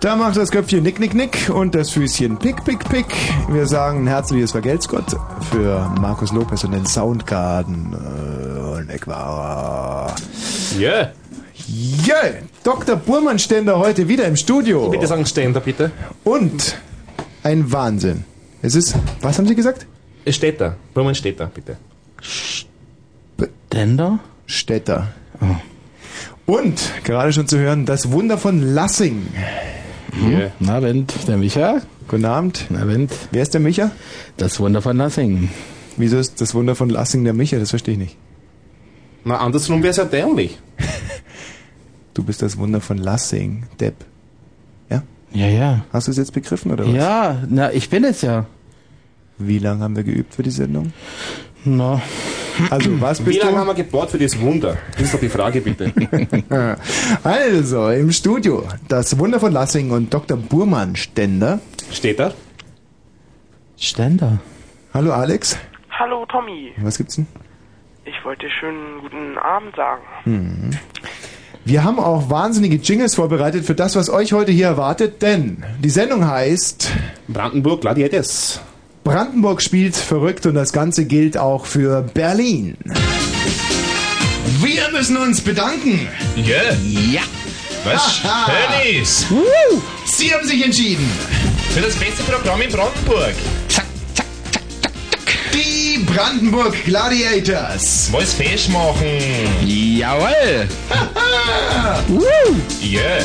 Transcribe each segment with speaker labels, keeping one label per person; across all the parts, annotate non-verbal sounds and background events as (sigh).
Speaker 1: Da macht das Köpfchen Nick, Nick, Nick und das Füßchen Pick, Pick, Pick. Wir sagen ein herzliches Vergelt's Gott für Markus Lopez und den Soundgarden. Äh, Und ich war.
Speaker 2: Yeah.
Speaker 1: Yeah! Dr. Burmann Ständer heute wieder im Studio.
Speaker 2: Bitte sagen Ständer, bitte.
Speaker 1: Und ein Wahnsinn. Es ist. Was haben Sie gesagt?
Speaker 2: Es steht da. Burmann steht da, bitte.
Speaker 1: Ständer? Städter. Und gerade schon zu hören, das Wunder von Lassing.
Speaker 3: Yeah.
Speaker 1: Guten Abend, Mhm. der Micha. Guten Abend. Guten Abend. Wer ist der Micha? Das Wunder von Lassing. Wieso ist das Wunder von Lassing der Micha? Das verstehe ich nicht.
Speaker 2: Na, andersrum wäre es ja dämlich.
Speaker 1: Du bist das Wunder von Lassing, Depp. Ja?
Speaker 3: Ja, ja.
Speaker 1: Hast du es jetzt begriffen oder was?
Speaker 3: Ja, na, ich bin es ja.
Speaker 1: Wie lange haben wir geübt für die Sendung?
Speaker 3: Na.
Speaker 1: Also, was
Speaker 2: Wie
Speaker 1: bist
Speaker 2: lange
Speaker 1: du?
Speaker 2: haben wir gebaut für dieses Wunder? Das ist doch die Frage,
Speaker 1: (laughs)
Speaker 2: bitte.
Speaker 1: also, im Studio, das Wunder von Lassing und Dr. Burmann Ständer.
Speaker 2: Steht da?
Speaker 1: Ständer. Hallo Alex,
Speaker 4: Hallo Tommy,
Speaker 1: was gibt's denn?
Speaker 4: ich wollte schönen guten Abend sagen.
Speaker 1: Hm. Wir haben auch wahnsinnige Jingles vorbereitet für das, was euch heute hier erwartet, denn die Sendung heißt
Speaker 2: Brandenburg Gladiators.
Speaker 1: Brandenburg spielt verrückt und das Ganze gilt auch für Berlin. Wir müssen uns bedanken.
Speaker 5: Yeah.
Speaker 1: Ja.
Speaker 5: Was? Hönis!
Speaker 1: Sie haben sich entschieden.
Speaker 5: Für das beste Programm in Brandenburg.
Speaker 1: Die Brandenburg Gladiators.
Speaker 5: Wolls fesch machen.
Speaker 1: Jawohl.
Speaker 5: Yeah.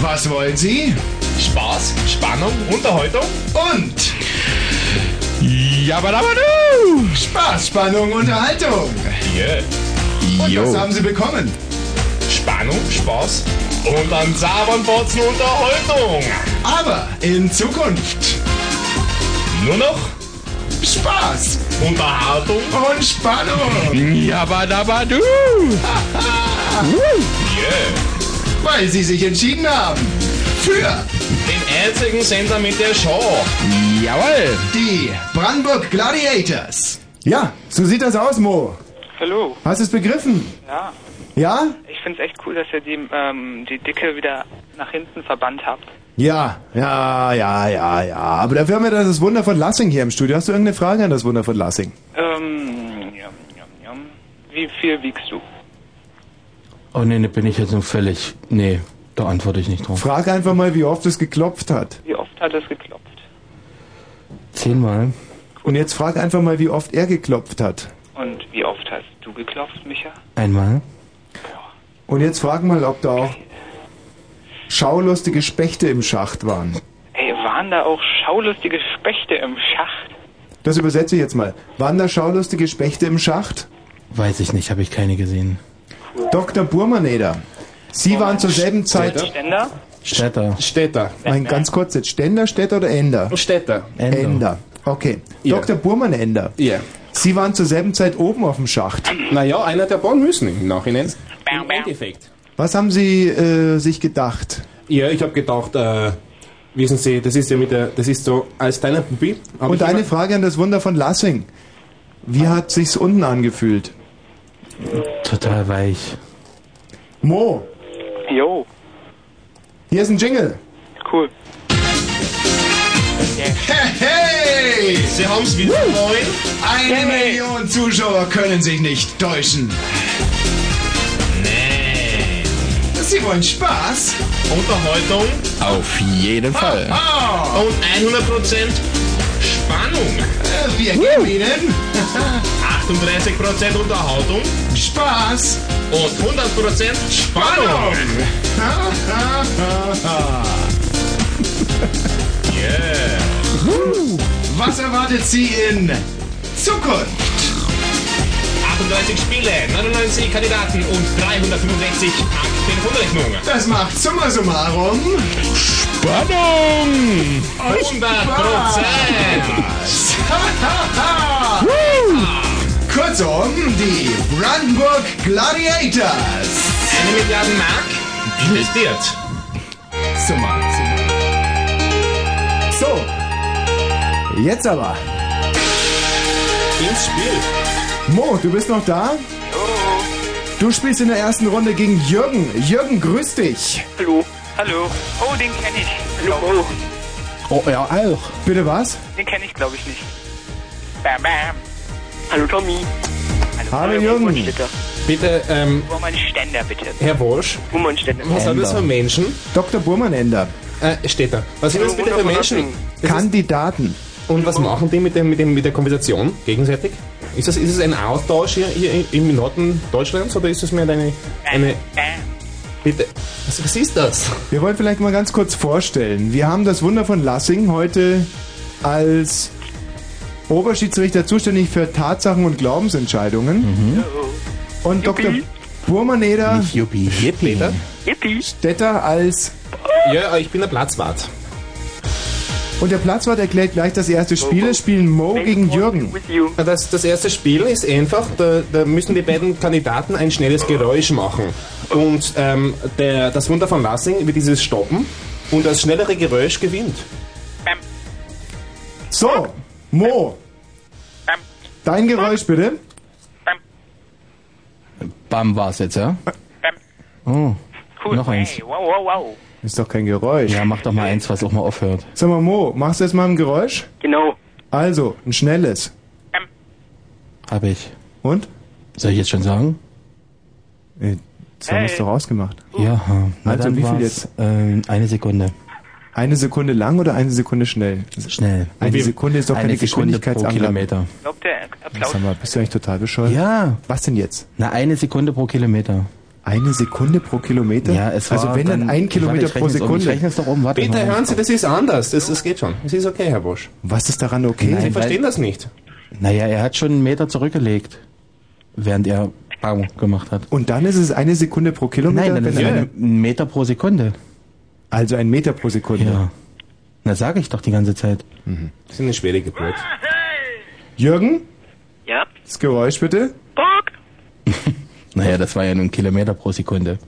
Speaker 1: Was wollen Sie?
Speaker 5: Spaß, Spannung, Unterhaltung.
Speaker 1: Und Jabadabadu! Spaß, Spannung, Unterhaltung.
Speaker 5: Yeah.
Speaker 1: Und
Speaker 5: Jo.
Speaker 1: was haben Sie bekommen?
Speaker 5: Spannung, Spaß und an Sabernbotzen Unterhaltung.
Speaker 1: Aber in Zukunft
Speaker 5: Nur noch
Speaker 1: Spaß,
Speaker 5: Unterhaltung.
Speaker 1: und Spannung. (laughs)
Speaker 3: Jabadabadu!
Speaker 5: Yeah.
Speaker 1: Weil Sie sich entschieden haben für
Speaker 5: Den einzigen Sender mit der Show.
Speaker 3: Jawohl!
Speaker 1: die Brandenburg Gladiators. Ja, so sieht das aus, Mo.
Speaker 4: Hallo.
Speaker 1: Hast du es begriffen?
Speaker 4: Ja,
Speaker 1: Ja?
Speaker 4: ich find's echt cool, dass ihr die, ähm, die Dicke wieder nach hinten verbannt habt.
Speaker 1: Ja, ja, ja, ja, ja. Aber dafür haben wir das Wunder von Lassing hier im Studio. Hast du irgendeine Frage an das Wunder von Lassing?
Speaker 4: Ähm, yum, yum, yum. Wie viel wiegst du?
Speaker 3: Oh nee, da bin ich jetzt noch völlig. Nee, da antworte ich nicht drauf.
Speaker 1: Frag einfach mal, wie oft es geklopft hat.
Speaker 4: Wie oft hat es geklopft?
Speaker 3: Zehnmal.
Speaker 1: Und jetzt frag einfach mal, wie oft er geklopft hat.
Speaker 4: Und wie oft hast du geklopft, Micha?
Speaker 3: Einmal.
Speaker 1: Und jetzt frag mal, ob da auch schaulustige Spechte im Schacht waren.
Speaker 4: Ey, waren da auch schaulustige Spechte im Schacht?
Speaker 1: Das übersetze ich jetzt mal. Waren da schaulustige Spechte im Schacht?
Speaker 3: Weiß ich nicht, habe ich keine gesehen.
Speaker 1: Dr. Burmaneder, Sie waren zur selben Zeit...
Speaker 4: Ständer?
Speaker 3: Städter.
Speaker 2: Städter.
Speaker 1: Nein, ganz kurz jetzt. Ständer, Städter oder Ender?
Speaker 2: Städter.
Speaker 3: Ender.
Speaker 1: Ender. Okay. Dr. Burmann Ender.
Speaker 2: Ja.
Speaker 1: Sie waren zur selben Zeit oben auf dem Schacht.
Speaker 2: Naja, einer der bauen müssen im Nachhinein. Im Endeffekt.
Speaker 1: Was haben Sie äh, sich gedacht?
Speaker 2: Ja, ich habe gedacht, äh, wissen Sie, das ist ja mit der, das ist so als kleiner Pupi. hab
Speaker 1: Und
Speaker 2: ich
Speaker 1: eine
Speaker 2: immer-
Speaker 1: Frage an das Wunder von Lassing. Wie hat sich's unten angefühlt?
Speaker 3: Total weich.
Speaker 1: Mo,
Speaker 4: Jo,
Speaker 1: hier ist ein Jingle.
Speaker 4: cool.
Speaker 1: Hey, hey!
Speaker 5: Sie haben's wieder neun.
Speaker 1: Eine Million Zuschauer können sich nicht täuschen.
Speaker 5: Nee.
Speaker 1: Sie wollen Spaß?
Speaker 5: Unterhaltung
Speaker 3: Auf jeden Fall.
Speaker 1: Oh,
Speaker 5: und 100% Spannung.
Speaker 1: Äh, wir
Speaker 5: (laughs)
Speaker 1: geben Ihnen
Speaker 5: 38% Unterhaltung
Speaker 1: Spaß.
Speaker 5: und 100%
Speaker 1: (laughs)
Speaker 5: Spannung. Yeah.
Speaker 1: Was erwartet Sie in Zukunft?
Speaker 5: 38 Spiele, 99 Kandidaten und 365 Akten von Rechnung.
Speaker 1: Das macht summa summarum.
Speaker 5: Spannung! 100%!
Speaker 1: Kurzum, um die Brandenburg Gladiators.
Speaker 5: Eine Milliarde Mark investiert.
Speaker 1: Summa summarum. So, jetzt aber.
Speaker 5: Ins Spiel.
Speaker 1: Mo, du bist noch da? Du spielst in der ersten Runde gegen Jürgen. Jürgen, grüß dich.
Speaker 4: Hallo. Hallo. Oh, den kenne ich. Hallo.
Speaker 3: Oh, ja, auch.
Speaker 1: Bitte was?
Speaker 4: Den kenne ich, glaube ich, nicht. Bam, bam. Hallo, Tommy.
Speaker 1: Hallo, Jürgen.
Speaker 6: Hm.
Speaker 2: Bitte, ähm,
Speaker 4: Wo mein Ständer, bitte?
Speaker 2: Herr Bosch,
Speaker 4: Hummerständer.
Speaker 2: was sind das für Menschen?
Speaker 1: Dr. Burmanender.
Speaker 2: Äh, steht da. Was sind das bitte für Menschen?
Speaker 1: Kandidaten.
Speaker 2: Und was machen die mit, dem, mit, dem, mit der Konversation gegenseitig? Ist das, ist es ein Austausch hier, hier im Norden Deutschlands oder ist das mehr eine, eine bitte, was, was ist das?
Speaker 1: Wir wollen vielleicht mal ganz kurz vorstellen. Wir haben das Wunder von Lassing heute als Oberschiedsrichter zuständig für Tatsachen und Glaubensentscheidungen. Und Dr. Burmaneder
Speaker 3: Juppie, Juppie.
Speaker 2: Peter?
Speaker 1: Stetter als
Speaker 2: Ja, ich bin der Platzwart.
Speaker 1: und der Platzwart erklärt gleich das erste Spiel. Es spielen Mo gegen Jürgen.
Speaker 2: Das, das erste Spiel ist einfach, da, da müssen die beiden Kandidaten ein schnelles Geräusch machen. Und ähm, der, das Wunder von Lassing wird dieses stoppen und das schnellere Geräusch gewinnt.
Speaker 1: So, Mo. Dein Geräusch bitte.
Speaker 3: Bam war's jetzt, ja? Oh,
Speaker 4: Cool.
Speaker 3: noch eins.
Speaker 4: Hey, wow, wow, wow.
Speaker 1: Ist doch kein Geräusch.
Speaker 3: Ja, mach doch mal eins, was auch mal aufhört.
Speaker 1: Sag mal, Mo, machst du jetzt mal ein Geräusch?
Speaker 4: Genau. Ähm.
Speaker 1: Also, ein schnelles.
Speaker 3: Hab ich.
Speaker 1: Und?
Speaker 3: Soll ich jetzt schon sagen?
Speaker 1: Äh, Das haben wir es doch ausgemacht.
Speaker 3: Ja. Na
Speaker 1: Also,
Speaker 3: dann
Speaker 1: wie viel
Speaker 3: war's,
Speaker 1: jetzt?
Speaker 3: Ähm, eine Sekunde.
Speaker 1: Eine Sekunde lang oder eine Sekunde schnell?
Speaker 3: Schnell.
Speaker 1: Eine Sekunde ist doch
Speaker 3: eine
Speaker 1: keine
Speaker 3: Sekunde pro
Speaker 1: Geschwindigkeitsangabe.
Speaker 3: Kilometer.
Speaker 4: Glaubt der Applaus?
Speaker 1: Sag mal, bist du eigentlich total bescheuert?
Speaker 3: Ja.
Speaker 1: Was denn jetzt?
Speaker 3: Na, eine Sekunde pro Kilometer.
Speaker 1: Eine Sekunde pro Kilometer?
Speaker 3: Ja, es war
Speaker 1: also wenn dann, ein Kilometer
Speaker 3: warte, ich rechne
Speaker 1: pro
Speaker 3: es Um, ich rechne
Speaker 1: Sekunde.
Speaker 3: es doch um, warte
Speaker 2: Bitte
Speaker 3: mal.
Speaker 2: hören Sie, das ist anders. Das, das geht schon. Es ist okay, Herr Bosch.
Speaker 1: Was ist daran okay?
Speaker 2: Sie
Speaker 3: Nein.
Speaker 2: verstehen das nicht.
Speaker 3: Naja, er hat schon einen Meter zurückgelegt, während er Bam gemacht hat.
Speaker 1: Und dann ist es eine Sekunde pro Kilometer?
Speaker 3: Nein, dann ist
Speaker 1: wenn
Speaker 3: es
Speaker 1: eine-
Speaker 3: ein Meter pro Sekunde.
Speaker 1: also ein Meter pro Sekunde.
Speaker 3: Ja. Na, sage ich doch die ganze Zeit.
Speaker 2: Sie sind eine schwere Geburt.
Speaker 1: Jürgen,
Speaker 4: Ja.
Speaker 1: das Geräusch bitte.
Speaker 4: Bock.
Speaker 3: (laughs) Naja, das war ja nur ein Kilometer pro Sekunde.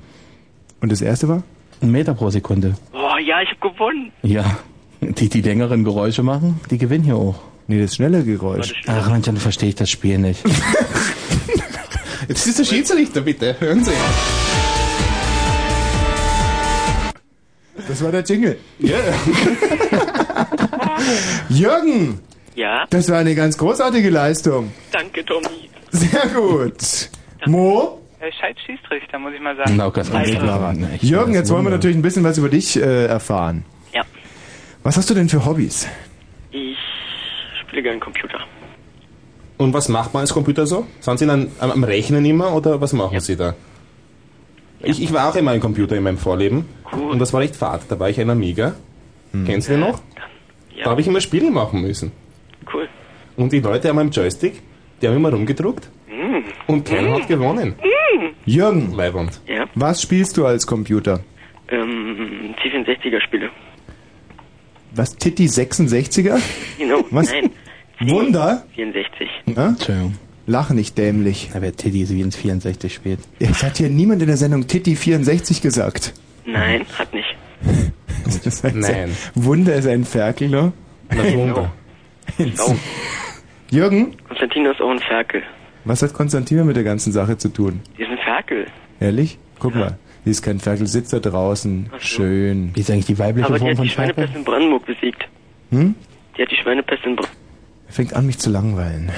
Speaker 1: Und das erste war?
Speaker 3: Ein Meter pro Sekunde.
Speaker 4: Boah, ja, ich hab gewonnen.
Speaker 3: Ja. Die, die längeren Geräusche machen, die gewinnen hier auch.
Speaker 1: Nee, das schnelle Geräusch.
Speaker 3: Ach, Mensch, dann verstehe ich das Spiel nicht.
Speaker 2: Jetzt ist der Schiedsrichter, bitte. Hören Sie.
Speaker 1: Das war der Jingle.
Speaker 2: Ja.
Speaker 1: Jürgen,
Speaker 4: Ja,
Speaker 1: das war eine ganz großartige Leistung.
Speaker 4: danke, Tommy.
Speaker 1: Sehr gut. Mo?
Speaker 4: Äh, Scheiß Schießrichter, muss ich mal sagen.
Speaker 3: Na, Gott, ganz klar. Na, ich-
Speaker 1: Jürgen,
Speaker 3: das
Speaker 1: jetzt wollen wir
Speaker 3: Wunder.
Speaker 1: natürlich ein bisschen was über dich äh, erfahren.
Speaker 4: Ja.
Speaker 1: Was hast du denn für Hobbys?
Speaker 4: Ich spiele gerne Computer.
Speaker 2: Und was macht man als Computer so? Sind Sie dann am, am Rechnen immer oder was machen Sie da? Ich, ich war auch immer ein Computer in meinem Vorleben.
Speaker 4: Cool.
Speaker 2: Und das war recht fad. Da war ich ein Amiga. Kennen Sie den noch?
Speaker 4: Ja.
Speaker 2: Da habe ich immer Spiele machen müssen.
Speaker 4: Cool.
Speaker 2: Und die Leute an meinem Joystick, die haben immer rumgedruckt.
Speaker 6: Hm.
Speaker 2: Und keiner hat gewonnen.
Speaker 1: Jürgen,
Speaker 2: Leibend.
Speaker 6: Ja,
Speaker 1: was spielst du als Computer?
Speaker 6: ähm, C64er-Spiele.
Speaker 1: Was, Titty 66er?
Speaker 6: Genau,
Speaker 1: Was?
Speaker 6: nein,
Speaker 1: Wunder?
Speaker 6: 64.
Speaker 1: Ja?
Speaker 3: Entschuldigung.
Speaker 1: Lach nicht dämlich.
Speaker 3: Da wird Tiddy sie ins 64 spielt.
Speaker 1: Es hat hier niemand in der Sendung Titty 64 gesagt.
Speaker 6: Nein, hat nicht.
Speaker 1: Das ist ein
Speaker 2: Nein.
Speaker 1: Wunder ist ein Ferkel, ne?
Speaker 2: Na,
Speaker 6: (laughs)
Speaker 2: Wunder.
Speaker 1: Jürgen,
Speaker 6: Konstantin ist auch ein Ferkel.
Speaker 1: was hat Konstantina mit der ganzen Sache zu tun?
Speaker 6: Die ist ein Ferkel.
Speaker 1: Ehrlich? Guck mal, sie ist kein Ferkel, sitzt da draußen. Schön.
Speaker 3: Wie ist eigentlich die weibliche
Speaker 6: Aber die
Speaker 3: Form
Speaker 6: hat
Speaker 3: von
Speaker 6: die
Speaker 3: Schweife?
Speaker 6: Schweinepest in Brandenburg besiegt.
Speaker 1: Hm?
Speaker 6: Die hat die Schweinepest in Brandenburg.
Speaker 1: Fängt an, mich zu langweilen.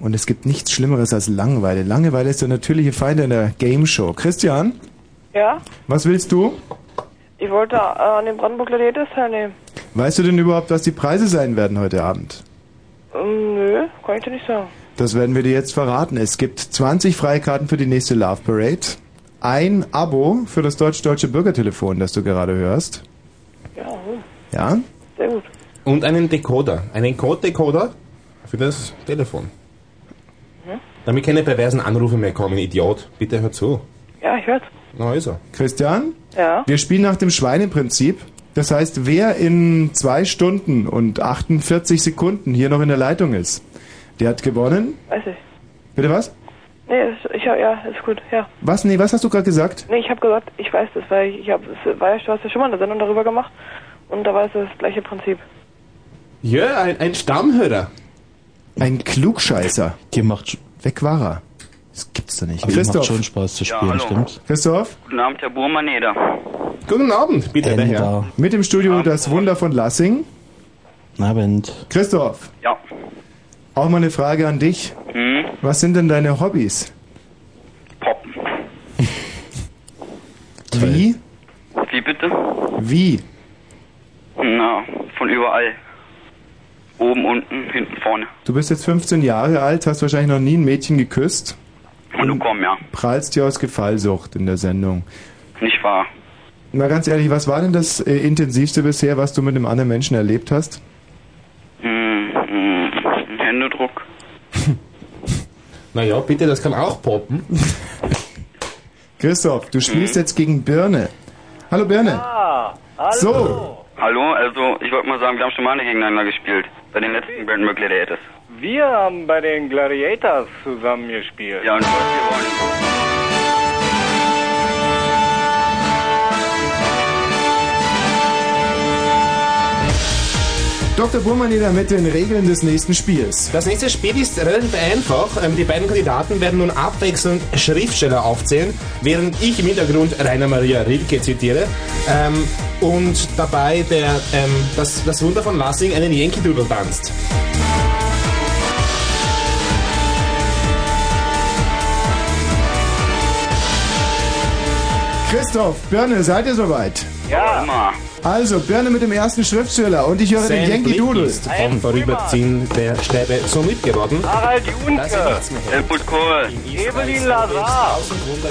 Speaker 1: Und es gibt nichts Schlimmeres als Langeweile. Langeweile ist der natürliche Feind in der Game Show. Christian,
Speaker 7: Ja,
Speaker 1: was willst du?
Speaker 7: ich wollte äh, an den Brandenburg Gladiators teilnehmen.
Speaker 1: Weißt du denn überhaupt, was die Preise sein werden heute Abend?
Speaker 7: Ähm, nö, kann ich dir nicht sagen.
Speaker 1: Das werden wir dir jetzt verraten. Es gibt 20 Freikarten für die nächste Love Parade, ein Abo für das deutsch-deutsche Bürgertelefon, das du gerade hörst.
Speaker 7: Ja, hm,
Speaker 1: Ja?
Speaker 7: sehr gut.
Speaker 2: Und einen Decoder. Einen Code-Decoder für das Telefon. Damit keine perversen Anrufe mehr kommen, Idiot. Bitte hör zu.
Speaker 7: Ja, ich hör's.
Speaker 2: Na also.
Speaker 1: Christian,
Speaker 7: Ja,
Speaker 1: wir spielen nach dem Schweineprinzip. Das heißt, wer in zwei Stunden und 48 Sekunden hier noch in der Leitung ist, der hat gewonnen.
Speaker 7: weiß ich.
Speaker 1: Bitte was?
Speaker 7: Nee, ist, ich hab, ja, ist gut, ja.
Speaker 1: Was? Nee, was hast du gerade gesagt?
Speaker 7: Nee, ich habe gesagt, ich weiß das, weil ich, ich habe, es war ja, du hast ja schon mal eine Sendung darüber gemacht und da war es das gleiche Prinzip.
Speaker 2: Ja, ein, ein Stammhörer.
Speaker 1: Ein Klugscheißer.
Speaker 3: Dir macht,
Speaker 1: Weg war er. Das gibt's doch nicht.
Speaker 3: dir macht
Speaker 1: Christoph.
Speaker 3: schon Spaß zu spielen,
Speaker 4: hallo.
Speaker 3: stimmt's?
Speaker 1: Christoph?
Speaker 4: Guten Abend, Herr Burmaneder.
Speaker 2: Guten Abend, bitte, der Herr.
Speaker 1: Mit im Studio das Wunder von Lassing. Abend. Christoph.
Speaker 8: Ja.
Speaker 1: Auch mal eine Frage an dich.
Speaker 8: Hm?
Speaker 1: Was sind denn deine Hobbys?
Speaker 8: Poppen.
Speaker 1: Wie?
Speaker 8: Wie bitte?
Speaker 1: Wie?
Speaker 8: Na, von überall. Oben, unten, hinten, vorne.
Speaker 1: Du bist jetzt 15 Jahre alt, hast wahrscheinlich noch nie ein Mädchen geküsst.
Speaker 8: Und du komm, ja.
Speaker 1: Prahlst dir aus Gefallsucht in der Sendung.
Speaker 8: Nicht wahr?
Speaker 1: Mal ganz ehrlich, was war denn das äh, intensivste bisher, was du mit einem anderen Menschen erlebt hast?
Speaker 8: Hm, hm,
Speaker 2: (laughs)
Speaker 8: Händedruck.
Speaker 2: Naja, bitte, das kann auch poppen.
Speaker 1: Christoph, du
Speaker 8: Mhm.
Speaker 1: spielst jetzt gegen Birne. Hallo Birne.
Speaker 9: Ah, hallo.
Speaker 1: So.
Speaker 8: Hallo, also ich wollte mal sagen, wir haben schon mal eine gegeneinander gespielt. Bei den letzten Brand Mercury Dates.
Speaker 9: Wir haben bei den Gladiators zusammengespielt.
Speaker 8: Ja, und was wir
Speaker 1: Dr. Burmann in der Mitte in Regeln des nächsten Spiels.
Speaker 2: Das nächste Spiel ist relativ einfach. Ähm, Die beiden Kandidaten werden nun abwechselnd Schriftsteller aufzählen, während ich im Hintergrund Rainer Maria Rilke zitiere ähm, und dabei der, ähm, das, das Wunder von Lassing einen Yankee-Doodle tanzt.
Speaker 1: Christoph, Birne, seid ihr soweit?
Speaker 9: Ja.
Speaker 8: Immer.
Speaker 1: Also, Birne mit dem ersten Schriftsteller und ich höre den Yankee Doodle.
Speaker 2: ist vom Vorüberziehen der Stäbe so mitgeworden.
Speaker 9: Harald Junke,
Speaker 8: Helmut Kohl,
Speaker 9: Evelyn Lazar,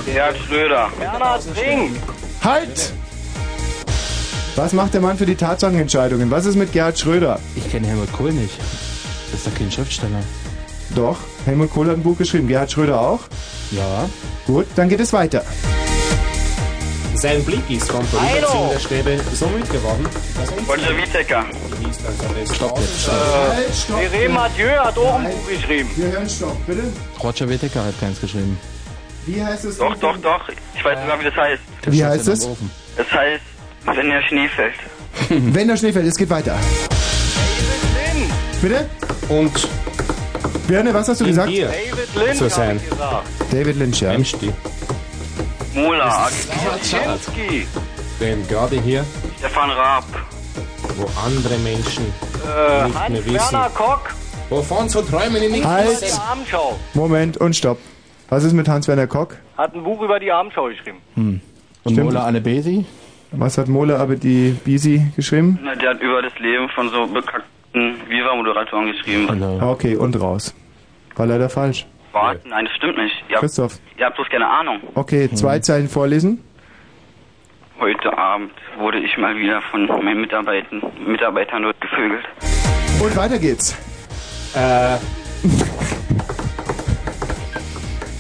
Speaker 8: Gerhard Schröder.
Speaker 9: Bernhard Trink,
Speaker 1: Halt! Was macht der Mann für die Tatsachenentscheidungen? Was ist mit Gerhard Schröder?
Speaker 3: Ich kenne Helmut Kohl nicht. Das ist doch kein Schriftsteller.
Speaker 1: Doch, Helmut Kohl hat ein Buch geschrieben. Gerhard Schröder auch?
Speaker 3: Ja.
Speaker 1: Gut, dann geht
Speaker 3: (laughs)
Speaker 1: es weiter.
Speaker 2: Sein Blick ist vom Vorüberziehen der Stäbe so mitgeworden.
Speaker 8: Roger Wittecker.
Speaker 2: Stopp jetzt.
Speaker 1: Halt, stopp!
Speaker 9: Irene Mathieu hat auch ein Buch geschrieben.
Speaker 1: Wir hören Stopp, bitte.
Speaker 3: Roger Whittaker hat keins geschrieben.
Speaker 1: Wie heißt es?
Speaker 8: Doch, doch, doch. Ich weiß sogar, wie das heißt.
Speaker 1: Wie heißt es?
Speaker 8: Es heißt, wenn der Schnee fällt.
Speaker 1: Wenn der Schnee fällt, es geht weiter.
Speaker 9: Lynn,
Speaker 1: Bitte?
Speaker 2: Und
Speaker 1: Birne, was hast du gesagt?
Speaker 2: hier
Speaker 9: David Lynn,
Speaker 2: So sein.
Speaker 9: hab ich gesagt.
Speaker 1: David Lynch, ja.
Speaker 2: ein Stil.
Speaker 8: Mola,
Speaker 9: Kaczynski,
Speaker 2: Denn gerade hier,
Speaker 8: Stefan Raab.
Speaker 2: wo andere Menschen
Speaker 9: äh,
Speaker 2: nicht mehr wissen,
Speaker 9: Hans-Werner Kock,
Speaker 2: wovon zu träumen in
Speaker 1: Halt,
Speaker 9: der Abendschau,
Speaker 1: Moment und Stopp. Was ist mit Hans-Werner Kock?
Speaker 9: hat ein Buch über die Abendschau geschrieben.
Speaker 3: Hm. Und
Speaker 1: Stimmt.
Speaker 3: Mola Anebesi?
Speaker 1: Was hat Mola aber die Bisi geschrieben?
Speaker 8: Na, ne, der hat über das Leben von so bekackten Viva-Moderatoren geschrieben.
Speaker 3: Hallo.
Speaker 1: Ah, Okay, und raus. War leider falsch.
Speaker 8: Warten, nein, das stimmt nicht. Ihr habt,
Speaker 1: Christoph.
Speaker 8: ihr habt bloß keine Ahnung.
Speaker 1: Okay, zwei Zeilen vorlesen.
Speaker 8: Heute Abend wurde ich mal wieder von meinen Mitarbeitern, Mitarbeitern dort gevögelt.
Speaker 1: Und weiter geht's.
Speaker 2: Äh,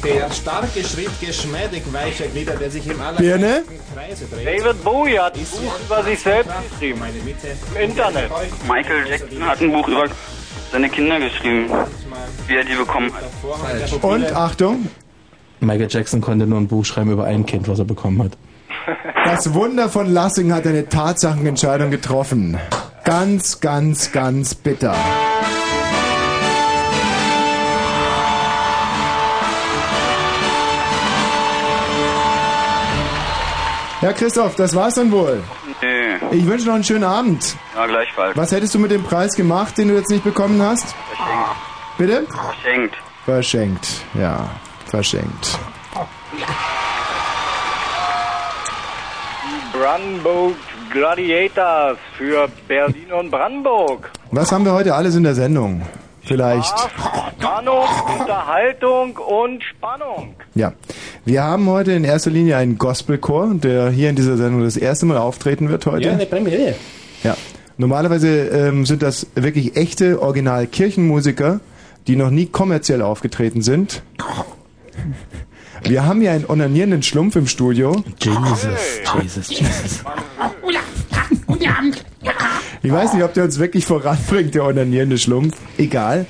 Speaker 2: der starke Schritt geschmeidig weicher Glieder, der sich im
Speaker 1: Birne?
Speaker 2: allerletzten Kreise dreht.
Speaker 9: David Bowie hat ein
Speaker 2: Ist
Speaker 9: Buch
Speaker 2: sie-
Speaker 9: über sich selbst
Speaker 2: Kraft,
Speaker 9: geschrieben.
Speaker 2: meine Mitte.
Speaker 9: Im Internet.
Speaker 8: Michael Jackson hat ein Buch über seine Kinder geschrieben, wie er die bekommen hat. (laughs)
Speaker 1: Und Achtung,
Speaker 3: Michael Jackson konnte nur ein Buch schreiben über ein Kind, was er bekommen hat.
Speaker 1: das Wunder von Lassing hat eine Tatsachenentscheidung getroffen. Ganz, ganz, ganz bitter. Ja, Christoph, das war's dann wohl.
Speaker 8: Nö,
Speaker 1: Ich wünsche noch einen schönen Abend.
Speaker 8: ja, gleichfalls.
Speaker 1: Was hättest du mit dem Preis gemacht, den du jetzt nicht bekommen hast?
Speaker 8: Verschenkt.
Speaker 1: Bitte?
Speaker 8: Verschenkt.
Speaker 1: Verschenkt, ja, verschenkt.
Speaker 9: Brandenburg Gladiators für Berlin und Brandenburg.
Speaker 1: Was haben wir heute alles in der Sendung? Vielleicht.
Speaker 9: Spannung, Unterhaltung und Spannung.
Speaker 1: Ja. Wir haben heute in erster Linie einen Gospelchor, der hier in dieser Sendung das erste Mal auftreten wird
Speaker 2: Ja, ne, eine
Speaker 1: heute.
Speaker 2: Premiere.
Speaker 1: Ja. Normalerweise ähm, sind das wirklich echte Original-Kirchenmusiker, die noch nie kommerziell aufgetreten sind. Wir haben hier einen onanierenden Schlumpf im Studio.
Speaker 3: Jesus, Jesus, Jesus.
Speaker 1: Ich weiß nicht, ob der uns wirklich voranbringt, der onanierende Schlumpf. Egal.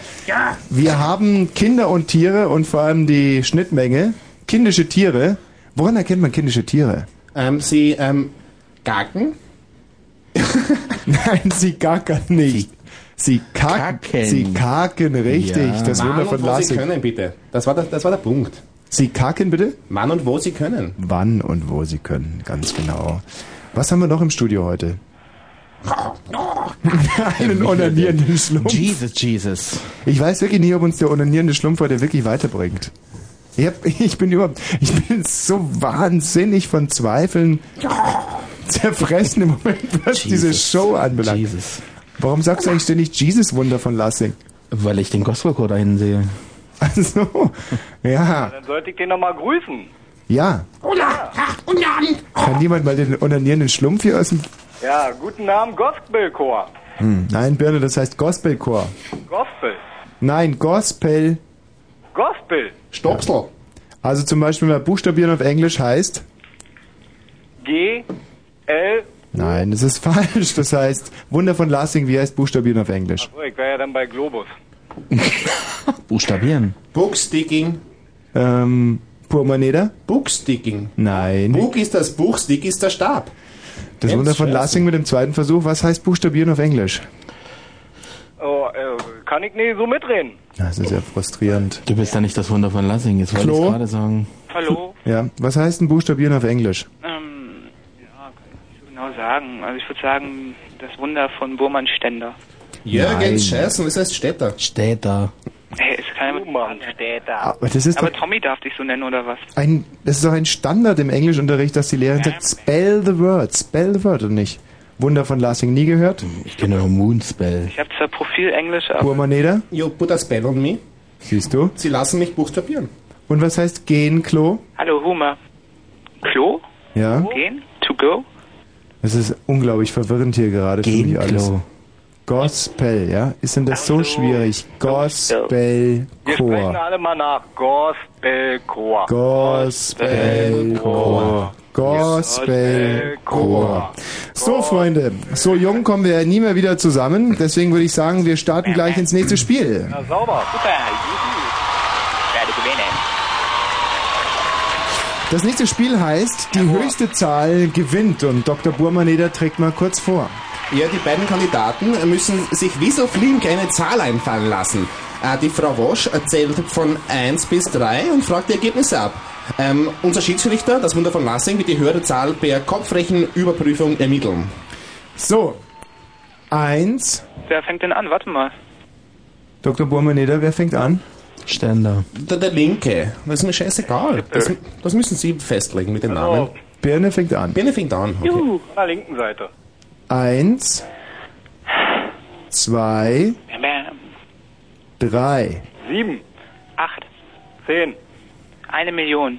Speaker 1: Wir haben Kinder und Tiere und vor allem die Schnittmenge. Kindische Tiere. Woran erkennt man kindische Tiere?
Speaker 2: Ähm, sie, ähm, gacken.
Speaker 1: Nein, sie gackern nicht. Sie kacken.
Speaker 3: kacken.
Speaker 1: Sie kacken, richtig.
Speaker 3: Ja.
Speaker 1: Das Wunder
Speaker 2: Wann
Speaker 1: von
Speaker 2: und wo sie
Speaker 1: Lassig.
Speaker 2: können, bitte. Das war, der, das war der Punkt.
Speaker 1: Sie kacken bitte?
Speaker 2: Wann und wo sie können.
Speaker 1: Wann und wo sie können, ganz genau. Was haben wir noch im Studio heute? Einen onanierenden Schlumpf.
Speaker 10: Jesus, Jesus.
Speaker 1: Ich weiß wirklich nicht, ob uns der onanierende Schlumpf heute wirklich weiterbringt. Ich, hab, (laughs) ich bin überhaupt, ich bin so wahnsinnig von Zweifeln (laughs) zerfressen im Moment, was diese Show anbelangt. Warum sagst du eigentlich ständig Jesus Wunder von Lassing?
Speaker 3: Weil ich den Gospelchor einsehe.
Speaker 1: Also, ja,
Speaker 9: Dann sollte ich den nochmal grüßen.
Speaker 1: ja.
Speaker 9: Hola,
Speaker 1: Kann jemand mal den onanierenden Schlumpf hier aus dem...
Speaker 9: Ja, guten Namen, Gospelchor.
Speaker 1: Hm, nein, Birne, das heißt Gospelchor.
Speaker 9: Gospel.
Speaker 1: Nein, Gospel.
Speaker 9: Gospel.
Speaker 1: Stopsel. Also zum Beispiel, wenn man buchstabieren auf Englisch heißt...
Speaker 9: G. L.
Speaker 1: Nein, das ist (laughs) falsch. Das heißt, Wunder von Lassing, wie heißt buchstabieren
Speaker 3: (laughs)
Speaker 1: auf Englisch?
Speaker 9: So, Oh, ich wäre ja dann bei Globus.
Speaker 1: Buchstabieren.
Speaker 2: Booksticking.
Speaker 1: Ähm, Purmaneder?
Speaker 2: Booksticking.
Speaker 1: Nein.
Speaker 2: Book ist das Buch, Stick ist der Stab.
Speaker 1: Das Wunder von Lassing mit dem zweiten Versuch. Was heißt buchstabieren auf Englisch?
Speaker 9: Oh, äh, kann ich nicht so mitreden.
Speaker 1: Das ist ja frustrierend.
Speaker 3: Du bist ja nicht das Wunder von Lassing, jetzt wollte ich
Speaker 1: Klo?
Speaker 3: gerade sagen.
Speaker 4: Hallo?
Speaker 1: Ja, was heißt ein buchstabieren auf Englisch?
Speaker 4: Ähm, ja, kann ich nicht so genau sagen. Also ich würde sagen, das Wunder von Burmann Ständer.
Speaker 1: Nein.
Speaker 2: Jürgens Scheißen, was heißt Städter?
Speaker 3: Städter.
Speaker 4: Hey, ist keiner mit Burmann Ständer.
Speaker 1: Aber Ah, das ist
Speaker 4: Aber
Speaker 1: doch-
Speaker 4: Tommy darf dich so nennen, oder was?
Speaker 1: Ein, das ist doch ein Standard im Englischunterricht, dass die Lehrerin sagt, spell the word, spell the word und nicht. Wunder von Lassing nie gehört? Ich kenne nur Moonspell.
Speaker 4: Ich habe zwar Profil Englisch, aber
Speaker 1: Purmaneder?
Speaker 2: You put a spell on me.
Speaker 1: Siehst du?
Speaker 2: Sie lassen mich buchstabieren.
Speaker 1: Und was heißt gehen, Klo?
Speaker 4: Hallo Huma. Klo?
Speaker 1: Ja?
Speaker 4: Gehen? To go?
Speaker 1: Es ist unglaublich verwirrend hier gerade für mich alles. Gospel, ja? Ist denn das so schwierig? Gospel
Speaker 9: Wir sprechen
Speaker 1: Chor.
Speaker 9: alle mal nach. Gospelchor.
Speaker 1: Gospel Chor. Gospel Chor. So, Freunde, so jung kommen wir ja nie mehr wieder zusammen. Deswegen würde ich sagen, wir starten gleich ins nächste Spiel.
Speaker 9: Na, sauber.
Speaker 4: Super, juhu. Werde gewinnen.
Speaker 1: Das nächste Spiel heißt, die höchste Zahl gewinnt und Dr. Burmaneder trägt mal kurz vor.
Speaker 2: Ja, die beiden Kandidaten müssen sich wie so flink eine Zahl einfallen lassen. Äh, die Frau Wosch zählt von 1 bis 3 und fragt die Ergebnisse ab. Ähm, unser Schiedsrichter, das Wunder von Lassing, wird die höhere Zahl per Kopfrechenüberprüfung ermitteln.
Speaker 1: So, eins.
Speaker 4: Wer fängt denn an? Warte mal.
Speaker 1: Dr. Burmaneder, wer fängt an?
Speaker 3: Ständer.
Speaker 2: Der, der Linke, das ist mir scheißegal. Das, das müssen Sie festlegen mit dem Namen.
Speaker 1: Birne fängt an.
Speaker 2: Birne fängt an. Okay.
Speaker 9: Juhu. An der linken Seite.
Speaker 1: Eins, zwei,
Speaker 4: Bam, bam.
Speaker 1: drei.
Speaker 9: Sieben.
Speaker 4: Acht.
Speaker 9: Zehn.
Speaker 4: Eine Million.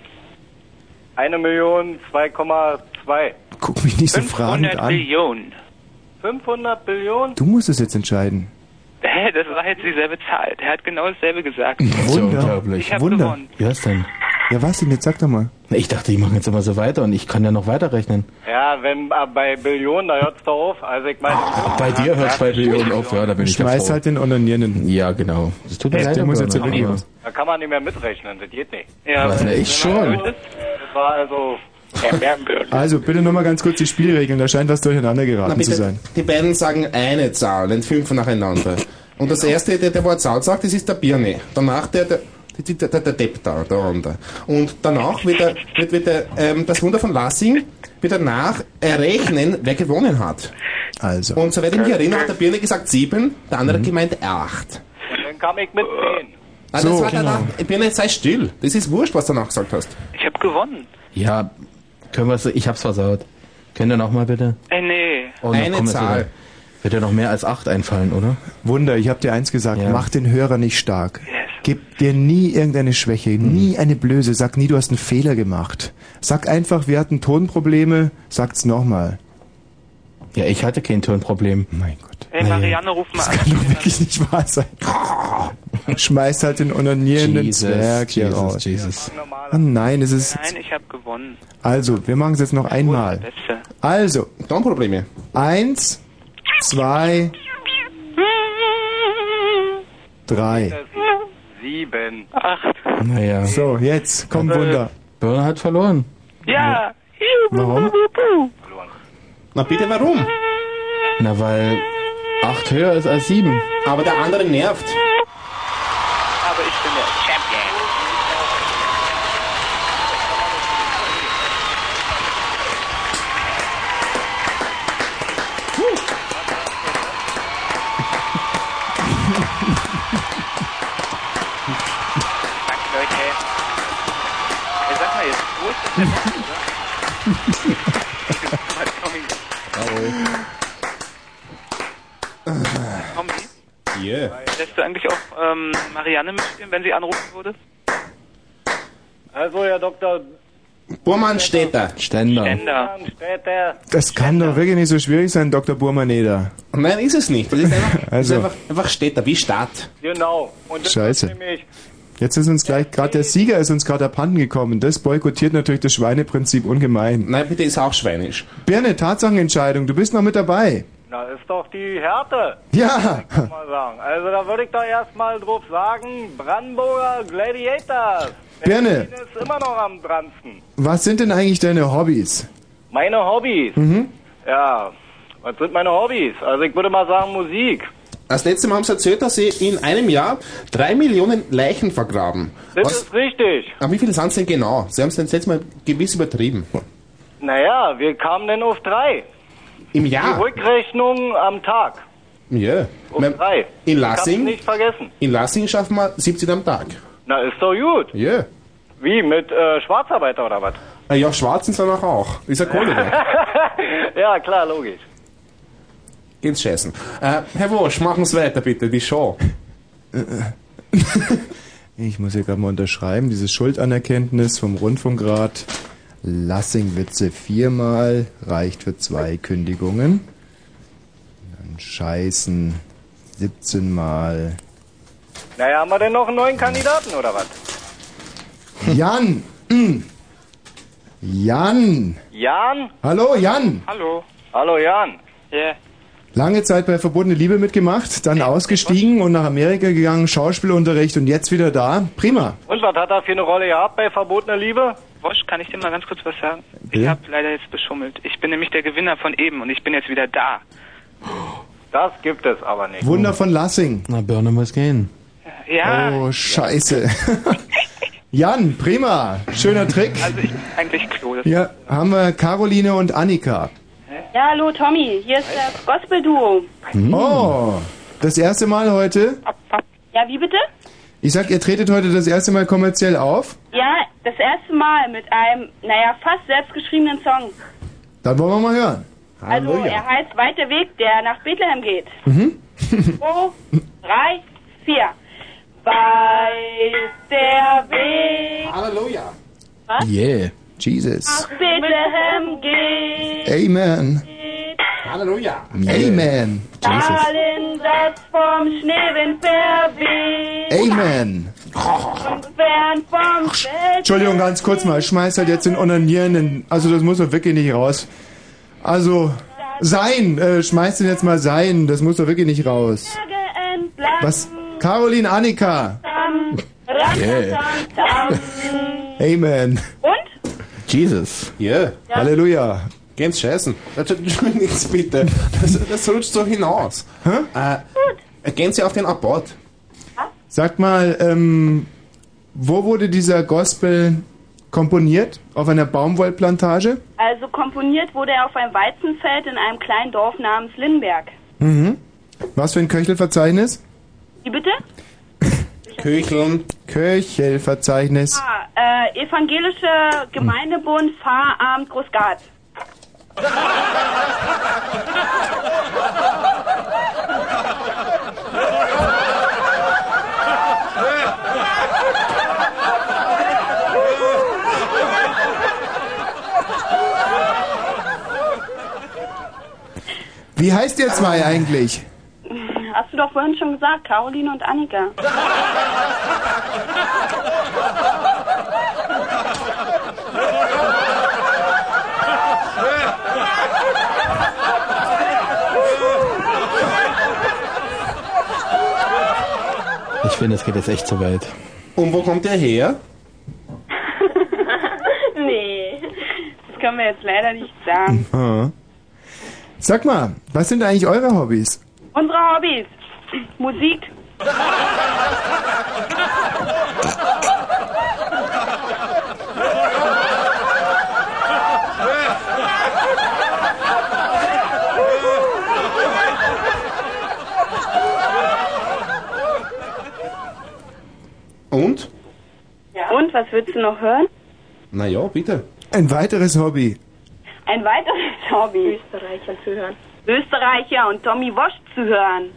Speaker 9: Eine Million, 2,2.
Speaker 1: Guck mich nicht so fragend
Speaker 4: 100
Speaker 1: an.
Speaker 4: Millionen.
Speaker 9: 500 Billionen?
Speaker 1: Du musst es jetzt entscheiden.
Speaker 4: Hä, das war jetzt dieselbe Zahl. Der hat genau dasselbe gesagt.
Speaker 1: Wunder.
Speaker 4: Ich hab
Speaker 1: Wunder.
Speaker 4: gewonnen.
Speaker 3: Wie heißt denn?
Speaker 1: Ja, was denn? Jetzt sag doch mal.
Speaker 3: Ich dachte, die machen jetzt immer so weiter und ich kann ja noch weiterrechnen.
Speaker 9: Ja, wenn äh, bei Billionen, da hört's doch auf. Also ich meine,
Speaker 3: Bei dir hört bei Billionen auf, ja, da bin ich ja
Speaker 1: Schmeiß
Speaker 3: froh.
Speaker 1: halt den Onanierenden.
Speaker 3: Ja, genau. Das tut mir
Speaker 1: Echt,
Speaker 3: leid,
Speaker 1: der muss jetzt
Speaker 3: Bernhard.
Speaker 1: wirklich was.
Speaker 9: da kann man nicht mehr mitrechnen, das geht nicht.
Speaker 4: Ja,
Speaker 3: Was, ne, ich schon.
Speaker 9: Das war also
Speaker 1: Also, bitte nochmal ganz kurz die Spielregeln. Da scheint was durcheinander
Speaker 2: Na,
Speaker 1: geraten zu
Speaker 2: bitte,
Speaker 1: sein.
Speaker 2: die beiden sagen eine Zahl, dann fünf nacheinander. Und das erste, der, der Wort Zahl sagt, das ist der Birne. Danach der, der der, der, der Depp da, der andere. Und danach wird, der, wird, wird der, ähm, das Wunder von Lassing wird danach errechnen, wer gewonnen hat.
Speaker 1: Also. Mhm.
Speaker 2: Und soweit ich mich erinnere, hat der Birne gesagt sieben, der andere gemeint acht.
Speaker 9: Dann kam ich mit 10.
Speaker 2: Also
Speaker 1: So, genau.
Speaker 2: das war danach, Birne, sei still. Das ist wurscht, was du danach gesagt hast.
Speaker 4: Ich hab gewonnen.
Speaker 3: Ja, können wir es, ich hab's versaut. Könnt ihr nochmal bitte?
Speaker 4: Äh, nee.
Speaker 3: Oh,
Speaker 2: Eine
Speaker 3: komm, jetzt
Speaker 2: Zahl.
Speaker 3: wieder. Wird ja noch mehr als acht einfallen, oder?
Speaker 1: Wunder, ich habe dir eins gesagt,
Speaker 3: Ja.
Speaker 1: mach den Hörer nicht stark. Gib dir nie irgendeine Schwäche,
Speaker 3: Mhm.
Speaker 1: nie eine Blöße, sag nie, du hast einen Fehler gemacht. Sag einfach, wir hatten Tonprobleme, sag's nochmal.
Speaker 3: Ja, ich hatte kein Turnproblem.
Speaker 1: Mein Gott.
Speaker 4: Hey, Marianne, ruf mal
Speaker 1: (laughs) Kann doch wirklich nicht wahr sein. Schmeißt halt den onanierenden
Speaker 3: Jesus,
Speaker 1: Zwerg hier
Speaker 3: Jesus,
Speaker 1: raus.
Speaker 3: Jesus.
Speaker 1: Oh nein, es ist...
Speaker 4: Nein, ich hab gewonnen.
Speaker 1: Also, wir machen es jetzt noch einmal.
Speaker 4: Beste.
Speaker 1: Also,
Speaker 2: Dann Probleme.
Speaker 1: eins, zwei, drei.
Speaker 9: 7.
Speaker 4: Acht.
Speaker 3: Naja.
Speaker 1: So, jetzt, komm
Speaker 3: Äh,
Speaker 1: Wunder.
Speaker 3: Börner hat verloren.
Speaker 4: Ja.
Speaker 1: Warum?
Speaker 2: Na bitte, warum?
Speaker 3: Na, weil acht höher ist als sieben.
Speaker 2: Aber der andere nervt.
Speaker 4: Aber ich bin der Champion. Tommy,
Speaker 2: Yeah.
Speaker 4: lässt du eigentlich auch ähm, Marianne mitspielen, wenn sie anrufen würde?
Speaker 9: Also, Herr Dr.
Speaker 2: Burmann Städter.
Speaker 4: Ender.
Speaker 9: Städter,
Speaker 1: Das kann doch wirklich nicht so schwierig sein, Dr. Burmaneder.
Speaker 2: Nein, ist es nicht. Das ist einfach,
Speaker 1: Also.
Speaker 2: ist einfach, einfach Städter, wie Stadt.
Speaker 9: genau. Und das
Speaker 1: Scheiße.
Speaker 9: Ist nämlich,
Speaker 1: Jetzt ist uns gleich, gerade der Sieger ist uns gerade abhanden gekommen. Das boykottiert natürlich das Schweineprinzip ungemein.
Speaker 2: Nein, bitte ist auch schweinisch.
Speaker 1: Birne, Tatsachenentscheidung, du bist noch mit dabei.
Speaker 9: na, ist doch die Härte,
Speaker 1: Ja,
Speaker 9: kann man sagen. Also, da würde ich doch erstmal drauf sagen, Brandenburger Gladiators.
Speaker 1: Birne.
Speaker 9: Der ist immer noch am dransten.
Speaker 1: was sind denn eigentlich deine Hobbys?
Speaker 9: Meine Hobbys.
Speaker 1: Mhm.
Speaker 9: Ja, was sind meine Hobbys? Also, ich würde mal sagen, Musik.
Speaker 2: Das letzte Mal haben sie erzählt, dass sie in einem Jahr drei Millionen Leichen vergraben.
Speaker 9: Das
Speaker 2: Was,
Speaker 9: ist richtig.
Speaker 2: aber wie viele sind es denn genau? Sie haben es das letzte Mal gewiss übertrieben.
Speaker 9: Naja, wir kamen denn auf drei.
Speaker 2: Im
Speaker 9: Die
Speaker 2: Jahr?
Speaker 9: Rückrechnung am Tag.
Speaker 2: Ja.
Speaker 9: Auf
Speaker 2: Man-
Speaker 9: drei.
Speaker 2: In
Speaker 9: Ich hab's
Speaker 2: Lassing?
Speaker 9: nicht vergessen.
Speaker 2: In Lassing schaffen wir 17 am Tag.
Speaker 9: Na, ist doch gut.
Speaker 2: Ja.
Speaker 9: Wie, mit äh, Schwarzarbeiter oder was?
Speaker 2: Ah Ja, Schwarzen sind auch. auch. Ist ja Kohle weg.
Speaker 9: (laughs) ja, klar, logisch.
Speaker 2: Geht's scheißen. Äh, Herr Wosch, machen Sie weiter bitte, die Show.
Speaker 1: Äh, (laughs) Ich muss hier gerade mal unterschreiben, diese Schuldanerkenntnis vom Rundfunkrat. Lassingwitze viermal, reicht für zwei Kündigungen. Dann Scheißen 17 Mal.
Speaker 9: Naja, haben wir denn noch einen neuen Kandidaten oder was?
Speaker 1: Jan! (clears throat) Jan!
Speaker 9: Jan?
Speaker 1: Hallo Jan!
Speaker 4: Hallo.
Speaker 9: Hallo Jan.
Speaker 4: Yeah.
Speaker 1: Lange Zeit bei Verbotene Liebe mitgemacht, dann ausgestiegen und nach Amerika gegangen, Schauspielunterricht und jetzt wieder da. Prima.
Speaker 9: Und was hat er für eine Rolle gehabt bei Verbotener Liebe?
Speaker 4: Wosch, kann ich dir mal ganz kurz was sagen? Ich
Speaker 1: Ja.
Speaker 4: habe leider jetzt beschummelt. Ich bin nämlich der Gewinner von eben und ich bin jetzt wieder da.
Speaker 9: Das gibt es aber nicht.
Speaker 1: Wunder von Lassing.
Speaker 3: Na, Birne muss gehen.
Speaker 4: Ja,
Speaker 1: Oh, scheiße. (laughs) Jan, prima. Schöner Trick.
Speaker 4: also ich bin eigentlich Klo. Das
Speaker 1: Ja, haben wir Caroline und Annika.
Speaker 10: Ja, hallo Tommy, hier ist das Gospel-Duo.
Speaker 3: Hm.
Speaker 1: Oh, das erste Mal heute.
Speaker 10: Ja, wie bitte?
Speaker 1: Ich sag, ihr tretet heute das erste Mal kommerziell auf.
Speaker 10: Ja, das erste Mal mit einem, naja, fast selbstgeschriebenen Song.
Speaker 1: Dann wollen wir mal hören.
Speaker 10: Also, er heißt Weiter Weg, der nach Bethlehem
Speaker 2: (laughs)
Speaker 10: geht.
Speaker 1: Mhm.
Speaker 10: Zwei, drei, vier. Weit der Weg
Speaker 2: Halleluja.
Speaker 3: Yeah.
Speaker 1: Jesus.
Speaker 10: nach Bethlehem geht.
Speaker 5: Äh.
Speaker 1: Amen.
Speaker 2: Halleluja.
Speaker 1: Amen.
Speaker 10: Allen das vom Schneewind verweht.
Speaker 1: Amen.
Speaker 10: Und fern vom Feld.
Speaker 1: Entschuldigung, ganz kurz mal. Schmeißt halt jetzt den Onanierenden. Also, das muss doch wirklich nicht raus. Also, sein. Äh, schmeißt den jetzt mal sein. Das muss doch wirklich nicht raus.
Speaker 10: entlang.
Speaker 1: Was? Caroline, Annika.
Speaker 10: Tam, ram, tam, tam.
Speaker 1: Amen.
Speaker 10: Und?
Speaker 3: Jesus.
Speaker 2: Ja.
Speaker 1: Halleluja.
Speaker 2: Ganz scheißen. (laughs) Entschuldigen Sie bitte. Das, das rutscht so hinaus. Äh, gehen Sie auf den Abort.
Speaker 1: Sag mal, ähm, wo wurde dieser Gospel komponiert? Auf einer Baumwollplantage?
Speaker 10: Also komponiert wurde er auf einem Weizenfeld in einem kleinen Dorf namens Lindenberg.
Speaker 1: Mhm. Was für ein Köchelverzeichnis?
Speaker 10: Wie bitte?
Speaker 2: Köcheln.
Speaker 1: Köchelverzeichnis.
Speaker 10: Ah, äh, Evangelische Gemeindebund Pfarramt Großgard.
Speaker 1: Wie heißt ihr zwei eigentlich?
Speaker 10: Hast du doch vorhin schon gesagt, Caroline und
Speaker 11: (laughs)
Speaker 10: Annika.
Speaker 3: Ich finde, das geht jetzt echt zu weit.
Speaker 2: Und wo kommt der her?
Speaker 10: nee, das können wir jetzt leider nicht sagen.
Speaker 1: Ah. Sag mal, was sind eigentlich eure Hobbys?
Speaker 10: Unsere Hobbys. Musik.
Speaker 2: Und?
Speaker 10: Und was willst du noch hören?
Speaker 2: Naja, bitte.
Speaker 1: Ein weiteres Hobby.
Speaker 10: Ein weiteres Hobby.
Speaker 11: Österreichern zu hören.
Speaker 10: Österreicher und Tommy Wosch zu hören.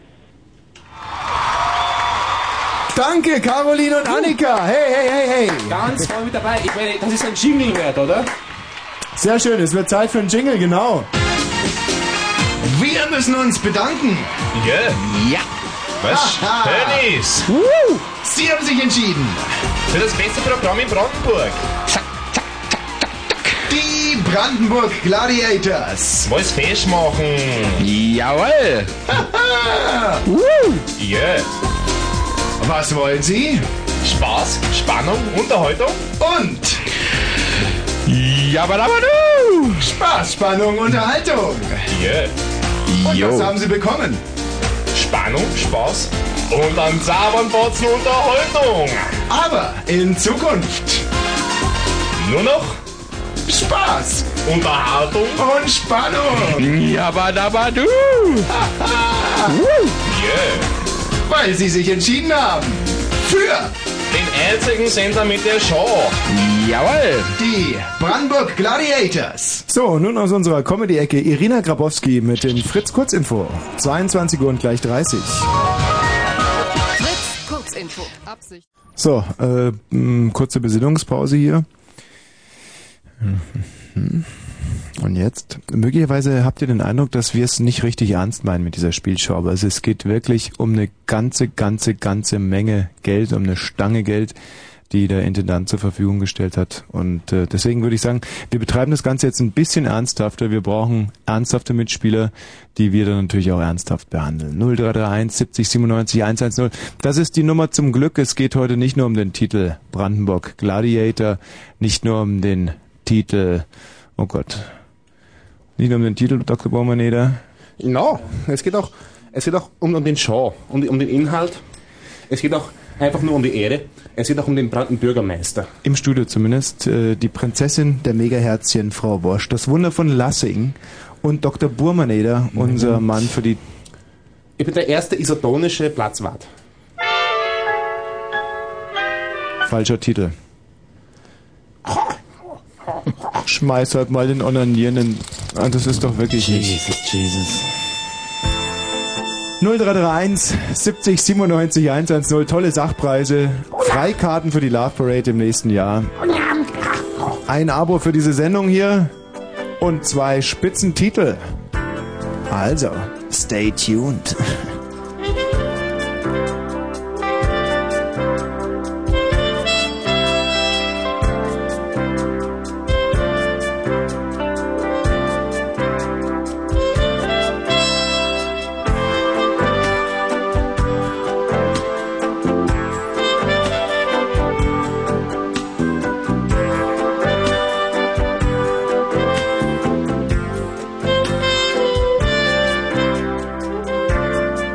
Speaker 1: Danke, Caroline und Annika. Hey, hey, hey, hey.
Speaker 2: Ganz voll mit dabei. Ich meine, das ist ein Jingle wert, oder?
Speaker 1: Sehr schön, es wird Zeit für einen Jingle, genau. Wir müssen uns bedanken.
Speaker 5: Ja. Ja. Was?
Speaker 1: Aha.
Speaker 5: Dennis!
Speaker 1: Sie haben sich entschieden.
Speaker 5: Für das beste Programm in Brandenburg.
Speaker 1: Die Brandenburg Gladiators.
Speaker 5: Wollt fest machen?
Speaker 1: (laughs) Jawohl.
Speaker 5: Ja.
Speaker 1: Was wollen Sie?
Speaker 5: Spaß, Spannung, Unterhaltung
Speaker 1: und
Speaker 5: Jabadabadu!
Speaker 1: Spaß, Spannung, Unterhaltung.
Speaker 5: Ja.
Speaker 1: Und
Speaker 5: Jo.
Speaker 1: was haben Sie bekommen?
Speaker 5: Spannung, Spaß und an Sabernbotzen Unterhaltung.
Speaker 1: Aber in Zukunft
Speaker 5: nur noch
Speaker 1: Spaß,
Speaker 5: Unterhaltung
Speaker 1: und Spannung.
Speaker 5: Jabadabadu! Yeah.
Speaker 1: Weil Sie sich entschieden haben. Für
Speaker 5: Den einzigen Sender mit der Show.
Speaker 1: Jawohl. Die Brandenburg Gladiators. So, nun aus unserer Comedy-Ecke Irina Grabowski mit dem Fritz Kurzinfo. 22 Uhr und gleich 30.
Speaker 12: Fritz, Kurzinfo. Absicht.
Speaker 1: So, äh, m, kurze Besinnungspause hier. Mhm. Und jetzt, möglicherweise habt ihr den Eindruck, dass wir es nicht richtig ernst meinen mit dieser Spielshow, aber es, es geht wirklich um eine ganze, ganze, ganze Menge Geld, um eine Stange Geld, die der Intendant zur Verfügung gestellt hat. Und äh, deswegen würde ich sagen, wir betreiben das Ganze jetzt ein bisschen ernsthafter. Wir brauchen ernsthafte Mitspieler, die wir dann natürlich auch ernsthaft behandeln. 0331 70 97 110. Das ist die Nummer zum Glück. Es geht heute nicht nur um den Titel Brandenburg Gladiator, nicht nur um den Titel, oh Gott, nicht nur um den Titel, Dr. Baumaneder.
Speaker 2: No, es geht auch, es geht auch um, um den Show, um, die- um den Inhalt. Es geht auch einfach nur um die Ehre. Es geht auch um den Brandenburgermeister.
Speaker 1: Im Studio zumindest, äh, die Prinzessin der Megaherzchen, Frau Bosch, das Wunder von Lassing und Dr. Burmaneder, unser Mann für die...
Speaker 2: Ich bin der erste isotonische Platzwart.
Speaker 1: Falscher Titel. Schmeiß halt mal den Onanierenden. Ah, Das ist doch wirklich Jesus, nicht. Jesus. 0331 70 97 110. Tolle Sachpreise. Freikarten für die Love Parade im nächsten Jahr. Ein Abo für diese Sendung hier. Und zwei Spitzentitel. Also, stay tuned.
Speaker 12: Thank you.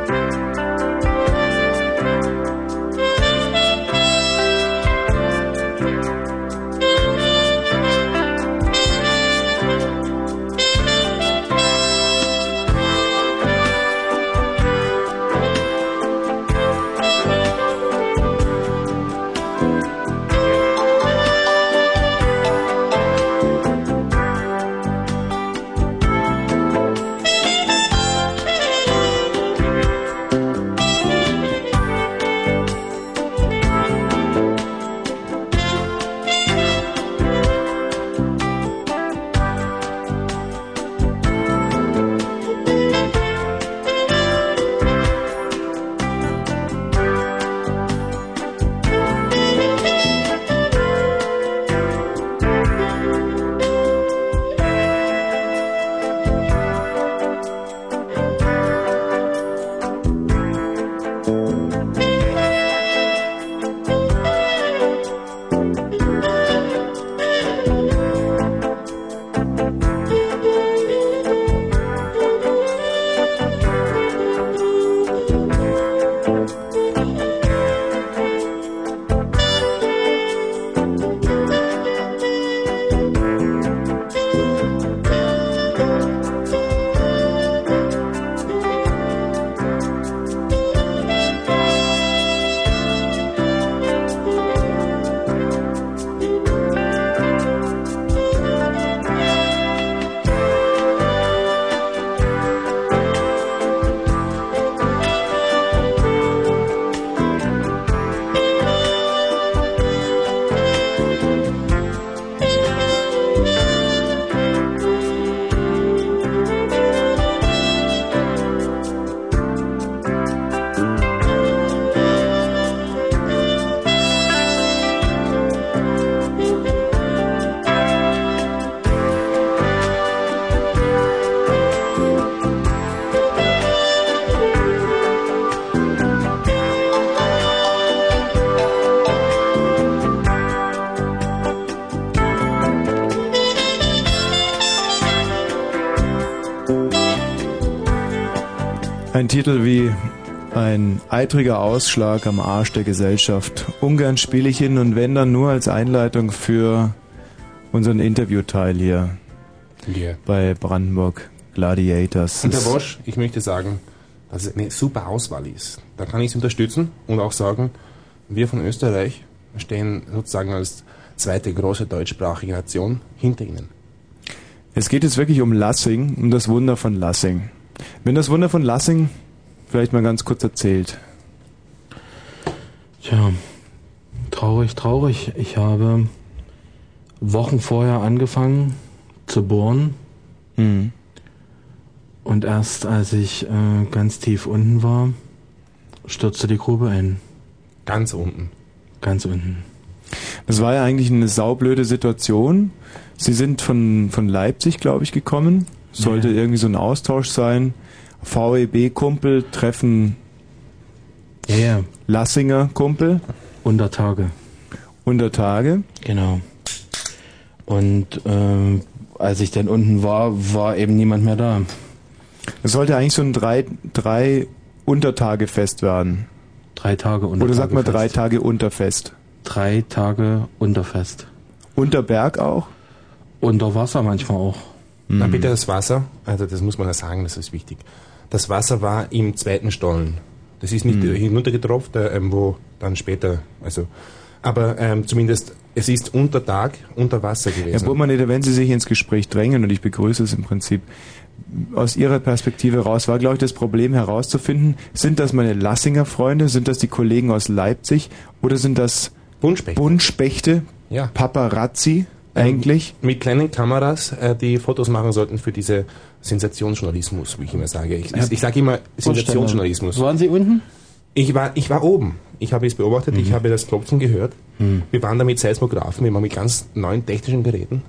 Speaker 1: Ein Titel wie ein eitriger Ausschlag am Arsch der Gesellschaft. Ungern spiele ich ihn und wenn dann nur als Einleitung für unseren Interviewteil hier
Speaker 2: Yeah.
Speaker 1: bei Brandenburg Gladiators.
Speaker 2: Und Herr Wosch, ich möchte sagen, dass es eine super Auswahl ist. Da kann ich es unterstützen und auch sagen, wir von Österreich stehen sozusagen als zweite große deutschsprachige Nation hinter Ihnen.
Speaker 1: Es geht jetzt wirklich um Lassing, um das Wunder von Lassing. Wenn das Wunder von Lassing vielleicht mal ganz kurz erzählt.
Speaker 13: Tja, traurig, traurig. Ich habe Wochen vorher angefangen zu bohren.
Speaker 2: Hm.
Speaker 13: Und erst als ich äh, ganz tief unten war, stürzte die Grube ein.
Speaker 2: Ganz unten.
Speaker 13: Ganz unten.
Speaker 1: Das war ja eigentlich eine saublöde Situation. Sie sind von, von Leipzig, glaube ich, gekommen. Sollte irgendwie so ein Austausch sein. VEB-Kumpel treffen
Speaker 13: Ja, ja.
Speaker 1: Lassinger Kumpel.
Speaker 13: Unter Tage.
Speaker 1: Unter Tage.
Speaker 13: Genau. Und ähm, als ich dann unten war, war eben niemand mehr da.
Speaker 1: Es sollte eigentlich so ein drei, drei Untertagefest werden.
Speaker 13: Drei Tage Untertagefest.
Speaker 1: Oder sagt man drei Tage Unterfest?
Speaker 13: Drei Tage Unterfest.
Speaker 1: Unter Berg auch?
Speaker 13: Unter Wasser manchmal auch.
Speaker 2: Na
Speaker 13: Mhm.
Speaker 2: bitte das Wasser, also das muss man ja sagen, das ist wichtig. Das Wasser war im zweiten Stollen. Das ist nicht hinuntergetropft, äh, ähm, wo dann später, also. Aber ähm, zumindest, es ist unter Tag unter Wasser gewesen.
Speaker 1: Herr Burmaneder, wenn Sie sich ins Gespräch drängen, und ich begrüße es im Prinzip, aus Ihrer Perspektive raus, war, glaube ich, das Problem herauszufinden, sind das meine Lassinger Freunde, sind das die Kollegen aus Leipzig oder sind das
Speaker 2: Buntspechte, Ja. Ähm,
Speaker 1: Paparazzi eigentlich?
Speaker 2: Mit kleinen Kameras, äh, die Fotos machen sollten für diese Sensationsjournalismus, wie ich immer sage. Ich, ich, ich sage immer Sensationsjournalismus.
Speaker 13: Waren Sie unten? Mhm.
Speaker 2: Ich war, ich war oben. Ich habe es beobachtet, ich habe das Klopfen gehört.
Speaker 13: Hm.
Speaker 2: Wir waren da mit Seismographen, wir waren mit ganz neuen technischen Geräten.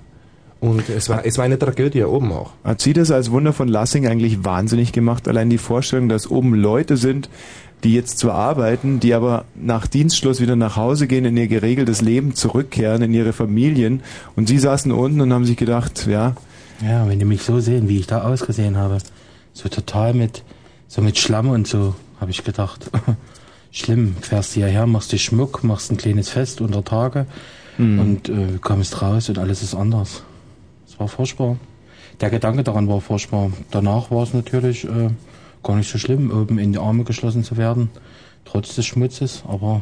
Speaker 2: Und es war, es war eine Tragödie oben
Speaker 13: (laughs)
Speaker 2: auch.
Speaker 1: Hat Sie das als Wunder von Lassing eigentlich wahnsinnig gemacht? Allein die Vorstellung, dass oben Leute sind, die jetzt zwar arbeiten, die aber nach Dienstschluss wieder nach Hause gehen, in ihr geregeltes Leben zurückkehren, in ihre Familien. Und Sie saßen unten und haben sich gedacht, ja,
Speaker 13: Ja, wenn die mich so sehen, wie ich da ausgesehen habe, so total mit, so mit Schlamm und so, habe ich gedacht. (laughs) Schlimm, fährst hierher, machst dir Schmuck, machst ein kleines Fest unter Tage
Speaker 1: Mhm.
Speaker 13: und äh, kommst raus und alles ist anders. Es war furchtbar. Der Gedanke daran war furchtbar. Danach war es natürlich äh, gar nicht so schlimm, oben in die Arme geschlossen zu werden, trotz des Schmutzes, aber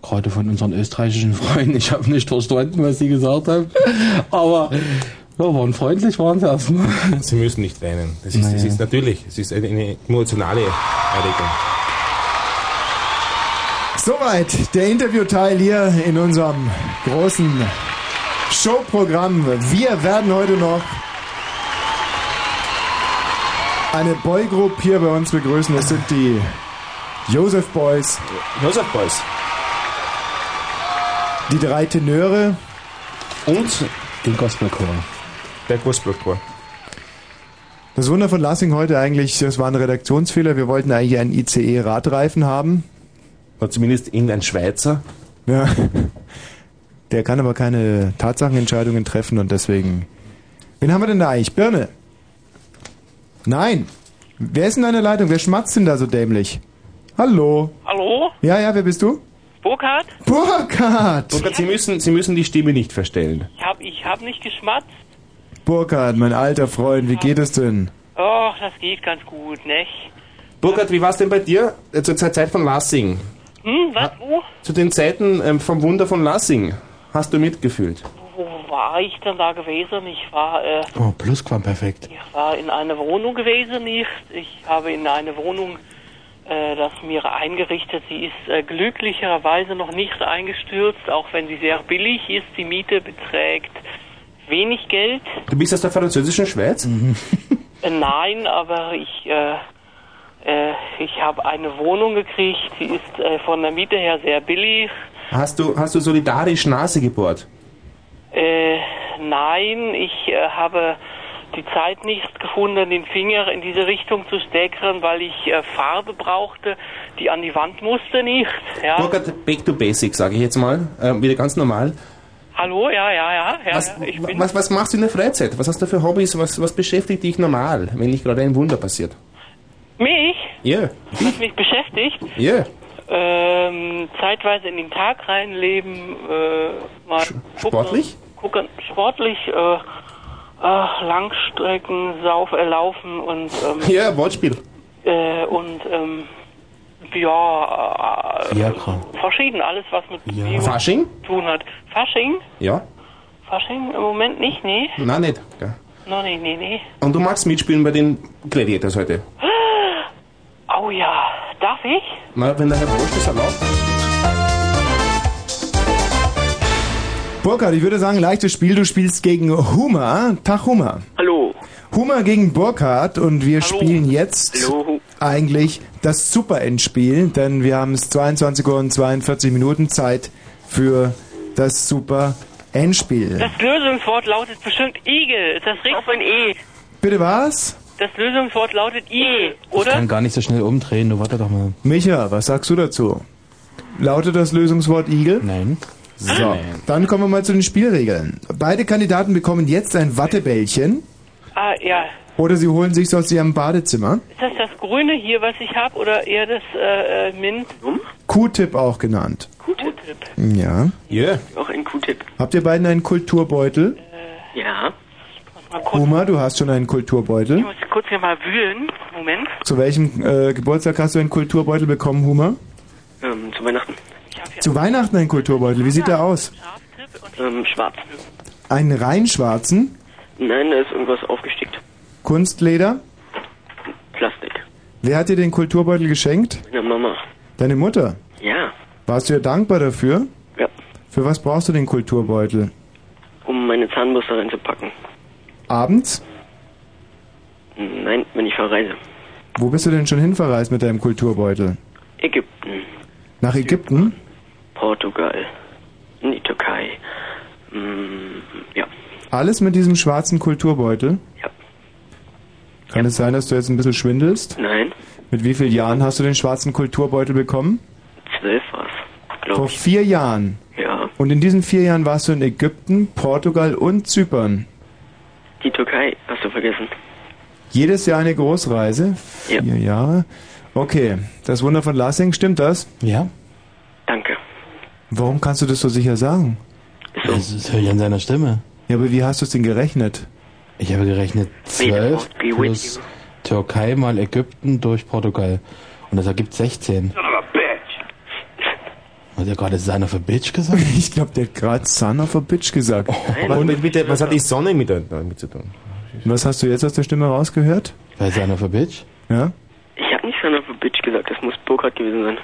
Speaker 13: gerade von unseren österreichischen (laughs) Freunden, ich habe nicht verstanden, was sie gesagt haben, aber ja, waren freundlich, waren sie erstmal.
Speaker 2: Sie müssen nicht weinen. Das ist, das
Speaker 13: Naja.
Speaker 2: ist natürlich, es ist eine, eine emotionale Erregung.
Speaker 1: Soweit der Interviewteil hier in unserem großen Showprogramm. Wir werden heute noch eine Boygroup hier bei uns begrüßen. Das sind die Joseph Boys.
Speaker 2: Joseph Boys.
Speaker 1: Die drei Tenöre.
Speaker 2: Und
Speaker 13: den Gospelchor.
Speaker 2: Der Gospelchor.
Speaker 1: Das Wunder von Lassing heute eigentlich, das war ein Redaktionsfehler. Wir wollten eigentlich einen ICE-Radreifen haben.
Speaker 2: Oder zumindest irgendein Schweizer.
Speaker 1: Ja. Der kann aber keine Tatsachenentscheidungen treffen und deswegen. Wen haben wir denn da eigentlich? Birne? Nein! Wer ist in deiner Leitung? Wer schmatzt denn da so dämlich? Hallo?
Speaker 11: Hallo?
Speaker 1: Ja, ja, wer bist du?
Speaker 11: Burkhard?
Speaker 1: Burkhard!
Speaker 2: Burkhard, Sie müssen, Sie müssen die Stimme nicht verstellen.
Speaker 11: Ich hab, ich hab nicht geschmatzt.
Speaker 1: Burkhard, mein alter Freund, wie geht es denn?
Speaker 11: Och, das geht ganz gut, ne?
Speaker 2: Burkhard, wie war es denn bei dir äh, zur Zeit Zeit von Lassing?
Speaker 11: Hm, was, wo?
Speaker 2: Zu den Zeiten ähm, vom Wunder von Lassing hast du mitgefühlt?
Speaker 11: Wo war ich denn da gewesen? Ich war, äh,
Speaker 13: Oh, plusquamperfekt.
Speaker 11: ich war in einer Wohnung gewesen. Ich, ich habe in einer Wohnung äh, das mir eingerichtet. Sie ist äh, glücklicherweise noch nicht eingestürzt, auch wenn sie sehr billig ist. Die Miete beträgt wenig Geld.
Speaker 2: Du bist aus der französischen Schweiz?
Speaker 1: Mhm. (laughs)
Speaker 11: Äh, Nein, aber ich, äh, äh, ich habe eine Wohnung gekriegt. Sie ist äh, von der Miete her sehr billig.
Speaker 2: Hast du, hast du solidarisch Nase gebohrt?
Speaker 11: Äh, nein, ich äh, habe die Zeit nicht gefunden, den Finger in diese Richtung zu stecken, weil ich äh, Farbe brauchte, die an die Wand musste nicht. Ja.
Speaker 2: Burkhard, äh, back to basic, sage ich jetzt mal. Ähm, wieder ganz normal.
Speaker 11: Hallo, ja, ja, ja, ja.
Speaker 2: Was,
Speaker 11: ja, ich
Speaker 2: wa-
Speaker 11: bin,
Speaker 2: was, was machst du in der Freizeit? Was hast du für Hobbys? Was, was beschäftigt dich normal, wenn nicht gerade ein Wunder passiert?
Speaker 11: Mich?
Speaker 2: Ja,
Speaker 11: was mich beschäftigt.
Speaker 2: ja.
Speaker 11: Ähm, zeitweise in den Tag reinleben, äh, mal
Speaker 2: Sportlich?
Speaker 11: gucken, sportlich, äh, äh, Langstrecken, Sauf, äh, Laufen und, ähm,
Speaker 2: Ja, Wortspiel.
Speaker 11: äh, und, ähm, ja, äh,
Speaker 2: Ja, komm.
Speaker 11: verschieden, alles was mit Bio
Speaker 2: Fasching?
Speaker 11: zu tun hat. Fasching?
Speaker 2: Ja.
Speaker 11: Fasching? Im Moment nicht, nee.
Speaker 2: Nein, nicht. gell.
Speaker 11: No, nee, nee, nee.
Speaker 2: Und du magst mitspielen bei den Gladiators heute?
Speaker 11: Oh ja, darf ich?
Speaker 2: Na, wenn der Herr Bosch das erlaubt.
Speaker 1: Burkhard, ich würde sagen, leichtes Spiel. Du spielst gegen Hummer. Tag Hummer.
Speaker 6: Hallo.
Speaker 1: Hummer gegen Burkhard und wir spielen jetzt eigentlich das Super-Endspiel, denn wir haben es 22 Uhr und 42 Minuten Zeit für das Super-Endspiel.
Speaker 11: Das Lösungswort lautet bestimmt Igel. Ist das richtig? Auf ein E.
Speaker 1: Bitte was?
Speaker 11: Das Lösungswort lautet I, oder?
Speaker 3: Kann gar nicht so schnell umdrehen, du warte doch mal.
Speaker 1: Micha, was sagst du dazu? Lautet das Lösungswort Igel?
Speaker 3: Nein.
Speaker 1: So, dann kommen wir mal zu den Spielregeln. Beide Kandidaten bekommen jetzt ein Wattebällchen
Speaker 11: Ah, ja.
Speaker 1: oder sie holen sich aus ihrem Badezimmer.
Speaker 11: Ist das das Grüne hier, was ich habe, oder eher das äh, äh, Mint?
Speaker 1: Q-Tipp auch genannt.
Speaker 11: Q-Tip.
Speaker 1: Ja.
Speaker 2: Ja.
Speaker 6: Auch ein Q-Tipp.
Speaker 1: Habt ihr beiden einen Kulturbeutel?
Speaker 11: Äh.
Speaker 6: Ja.
Speaker 1: Hummer, du hast schon einen Kulturbeutel.
Speaker 11: Ich muss kurz hier mal wühlen. Moment.
Speaker 1: Zu welchem äh, Geburtstag hast du einen Kulturbeutel bekommen, Hummer?
Speaker 6: Ähm, zu Weihnachten.
Speaker 1: Zu Weihnachten einen Kulturbeutel. Wie sieht der aus?
Speaker 6: Ähm, schwarz.
Speaker 1: Einen rein schwarzen,
Speaker 6: Nein, da ist irgendwas aufgestickt.
Speaker 1: Kunstleder.
Speaker 6: Plastik.
Speaker 1: Wer hat dir den Kulturbeutel geschenkt?
Speaker 6: Meine Mama.
Speaker 1: Deine Mutter.
Speaker 6: Ja.
Speaker 1: Warst du ihr dankbar dafür?
Speaker 6: Ja.
Speaker 1: Für was brauchst du den Kulturbeutel?
Speaker 6: Um meine Zahnbürste reinzupacken.
Speaker 1: Abends?
Speaker 6: Nein, wenn ich verreise.
Speaker 1: Wo bist du denn schon hinverreist mit deinem Kulturbeutel?
Speaker 6: Ägypten.
Speaker 1: Nach Ägypten?
Speaker 6: Portugal. In die Türkei. Mm, ja.
Speaker 1: Alles mit diesem schwarzen Kulturbeutel?
Speaker 6: Ja.
Speaker 1: Kann es sein, dass du jetzt ein bisschen schwindelst?
Speaker 6: Nein.
Speaker 1: Mit wie vielen Jahren hast du den schwarzen Kulturbeutel bekommen?
Speaker 6: Zwölf war's. Glaub
Speaker 1: Vor
Speaker 6: ich.
Speaker 1: vier Jahren.
Speaker 6: Ja.
Speaker 1: Und in diesen vier Jahren warst du in Ägypten, Portugal und Zypern.
Speaker 6: Die Türkei hast du vergessen.
Speaker 1: Jedes Jahr eine Großreise. Vier Jahre. Okay. Das Wunder von Lassing, stimmt das?
Speaker 3: Ja.
Speaker 6: Danke.
Speaker 1: Warum kannst du das so sicher sagen?
Speaker 3: Das, das höre ich an seiner Stimme.
Speaker 1: Ja, aber wie hast du es denn gerechnet?
Speaker 3: Ich habe gerechnet 12 plus Türkei mal Ägypten durch Portugal. Und das ergibt 16. Hat er gerade Son of a Bitch gesagt?
Speaker 1: (laughs) Ich glaube, der hat gerade Son of a Bitch gesagt.
Speaker 2: Was, mit, mit der, was hat die Sonne mit der- damit zu tun?
Speaker 1: Was hast du jetzt aus der Stimme rausgehört?
Speaker 3: Bei Son of a Bitch?
Speaker 1: Ja?
Speaker 6: Ich hab nicht Son of a Bitch gesagt, das muss Burkhardt gewesen sein.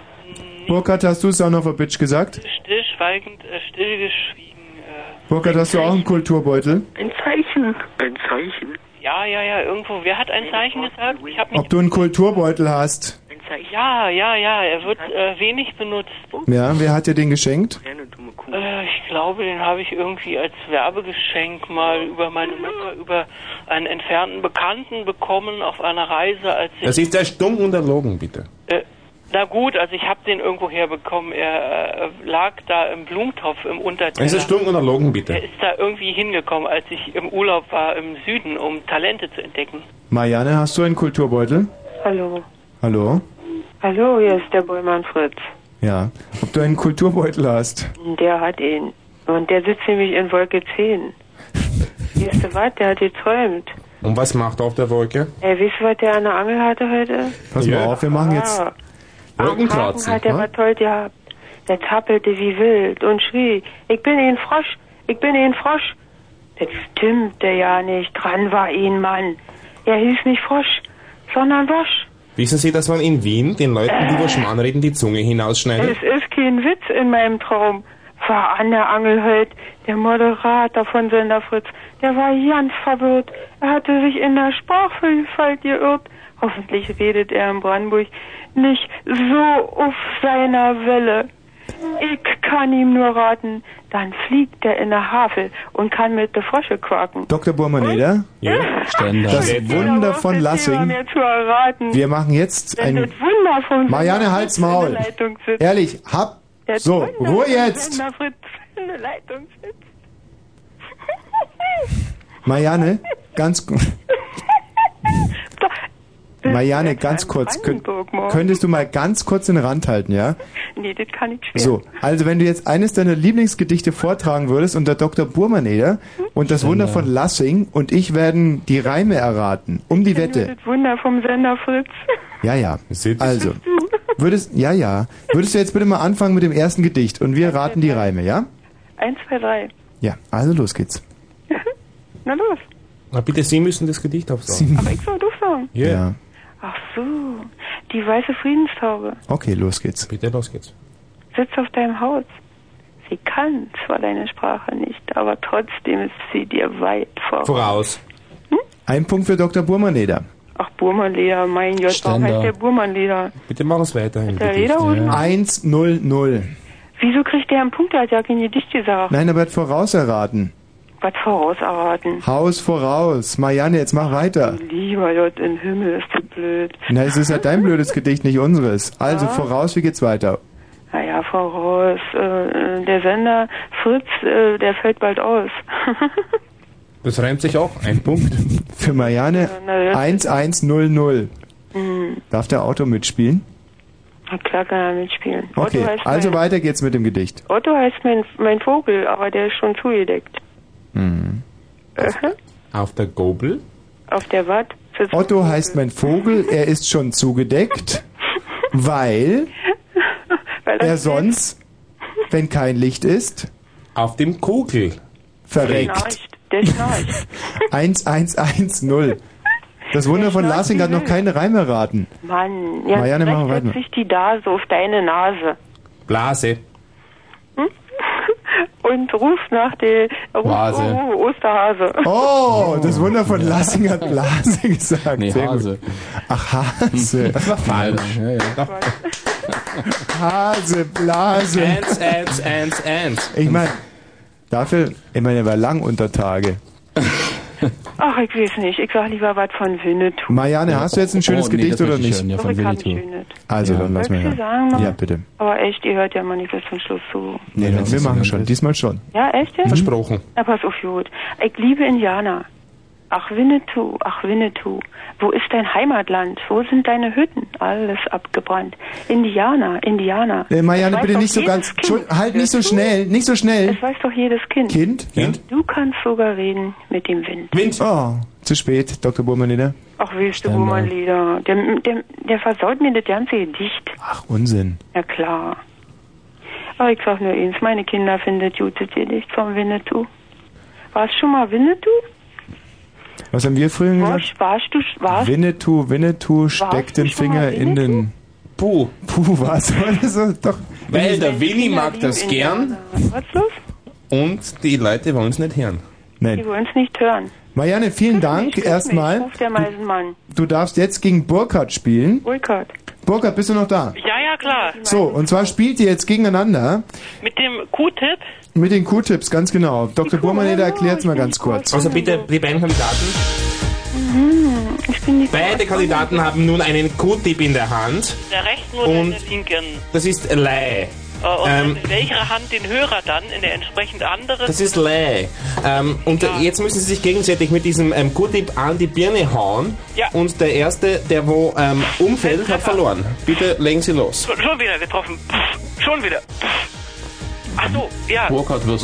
Speaker 1: Burkhard, hast du Son of a Bitch gesagt?
Speaker 11: Stillschweigend, äh, stillgeschwiegen.
Speaker 1: Burkhard, hast du auch einen Kulturbeutel?
Speaker 6: Ein Zeichen. Ein Zeichen.
Speaker 11: Ja, ja, ja, irgendwo. Wer hat ein Zeichen gesagt? Ich habe mich.
Speaker 1: Ob du einen Kulturbeutel hast?
Speaker 11: Ja, ja, ja, er wird äh, wenig benutzt.
Speaker 1: Ja, wer hat dir den geschenkt?
Speaker 11: Äh, ich glaube, den habe ich irgendwie als Werbegeschenk mal über meine Mutter, über einen entfernten Bekannten bekommen auf einer Reise, als ich.
Speaker 2: Das ist der stumm unterlogen, bitte.
Speaker 11: Äh, na gut, also ich habe den irgendwo herbekommen. Er äh, lag da im Blumentopf im Unterteller.
Speaker 2: Es ist stumm unterlogen,
Speaker 11: Er
Speaker 2: bitte.
Speaker 11: ist da irgendwie hingekommen, als ich im Urlaub war im Süden, um Talente zu entdecken.
Speaker 1: Marianne, hast du einen Kulturbeutel?
Speaker 14: Hallo.
Speaker 1: Hallo?
Speaker 14: Hallo, hier ist der Bullmann Fritz.
Speaker 1: Ja. Ob du einen Kulturbeutel hast?
Speaker 14: Der hat ihn. Und der sitzt nämlich in Wolke 10. Weißt du was? Der hat geträumt.
Speaker 2: Und was macht er auf der Wolke?
Speaker 14: Ey, weißt du, was der an der Angel hatte heute?
Speaker 1: Pass mal auf, wir machen jetzt
Speaker 14: Ah,
Speaker 2: Wolkenkratzen.
Speaker 14: hat er
Speaker 2: ne?
Speaker 14: was toll gehabt. Der zappelte wie wild und schrie, ich bin ein Frosch, ich bin ein Frosch. Das stimmte ja nicht, dran war ihn Mann. Er hieß nicht Frosch, sondern Wasch.
Speaker 2: Wissen Sie, dass man in Wien den Leuten,
Speaker 14: Äh.
Speaker 2: die über Schmarrn reden, die Zunge hinausschneidet?
Speaker 14: Es ist kein Witz in meinem Traum. War an der Angel heute der Moderator von Sender Fritz. Der war ganz verwirrt. Er hatte sich in der Sprachvielfalt geirrt. Hoffentlich redet er in Brandenburg nicht so auf seiner Welle. Ich kann ihm nur raten, dann fliegt er in der Havel und kann mit der Frosche quaken.
Speaker 1: Dr. Burmaneder.
Speaker 2: Ja.
Speaker 1: Standard. Das Wunder von
Speaker 14: War
Speaker 1: Lassing.
Speaker 14: mir zu erraten.
Speaker 1: Wir machen jetzt
Speaker 14: Wenn
Speaker 1: ein...
Speaker 14: das Wunder von Sender
Speaker 1: Marianne, halt's
Speaker 14: Fritz in der
Speaker 1: Maul.
Speaker 14: Leitung sitzt.
Speaker 1: Ehrlich, hab...
Speaker 14: Das
Speaker 1: So,
Speaker 14: Wunder
Speaker 1: Ruhe
Speaker 14: von
Speaker 1: jetzt.
Speaker 14: Sender Fritz (laughs) in der Leitung sitzt.
Speaker 1: Marianne, ganz...
Speaker 14: (laughs) Da,
Speaker 1: Marianne, ganz kurz, könnt,
Speaker 14: Brandenburg morgen.
Speaker 1: könntest du mal ganz kurz den Rand halten, ja?
Speaker 14: (laughs) Nee, das kann ich schwer.
Speaker 1: So, also wenn du jetzt eines deiner Lieblingsgedichte vortragen würdest und der Dr. Burmaneder und das Wunder
Speaker 2: Genau.
Speaker 1: von Lassing und ich werden die Reime erraten, um die Wette.
Speaker 14: Das Wunder vom Sender Fritz. (laughs)
Speaker 1: Ja, ja. Also, würdest, ja, ja. Würdest du jetzt bitte mal anfangen mit dem ersten Gedicht und wir raten die Reime, ja?
Speaker 14: Eins, zwei, drei.
Speaker 1: Ja, also los geht's.
Speaker 14: Na los.
Speaker 2: Na bitte, Sie müssen das Gedicht aufsagen.
Speaker 14: Aber ich soll du sagen.
Speaker 1: Ja.
Speaker 14: Ach so. Die weiße Friedenstaube
Speaker 1: Okay, los geht's.
Speaker 2: Bitte, los geht's.
Speaker 14: sitzt auf deinem Haus. Sie kann zwar deine Sprache nicht, aber trotzdem ist sie dir weit voraus.
Speaker 1: Voraus. Hm? Ein Punkt für Dr. Burmaneder.
Speaker 14: Ach, Burmanleder, mein Gott, warum
Speaker 1: Ständer.
Speaker 14: heißt der Burmanleder?
Speaker 1: Bitte mach es weiterhin.
Speaker 14: Der Gedicht. Lederhosen? Ja.
Speaker 1: 1 0 0.
Speaker 14: Wieso kriegt der einen Punkt? Der hat ja kein Gedicht gesagt.
Speaker 1: Nein, aber er hat voraus erraten.
Speaker 14: Was vorauserraten?
Speaker 1: Haus voraus. Marianne, jetzt mach weiter.
Speaker 14: Lieber Gott im Himmel, ist das blöd.
Speaker 1: Na, es ist ja dein blödes Gedicht, nicht unseres. Also
Speaker 14: Ja.
Speaker 1: voraus, wie geht's weiter?
Speaker 14: Naja, voraus. Äh, äh, der Sender Fritz, äh, der fällt bald aus.
Speaker 1: Das reimt sich auch. Ein Punkt. Für Marianne
Speaker 14: Na, jetzt-
Speaker 1: 1 1 0 0.
Speaker 14: hm,
Speaker 1: Darf der Auto mitspielen?
Speaker 14: na klar kann er mitspielen.
Speaker 1: Okay,
Speaker 14: Otto heißt,
Speaker 1: also weiter geht's mit dem Gedicht.
Speaker 14: mein, Otto heißt mein, mein Vogel, aber der ist schon zugedeckt.
Speaker 1: Hm.
Speaker 14: Aha.
Speaker 1: Auf der Gobel?
Speaker 14: Auf der Watt sitzt
Speaker 1: Otto heißt mein Vogel, er ist schon
Speaker 14: (laughs)
Speaker 1: zugedeckt, weil er sonst, wenn kein Licht ist, auf dem Kugel verreckt.
Speaker 14: Schnarcht,
Speaker 1: (laughs)
Speaker 14: der schnarcht.
Speaker 1: 1110. Das Wunder von Lassing hat noch keine Reime erraten.
Speaker 14: Mann, ja,
Speaker 1: Marianne, machen wir
Speaker 14: setzt
Speaker 1: weiter.
Speaker 14: sich die da so auf deine Nase
Speaker 2: Blase.
Speaker 14: und ruft nach der ruft,
Speaker 2: Blase.
Speaker 14: Oh, Osterhase.
Speaker 1: Oh, das Wunder von Lassing hat Blase gesagt.
Speaker 13: Nee,
Speaker 1: Sehr
Speaker 13: Hase.
Speaker 1: Gut. Ach, Hase. Das war falsch.
Speaker 13: Ja, ja.
Speaker 1: Hase, Blase.
Speaker 2: Ants, Ants, Ants, Ants.
Speaker 1: Ich meine, dafür, ich meine, er war lang unter Tage.
Speaker 14: Ach, ich weiß nicht. Ich sag lieber was von Winnetou.
Speaker 1: Marianne, hast du jetzt ein schönes
Speaker 13: Oh, nee,
Speaker 1: Gedicht
Speaker 13: das
Speaker 1: oder
Speaker 13: möchte
Speaker 1: nicht?
Speaker 13: ich hören, ja,
Speaker 14: Doch,
Speaker 13: von
Speaker 14: ich hab ein
Speaker 13: Winnetou.
Speaker 14: schönes.
Speaker 1: Also, dann lass
Speaker 14: Soll
Speaker 1: mal
Speaker 14: ich dir
Speaker 1: hören.
Speaker 14: sagen noch?
Speaker 1: Ja, bitte.
Speaker 14: Aber echt, ihr hört ja mal nicht bis zum Schluss zu.
Speaker 1: Nee, nee, wir machen schon, diesmal schon. Hm?
Speaker 14: Ja, echt jetzt?
Speaker 1: Versprochen.
Speaker 14: Na, pass auf, gut. Ich liebe Indianer. Ach, Winnetou, ach, Winnetou. Wo ist dein Heimatland? Wo sind deine Hütten? Alles abgebrannt. Indianer, Indianer.
Speaker 1: Äh, Marianne,
Speaker 14: Das weiß
Speaker 1: bitte
Speaker 14: doch
Speaker 1: nicht so
Speaker 14: jedes
Speaker 1: ganz.
Speaker 14: Kind.
Speaker 1: Entschuld- Halt nicht so schnell, nicht so schnell.
Speaker 14: Das weiß doch jedes Kind.
Speaker 1: Kind? Kind?
Speaker 14: Du kannst sogar reden mit dem Wind.
Speaker 1: Wind. Oh, zu spät, ne? Dr. Burmaneder.
Speaker 14: Ach, willst du, wo mein Lieder? Der, der, der versaut mir das ganze Gedicht.
Speaker 1: Ach, Unsinn.
Speaker 14: Na klar. Aber ich sag nur eins, meine Kinder findet gut das Gedicht vom Winnetou. Warst schon mal Winnetou?
Speaker 1: Was haben wir früher gesagt?
Speaker 14: Warst, warst du, warst
Speaker 1: Winnetou, Winnetou, steck den Finger in den. Puh. Puh, was? (laughs) Das ist doch.
Speaker 2: Weil der Willi mag das gern
Speaker 14: Was los?
Speaker 2: und die Leute wollen es nicht hören.
Speaker 14: Die wollen es nicht hören.
Speaker 1: Marianne, vielen Dank
Speaker 14: Ich
Speaker 1: erstmal.
Speaker 14: ruf der Meisenmann.
Speaker 1: Du darfst jetzt gegen Burkhardt spielen.
Speaker 14: Burkhardt.
Speaker 1: Burkhardt, bist du noch da?
Speaker 11: Ja, ja, klar.
Speaker 1: So, und zwar spielt ihr jetzt gegeneinander
Speaker 11: Mit dem Hm, Q-Tipp
Speaker 1: mit den Q-Tipps, ganz genau. Dr. Burmaneder erklärt es mal ganz kurz.
Speaker 2: Also bitte, die beiden Kandidaten.
Speaker 14: Mhm, ich bin nicht
Speaker 2: Beide Kandidaten haben nun einen Q-Tipp in der Hand.
Speaker 11: der rechten oder
Speaker 2: Und-
Speaker 11: der linken.
Speaker 2: Das ist Lä.
Speaker 11: Äh,
Speaker 14: Oh,
Speaker 11: Und
Speaker 2: Ähm,
Speaker 11: mit welcher Hand den Hörer dann in der entsprechend anderen.
Speaker 2: Das ist Lä. Ähm, und jetzt müssen sie sich gegenseitig mit diesem ähm, Q-Tipp an die Birne hauen. Und der Erste, der wo ähm, umfällt, hat verloren. Bitte legen Sie los.
Speaker 11: schon, schon wieder getroffen. Pff, schon wieder. Pff. Ach so, ja.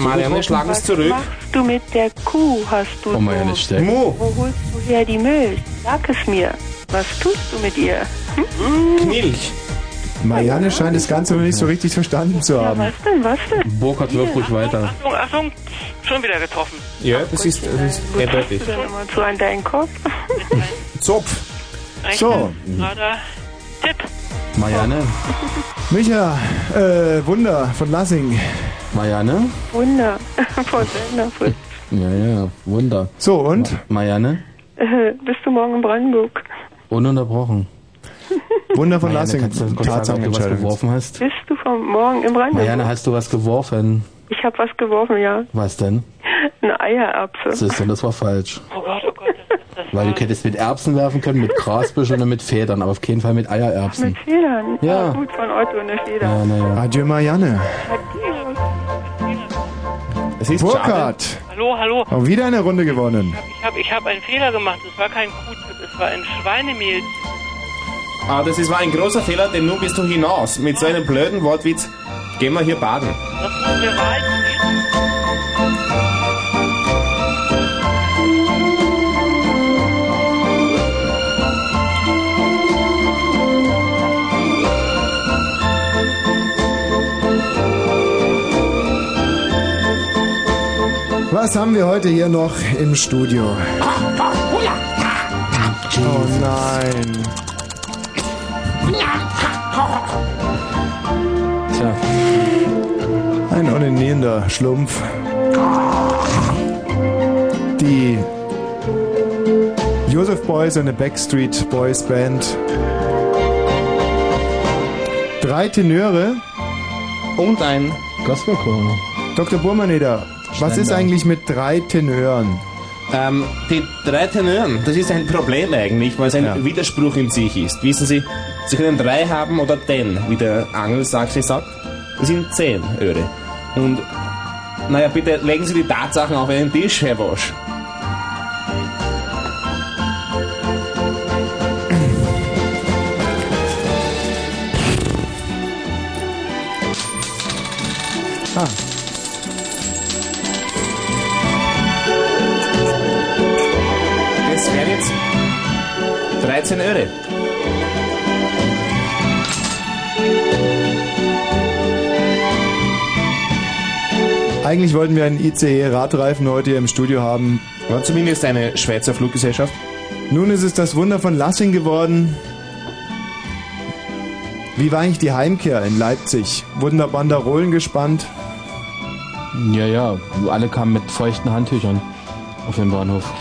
Speaker 2: Marianne, schlagen Sie
Speaker 14: Was
Speaker 2: zurück.
Speaker 14: machst du mit der Kuh? Hast du
Speaker 2: Oh, Marianne,
Speaker 14: Durst?
Speaker 2: stärker. Mu.
Speaker 14: Wo holst du her die Milch? Sag es mir. Was tust du mit ihr? Hm?
Speaker 2: Knilch.
Speaker 1: Marianne scheint das Ganze noch nicht so richtig verstanden zu haben.
Speaker 14: Was denn, was denn?
Speaker 1: Burkhardt wirft ruhig weiter.
Speaker 11: Achtung, Achtung. Pff, Schon wieder getroffen.
Speaker 2: Ja, das ist, das ist eindeutig.
Speaker 14: Du dann immer zu an deinen Kopf?
Speaker 2: Zopf.
Speaker 1: So.
Speaker 11: Radar. Tipp.
Speaker 1: Marianne. Micha, äh, Wunder von Lassing. Marianne?
Speaker 14: Wunder. (laughs) Von Sender Fritz.
Speaker 13: Ja, ja, Wunder.
Speaker 1: So, und?
Speaker 13: Marianne?
Speaker 14: Äh, (laughs) Bist du morgen in Brandenburg?
Speaker 13: Ununterbrochen.
Speaker 1: (laughs) Wunder von
Speaker 13: Marianne,
Speaker 1: Lassing.
Speaker 13: kannst du kurz sagen, ob du was
Speaker 1: Tatsachenentscheidung.
Speaker 13: geworfen hast?
Speaker 14: Bist du vom morgen in Brandenburg?
Speaker 13: Marianne, hast du was geworfen?
Speaker 14: Ich habe was geworfen, ja.
Speaker 13: Was denn?
Speaker 14: Eine Eiererbse.
Speaker 13: Das ist denn, das war falsch.
Speaker 11: Oh
Speaker 13: Weil du hättest mit Erbsen werfen können, mit Grasbüscheln und mit Federn, aber auf keinen Fall mit Eiererbsen.
Speaker 14: Mit Federn.
Speaker 13: Ja.
Speaker 14: Ah, Gut von Otto, eine Feder.
Speaker 13: Ja, ne. naja.
Speaker 1: Adieu, Marianne. Es ist Burkhardt.
Speaker 11: Hallo, hallo.
Speaker 1: Auch wieder eine Runde gewonnen.
Speaker 11: Ich habe ich hab einen Fehler gemacht. Es war kein Q-Tipp, es war ein Schweinemehl.
Speaker 2: Aber Ah, das ist, war ein großer Fehler, denn nun bist du hinaus. Mit so einem blöden Wortwitz gehen wir hier baden.
Speaker 1: Was haben wir heute hier noch im Studio? Oh nein. Tja. Ein ordinierender Schlumpf. Die Joseph Boys und eine Backstreet Boys Band. Drei Tenöre.
Speaker 2: Und ein
Speaker 1: Gospelchor. Dr. Burmaneder, was ist eigentlich mit drei Tenören?
Speaker 2: Ähm, die drei Tenören, das ist ein Problem eigentlich, weil es ein Widerspruch in sich ist. Wissen Sie, Sie können drei haben oder ten, wie der Angelsachse sagt. Das sind zehn Öre. Und, naja, bitte legen Sie die Tatsachen auf einen Tisch, Herr Bosch.
Speaker 1: Ah.
Speaker 2: Das wären jetzt 13 Öre.
Speaker 1: Eigentlich wollten wir einen ICE-Radreifen heute hier im Studio haben.
Speaker 2: War zumindest eine Schweizer Fluggesellschaft.
Speaker 1: Nun ist es das Wunder von Lassing geworden. Wie war eigentlich die Heimkehr in Leipzig? Wurden da Banderolen gespannt?
Speaker 13: Ja, ja, alle kamen mit feuchten Handtüchern auf den Bahnhof.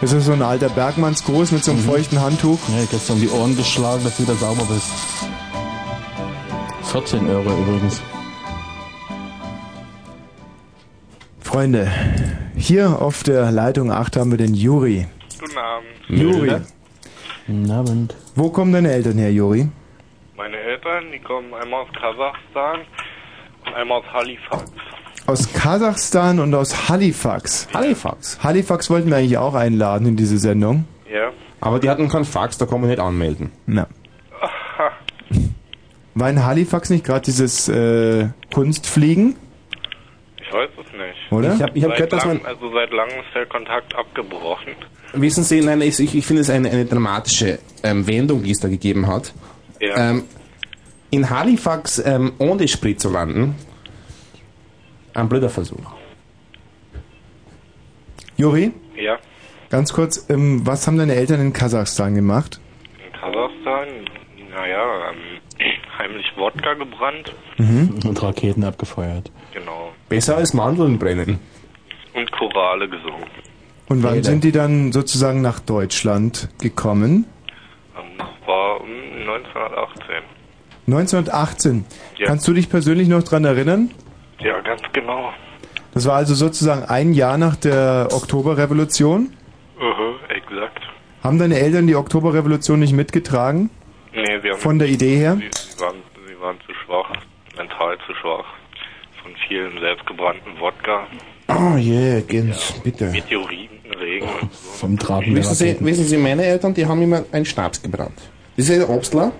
Speaker 1: Ist das so ein alter Bergmannsgruß mit so einem feuchten Handtuch?
Speaker 13: Ja, gestern um die Ohren geschlagen, dass du wieder sauber bist. 14 Euro übrigens.
Speaker 1: Freunde, hier auf der Leitung 8 haben wir den Juri.
Speaker 15: Guten Abend.
Speaker 1: Juri. Guten Abend. Wo kommen deine Eltern her, Juri?
Speaker 15: Meine Eltern, die kommen einmal aus Kasachstan und einmal aus Halifax.
Speaker 1: Aus Kasachstan und aus Halifax.
Speaker 2: Halifax.
Speaker 1: Halifax wollten wir eigentlich auch einladen in diese Sendung.
Speaker 15: Ja.
Speaker 2: Aber die hatten keinen Fax, da kann man nicht anmelden.
Speaker 15: (laughs)
Speaker 1: Na. War in Halifax nicht gerade dieses äh, Kunstfliegen?
Speaker 15: Ich weiß es nicht.
Speaker 1: Oder?
Speaker 2: Ich hab- ich hab
Speaker 15: Seit
Speaker 2: gehört, dass
Speaker 15: lang-
Speaker 2: man-
Speaker 15: Also seit langem ist der Kontakt abgebrochen.
Speaker 2: Wissen Sie, nein, ich, ich ich finde es eine, eine dramatische ähm, Wendung, die es da gegeben hat.
Speaker 15: Ja.
Speaker 2: Ähm, in Halifax ähm, ohne Sprit zu landen, ein blöder Versuch.
Speaker 1: Juri,
Speaker 15: Ja.
Speaker 1: ganz kurz, ähm, was haben deine Eltern in Kasachstan gemacht?
Speaker 15: In Kasachstan, naja, ähm, (clears throat) heimlich Wodka gebrannt.
Speaker 13: (laughs) Und Raketen abgefeuert.
Speaker 15: Genau.
Speaker 2: Besser als Mandeln brennen.
Speaker 15: Und Chorale gesungen.
Speaker 1: Und wann
Speaker 15: Jeder.
Speaker 1: sind die dann sozusagen nach Deutschland gekommen?
Speaker 15: Ähm, Das war um 1918.
Speaker 1: 1918.
Speaker 15: Ja.
Speaker 1: Kannst du dich persönlich noch dran erinnern?
Speaker 15: Ja, ganz genau.
Speaker 1: Das war also sozusagen ein Jahr nach der Oktoberrevolution.
Speaker 15: Uh exakt.
Speaker 1: Haben deine Eltern die Oktoberrevolution nicht mitgetragen?
Speaker 15: Nee, sie haben
Speaker 1: Von der Idee her?
Speaker 15: Sie, sie, waren, sie waren zu schwach, mental zu schwach. Von vielen selbstgebrannten Wodka,
Speaker 2: Oh je, Gens, bitte.
Speaker 15: Meteoriten, Regen und so.
Speaker 13: Vom Traben
Speaker 2: Wissen Sie, wissen Sie, meine Eltern, die haben immer einen Schnaps gebrannt. Das ist ein Obstler,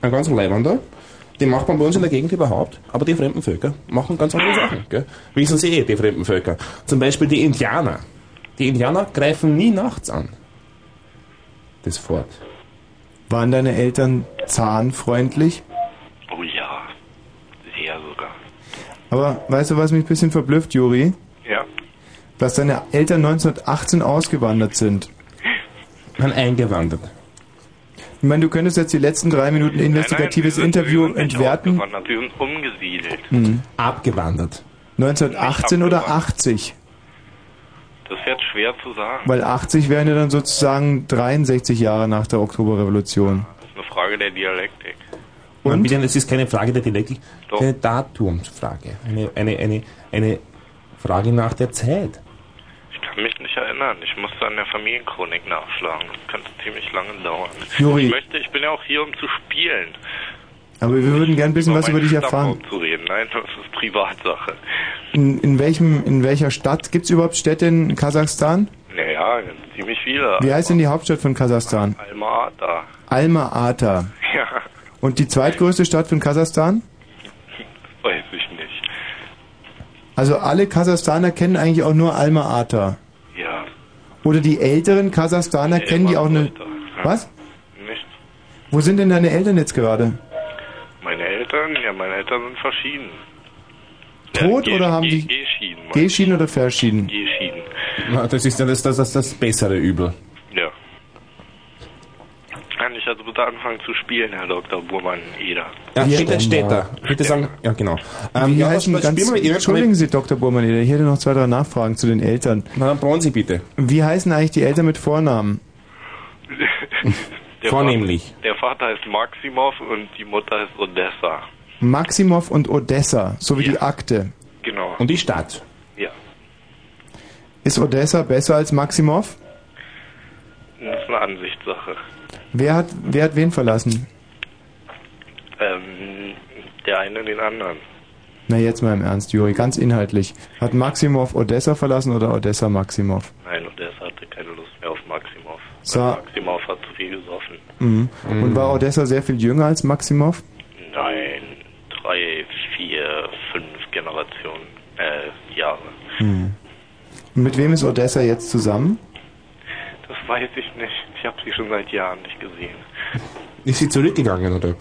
Speaker 2: ein ganz leibender. Den macht man bei uns in der Gegend überhaupt, aber die fremden Völker machen ganz andere Sachen. Gell? Wissen Sie eh, die fremden Völker. Zum Beispiel die Indianer. Die Indianer greifen nie nachts an. Das fort.
Speaker 1: Waren deine Eltern zahnfreundlich?
Speaker 15: Oh ja, sehr sogar.
Speaker 1: Aber weißt du, was mich ein bisschen verblüfft, Juri?
Speaker 15: Ja,
Speaker 1: Dass deine Eltern 1918 ausgewandert sind.
Speaker 2: Man eingewandert.
Speaker 1: Ich meine, du könntest jetzt die letzten drei Minuten investigatives Interview entwerten.
Speaker 15: gewandert, sie sind umgesiedelt.
Speaker 1: Hm.
Speaker 2: Abgewandert.
Speaker 1: 1918 oder 80?
Speaker 15: Das ist jetzt schwer zu sagen.
Speaker 1: Weil 80 wären ja dann sozusagen 63 Jahre nach der Oktoberrevolution.
Speaker 15: Das ist eine Frage der Dialektik.
Speaker 2: Und? Bitte, es ist keine Frage der Dialektik, es ist eine Datumsfrage. Eine, eine, eine, eine Frage nach der Zeit.
Speaker 15: Ich kann mich nicht erinnern. Ich musste an der Familienchronik nachschlagen. Das könnte ziemlich lange dauern.
Speaker 1: Juri.
Speaker 15: Ich möchte, ich bin ja auch hier, um zu spielen.
Speaker 1: Aber wir würden gern ein bisschen was über dich erfahren.
Speaker 15: Zu reden. Nein, das ist Privatsache.
Speaker 1: In, in, welchem, in welcher Stadt? Gibt es überhaupt Städte in Kasachstan?
Speaker 15: Naja, Italien. Ziemlich viele.
Speaker 1: Wie heißt denn die Hauptstadt von Kasachstan?
Speaker 15: Alma-Ata.
Speaker 1: Alma-Ata.
Speaker 15: Ja,
Speaker 1: Und die zweitgrößte Stadt von Kasachstan?
Speaker 15: weiß ich nicht.
Speaker 1: Also alle Kasachstaner kennen eigentlich auch nur Alma-Ata.
Speaker 15: Ja,
Speaker 1: Oder die älteren Kasachstaner kennen die auch eine... Was?
Speaker 15: nicht.
Speaker 1: Wo sind denn deine Eltern jetzt gerade?
Speaker 15: Meine Eltern, ja, meine Eltern sind verschieden.
Speaker 1: Tot
Speaker 15: Ge-
Speaker 1: oder haben
Speaker 15: Ge-
Speaker 1: die...
Speaker 15: Geschieden, meine
Speaker 1: Geschieden oder verschieden?
Speaker 15: eh Geschieden.
Speaker 2: Na, Das ist ja das, das, das, das bessere Übel.
Speaker 15: Ja. Kann ich also bitte anfangen zu spielen, Herr Dr. Burmann,
Speaker 1: (laughs)
Speaker 15: Eder?
Speaker 2: Ja, bitte steht da. Bitte sagen, ja genau. Ähm,
Speaker 1: Wie
Speaker 2: ja,
Speaker 1: heißen
Speaker 2: was- was
Speaker 1: ganz,
Speaker 2: spielen wir mit Ihnen?
Speaker 1: Entschuldigen Sie, Dr. Burmaneder, ich hätte noch zwei, drei Nachfragen zu den Eltern.
Speaker 2: Na, dann brauchen Sie bitte.
Speaker 1: Wie heißen eigentlich die Eltern mit Vornamen?
Speaker 2: Vornehmlich.
Speaker 15: Der Vater heißt Maximov und die Mutter heißt Odessa.
Speaker 1: Maximov und Odessa, sowie die Akte.
Speaker 15: Genau.
Speaker 2: Und die Stadt.
Speaker 15: Ja.
Speaker 1: Ist Odessa besser als Maximov?
Speaker 15: Das ist eine Ansichtssache.
Speaker 1: Wer hat, wer hat wen verlassen?
Speaker 15: Ähm, der eine den anderen.
Speaker 1: Na jetzt mal im Ernst, Juri, ganz inhaltlich. Hat Maximov Odessa verlassen oder Odessa Maximov?
Speaker 15: Nein, Odessa hatte keine Lust mehr auf Maximov.
Speaker 1: So.
Speaker 15: Weil Maximov hat zu viel gesoffen.
Speaker 1: Mhm. Und war Odessa sehr viel jünger als Maximov?
Speaker 15: Nein, drei, vier, fünf Generationen, äh, Jahre.
Speaker 1: Mhm. Und mit wem ist Odessa jetzt zusammen?
Speaker 15: Das weiß ich nicht. Ich habe sie schon seit Jahren nicht gesehen.
Speaker 2: Ist sie zurückgegangen, oder?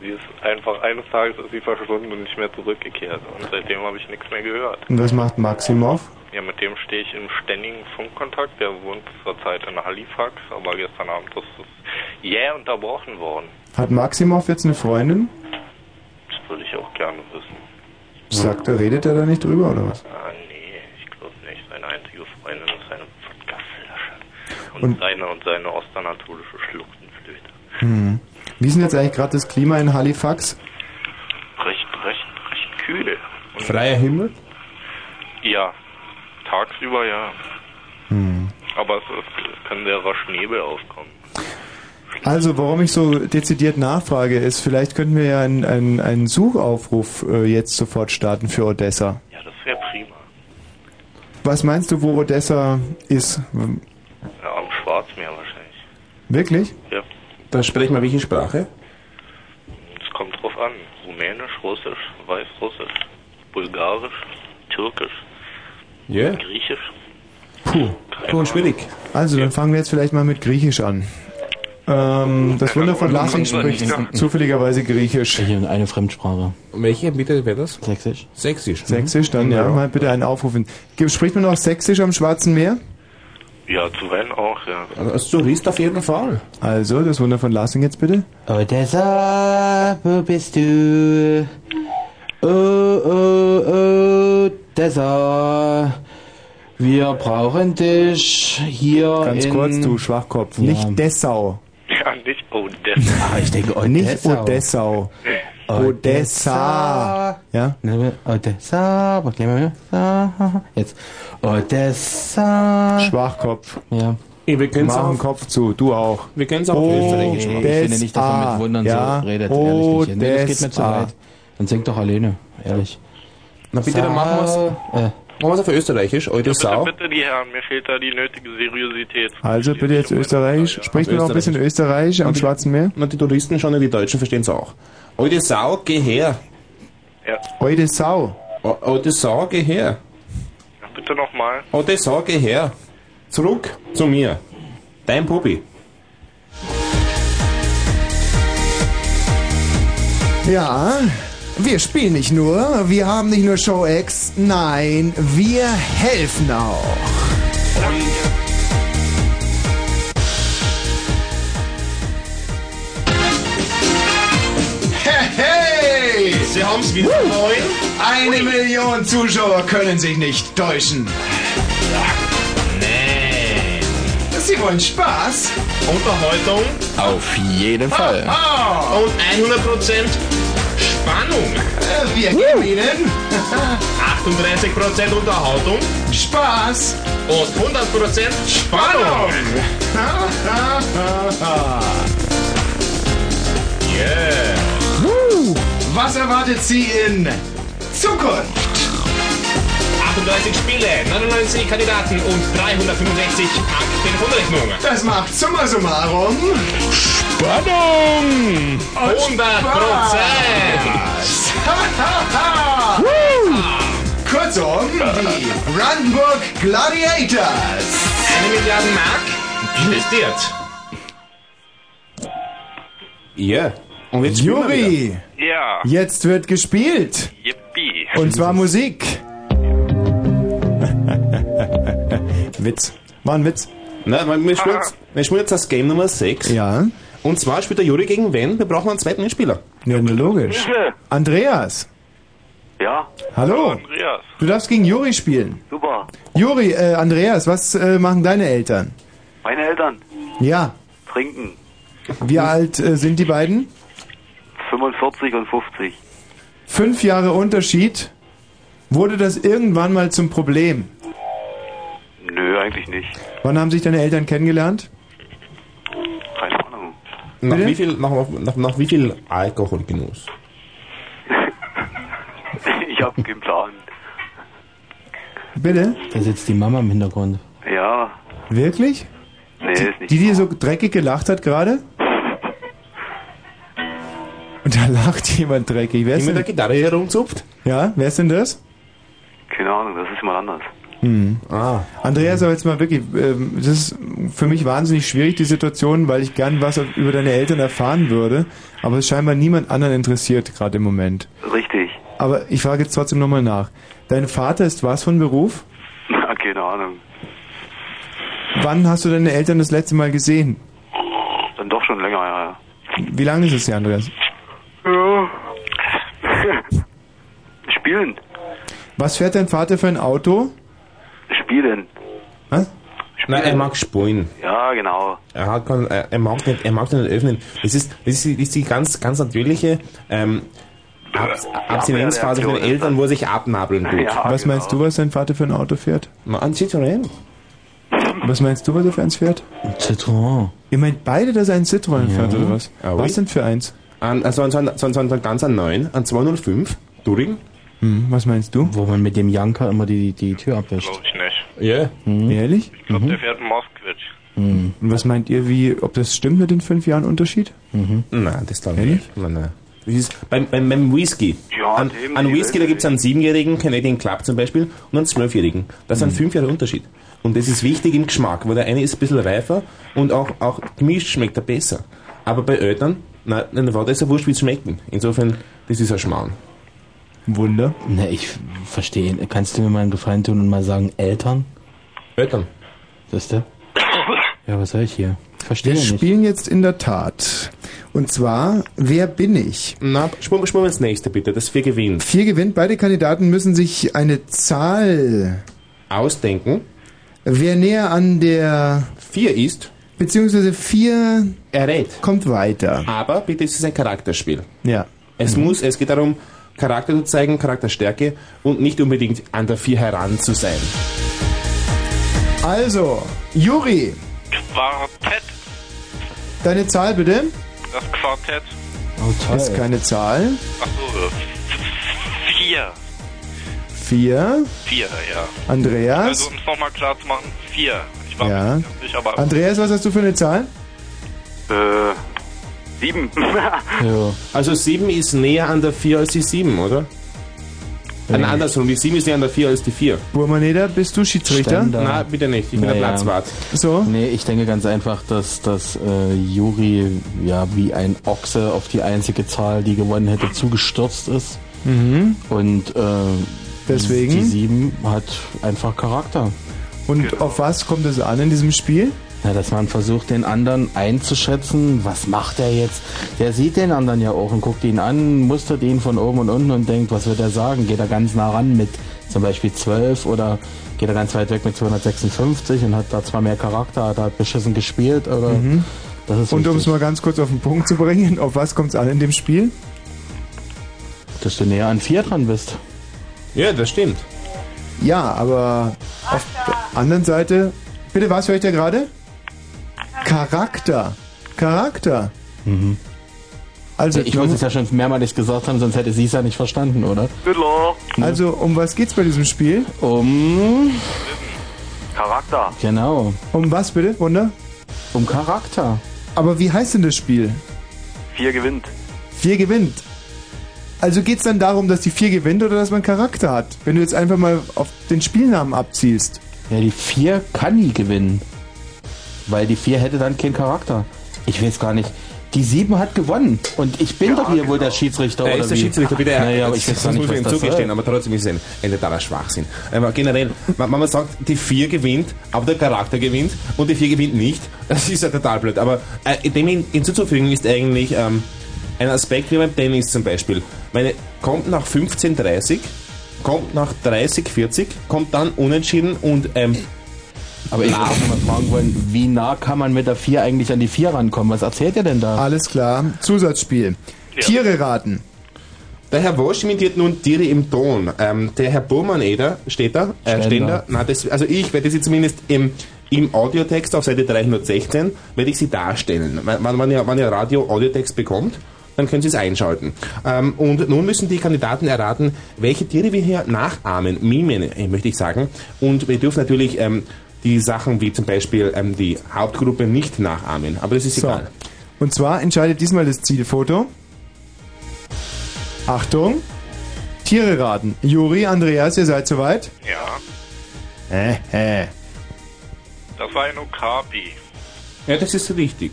Speaker 15: Sie ist einfach eines Tages ist sie verschwunden und nicht mehr zurückgekehrt. Und seitdem habe ich nichts mehr gehört.
Speaker 1: Und was macht Maximov?
Speaker 15: Ja, mit dem stehe ich im ständigen Funkkontakt. Der wohnt zurzeit in Halifax, aber gestern Abend ist es jäh unterbrochen worden.
Speaker 1: Hat Maximov jetzt eine Freundin?
Speaker 15: Das würde ich auch gerne wissen.
Speaker 1: Sagt er, redet er da nicht drüber oder was?
Speaker 15: Ah, nee, ich glaube nicht. Seine einzige Freundin ist eine Wodkaflasche. Und,
Speaker 1: Und-
Speaker 15: seine und seine ostanatolische Schluchtenflöte.
Speaker 1: Mhm. Wie ist denn jetzt eigentlich gerade das Klima in Halifax?
Speaker 15: Recht, recht, recht kühl.
Speaker 2: Freier Himmel?
Speaker 15: Ja, tagsüber ja.
Speaker 1: Hm.
Speaker 15: Aber es, es kann sehr rasch Nebel aufkommen.
Speaker 1: Also, warum ich so dezidiert nachfrage, ist, vielleicht könnten wir ja einen, einen, einen Suchaufruf äh, jetzt sofort starten für Odessa.
Speaker 15: Ja, das wäre prima.
Speaker 1: Was meinst du, wo Odessa ist? W-
Speaker 15: Ja, am Schwarzmeer wahrscheinlich.
Speaker 1: Wirklich?
Speaker 15: Ja,
Speaker 2: Da sprechen wir welche Sprache?
Speaker 15: es kommt drauf an. Rumänisch, Russisch, Weißrussisch, Bulgarisch, Türkisch,
Speaker 2: Ja.
Speaker 15: Griechisch.
Speaker 2: Puh, Puh schwierig.
Speaker 1: Also, dann fangen wir jetzt vielleicht mal mit Griechisch an. Ähm, das Wunder von Lassing spricht (laughs) zufälligerweise Griechisch.
Speaker 13: Hier eine Fremdsprache.
Speaker 2: Welche bitte wäre das?
Speaker 13: Sächsisch.
Speaker 2: Sächsisch. mhm.
Speaker 1: Sächsisch, dann ja, mal bitte einen Aufruf. hin. Ge- Spricht man auch Sächsisch am Schwarzen Meer?
Speaker 15: Ja, zuweilen auch, ja.
Speaker 2: Äh, Als Tourist auf jeden Fall.
Speaker 1: Also, das Wunder von Lassing jetzt bitte.
Speaker 13: Odessa, Oh, wo bist du? Oh, oh, Odessa. Wir brauchen dich hier.
Speaker 1: Ganz
Speaker 13: in
Speaker 1: kurz, du Schwachkopf. Nicht Dessau.
Speaker 15: Ja, nicht Odessa.
Speaker 13: Ah, ich denke Odessa.
Speaker 1: Nicht Odessau. Odessa. Ja?
Speaker 13: Ne, Odessa, was nehmen wir? Da, Jetzt. Odessa.
Speaker 1: Schwachkopf.
Speaker 13: Ja.
Speaker 2: Ey, wir können's
Speaker 1: Mach den
Speaker 2: auch-
Speaker 1: Kopf zu, du auch.
Speaker 2: Wir können's auch auf Österreichisch machen.
Speaker 13: Ich finde nicht, dass man mit Wundern
Speaker 1: ja,
Speaker 13: so redet, ehrlich nicht. Nee, das geht mir zu
Speaker 1: Odessa.
Speaker 13: weit. Dann singt doch alleine, ehrlich.
Speaker 2: Na bitte, dann machen wir's.
Speaker 13: Äh,
Speaker 2: Machen wir es auf Österreichisch, Odessau.
Speaker 15: Bitte, die Herren, mir fehlt da die nötige Seriosität.
Speaker 1: Also bitte jetzt Österreichisch. Spricht man auch ein bisschen Österreichisch am Schwarzen Meer?
Speaker 2: Na, die Touristen schon, die Deutschen verstehen's auch. Odessau, geh her.
Speaker 15: Ja,
Speaker 1: Odessau.
Speaker 2: O- Odessau, geh her.
Speaker 15: bitte nochmal.
Speaker 2: Odessau, geh her. Zurück zu mir. Dein Pupi. (laughs)
Speaker 1: Ja, wir spielen nicht nur, wir haben nicht nur Show X, nein, wir helfen auch.
Speaker 5: Hey, hey! Sie haben's wieder neu.
Speaker 1: Eine Million Zuschauer können sich nicht täuschen.
Speaker 5: Nee.
Speaker 1: Sie wollen Spaß?
Speaker 5: Unterhaltung?
Speaker 16: Auf jeden Fall.
Speaker 5: Ah, und 100% Spannung.
Speaker 1: Äh, Wir geben Ihnen
Speaker 5: 38% Unterhaltung.
Speaker 1: Spaß.
Speaker 5: Und 100% Spannung.
Speaker 1: Yeah. Was erwartet Sie in Zukunft?
Speaker 5: 38 Spiele, 99 Kandidaten und 365 Aktenumrechnungen.
Speaker 1: Das macht summa summarum
Speaker 5: Spannung! 100
Speaker 1: Kurzum, die Brandenburg Gladiators.
Speaker 2: Eine Milliarde Mark investiert. Ja. Und jetzt spielen wir
Speaker 1: Juri,
Speaker 2: wieder. Ja.
Speaker 1: jetzt wird gespielt.
Speaker 15: Yippie.
Speaker 1: Und zwar Musik. Witz. War ein Witz.
Speaker 2: Na, wir wir spielen jetzt, wir spielen jetzt das Game Nummer 6.
Speaker 1: Ja.
Speaker 2: Und zwar spielt der Juri gegen wen? Wir brauchen einen zweiten Mitspieler.
Speaker 1: Ja, na logisch. Andreas,
Speaker 15: Ja.
Speaker 1: hallo.
Speaker 15: Andreas.
Speaker 1: Du darfst gegen Juri spielen.
Speaker 17: Super.
Speaker 1: Juri, äh, Andreas, was äh, machen deine Eltern?
Speaker 17: Meine Eltern
Speaker 1: Ja,
Speaker 17: trinken
Speaker 1: wie
Speaker 13: Hm.
Speaker 1: alt äh, sind die beiden?
Speaker 17: 45 und 50.
Speaker 1: Fünf Jahre Unterschied. Wurde das irgendwann mal zum Problem?
Speaker 17: Nö, eigentlich nicht.
Speaker 1: Wann haben sich deine Eltern kennengelernt?
Speaker 17: Keine Ahnung.
Speaker 2: Nach wie, viel, nach, nach, nach wie viel Alkoholgenuss?
Speaker 17: (laughs) Ich hab keinen Plan.
Speaker 1: Bitte?
Speaker 13: Da sitzt die Mama im Hintergrund.
Speaker 17: Ja,
Speaker 1: Wirklich?
Speaker 17: nee, ist nicht.
Speaker 1: Die, die so dreckig gelacht
Speaker 17: (laughs)
Speaker 1: hat gerade? Und da lacht jemand dreckig. Wer ist
Speaker 2: Jemand,
Speaker 1: denn?
Speaker 2: der Gitarre herumzupft?
Speaker 1: Ja, wer ist denn das?
Speaker 17: Keine Ahnung, das ist mal anders.
Speaker 1: Hm. Andreas, aber jetzt mal wirklich, ähm, es ist für mich wahnsinnig schwierig, die Situation, weil ich gern was über deine Eltern erfahren würde, aber es scheinbar niemand anderen interessiert, gerade im Moment.
Speaker 17: Richtig.
Speaker 1: Aber ich frage jetzt trotzdem nochmal nach. Dein Vater ist was von Beruf?
Speaker 17: Na, (laughs) keine Ahnung.
Speaker 1: Wann hast du deine Eltern das letzte Mal gesehen?
Speaker 17: Dann doch schon länger, ja.
Speaker 1: Wie lange ist es her, Andreas?
Speaker 17: Ja. Spielen.
Speaker 1: Was fährt dein Vater für ein Auto?
Speaker 17: Spielen.
Speaker 1: Was?
Speaker 2: Nein, er mag spielen.
Speaker 17: Ja, genau.
Speaker 2: Er, hat keinen- er, er, mag nicht, er mag nicht öffnen. Das ist, das ist, die- das ist die ganz, ganz natürliche ähm, Ab Abstinenzphase von den Eltern, wo er sich abnabeln tut.
Speaker 1: was
Speaker 15: genau.
Speaker 1: meinst du, was dein Vater für ein Auto fährt?
Speaker 2: Na, ein Citroën.
Speaker 1: Was meinst du, was er für eins fährt? Ein Citroën. Ihr meint beide, dass er ein Citroën fährt, oder was?
Speaker 2: Ah, oui.
Speaker 1: was denn für eins?
Speaker 2: An, also an, so einen- so einen- so einen ganz an 9, an 205, Turing.
Speaker 1: Hm, was meinst du?
Speaker 13: Wo man mit dem Janker immer die, die Tür abwischt.
Speaker 15: Glaube ich nicht.
Speaker 2: Ja.
Speaker 1: Mhm. Ehrlich?
Speaker 15: Der fährt einen Moskvitch.
Speaker 1: Und was meint ihr, wie, ob das stimmt mit den fünf Jahren Unterschied?
Speaker 2: Mhm. Nein, das glaube ich nicht. Nein, nein. Das ist beim, beim, beim Whisky. an, an Whisky, da gibt es einen siebenjährigen Canadian Club zum Beispiel und einen zwölfjährigen. Das sind fünf Jahre Unterschied. Und das ist wichtig im Geschmack, weil der eine ist ein bisschen reifer und auch, auch gemischt schmeckt er besser. Aber bei Eltern, nein, nein, da war das ja wurscht, wie es schmecken. Insofern, das ist ein Schmarrn.
Speaker 1: Wunder.
Speaker 13: Ne, ich verstehe. Kannst du mir mal einen Gefallen tun und mal sagen, Eltern?
Speaker 2: Eltern.
Speaker 13: Das ist der? Ja, was soll ich hier? Ich verstehe
Speaker 1: Wir
Speaker 13: nicht.
Speaker 1: spielen jetzt in der Tat. Und zwar, wer bin ich?
Speaker 2: Na, spulen wir ins nächste bitte, dass wir gewinnen.
Speaker 1: Vier gewinnt, beide Kandidaten müssen sich eine Zahl
Speaker 2: ausdenken.
Speaker 1: Wer näher an der
Speaker 2: vier ist,
Speaker 1: beziehungsweise vier
Speaker 2: errät,
Speaker 1: kommt weiter.
Speaker 2: Aber bitte, es ist ein Charakterspiel.
Speaker 1: Ja. Mhm.
Speaker 2: Es muss, es geht darum, Charakter zu zeigen, Charakterstärke und nicht unbedingt an der vier heran zu sein.
Speaker 1: Also, Juri,
Speaker 15: Quartett.
Speaker 1: deine Zahl bitte.
Speaker 15: Das Quartett.
Speaker 1: Das ist keine Zahl.
Speaker 15: Achso. Vier.
Speaker 1: Vier.
Speaker 15: Vier, ja.
Speaker 1: Andreas.
Speaker 15: Also, um es nochmal klar zu machen, vier. Ich war
Speaker 1: Ja.
Speaker 15: nicht, aber.
Speaker 1: Andreas, was hast du für eine Zahl?
Speaker 15: Äh.
Speaker 17: (laughs)
Speaker 15: Sieben.
Speaker 2: Also 7 ist näher an der 4 als die 7, oder? Nein, andersrum, die 7 ist näher an der 4 als die 4.
Speaker 1: Burmaneder, bist du Schiedsrichter?
Speaker 2: Na, bitte nicht, ich bin der Platzwart.
Speaker 1: So?
Speaker 13: Nee, ich denke ganz einfach, dass, dass äh, Juri ja wie ein Ochse auf die einzige Zahl, die gewonnen hätte, zugestürzt ist.
Speaker 1: Mhm.
Speaker 13: Und äh,
Speaker 1: Deswegen?
Speaker 13: die 7 hat einfach Charakter.
Speaker 1: Und auf was kommt es an in diesem Spiel?
Speaker 13: Ja, dass man versucht, den anderen einzuschätzen. Was macht er jetzt? Der sieht den anderen ja auch und guckt ihn an, mustert ihn von oben und unten und denkt, was wird er sagen? Geht er ganz nah ran mit zum Beispiel 12 oder geht er ganz weit weg mit 256 und hat da zwar mehr Charakter, hat da beschissen gespielt oder
Speaker 1: Mhm.
Speaker 13: das ist
Speaker 1: Und um es
Speaker 13: wichtig,
Speaker 1: mal ganz kurz auf den Punkt zu bringen, auf was kommt es an in dem Spiel?
Speaker 13: dass du näher an 4 dran bist.
Speaker 2: Ja, das stimmt.
Speaker 1: Ja, aber auf der anderen Seite. Bitte, was höre ich da gerade? Charakter. Charakter. Also,
Speaker 13: Mhm. ich muss es ja schon mehrmalig gesagt haben, sonst hätte sie es ja nicht verstanden, oder?
Speaker 1: Also, um was geht's bei diesem Spiel?
Speaker 13: Um.
Speaker 17: Charakter.
Speaker 13: Genau.
Speaker 1: Um was bitte, Wunder?
Speaker 13: Um Charakter.
Speaker 1: Aber wie heißt denn das Spiel?
Speaker 17: Vier gewinnt.
Speaker 1: Vier gewinnt. Also geht's dann darum, dass die vier gewinnt oder dass man Charakter hat? Wenn du jetzt einfach mal auf den Spielnamen abziehst.
Speaker 13: Ja, die vier kann nie gewinnen. Weil die vier hätte dann keinen Charakter. Ich weiß gar nicht. Die sieben hat gewonnen. Und ich bin doch hier wohl der Schiedsrichter,
Speaker 2: Er
Speaker 13: oder
Speaker 2: Genau. Äh, ist der
Speaker 13: wie?
Speaker 2: Schiedsrichter, bitte.
Speaker 13: Naja, aber ich weiß
Speaker 2: das
Speaker 13: gar
Speaker 2: muss
Speaker 13: nicht,
Speaker 2: man ihm
Speaker 13: was das soll.
Speaker 2: zugestehen, aber trotzdem ist es ein, ein totaler Schwachsinn. Aber generell, wenn man sagt, die 4 gewinnt, aber der Charakter gewinnt und die 4 gewinnt nicht, das ist ja total blöd. Aber äh, dem hin, hinzuzufügen ist eigentlich ähm, ein Aspekt wie beim Tennis zum Beispiel. Meine, kommt nach 15:30, kommt nach 30:40, kommt dann unentschieden und ähm,
Speaker 13: Aber ich würde mal fragen wollen, wie nah kann man mit der 4 eigentlich an die 4 rankommen? Was erzählt ihr denn da?
Speaker 1: Alles klar. Zusatzspiel. Tiere raten.
Speaker 2: Der Herr Wosch imitiert nun Tiere im Ton. Ähm, der Herr Burmaneder steht da, äh,
Speaker 13: Ständer.
Speaker 2: Ständer. Na, das, also ich werde sie zumindest im, im Audiotext auf Seite 316 werde ich sie darstellen. Wenn, wenn, wenn ihr, wenn ihr Radio-Audiotext bekommt, dann können Sie es einschalten. Ähm, und nun müssen die Kandidaten erraten, welche Tiere wir hier nachahmen, mimen, äh, möchte ich sagen. Und wir dürfen natürlich ähm, die Sachen wie zum Beispiel ähm, die Hauptgruppe nicht nachahmen. Aber das ist
Speaker 1: So.
Speaker 2: egal.
Speaker 1: Und zwar entscheidet diesmal das Zielfoto. Achtung. Tiere raten. Juri, Andreas, ihr seid soweit?
Speaker 15: Ja,
Speaker 13: Äh,
Speaker 1: Hä, hä.
Speaker 15: das war ein Okapi.
Speaker 2: Ja, das ist richtig.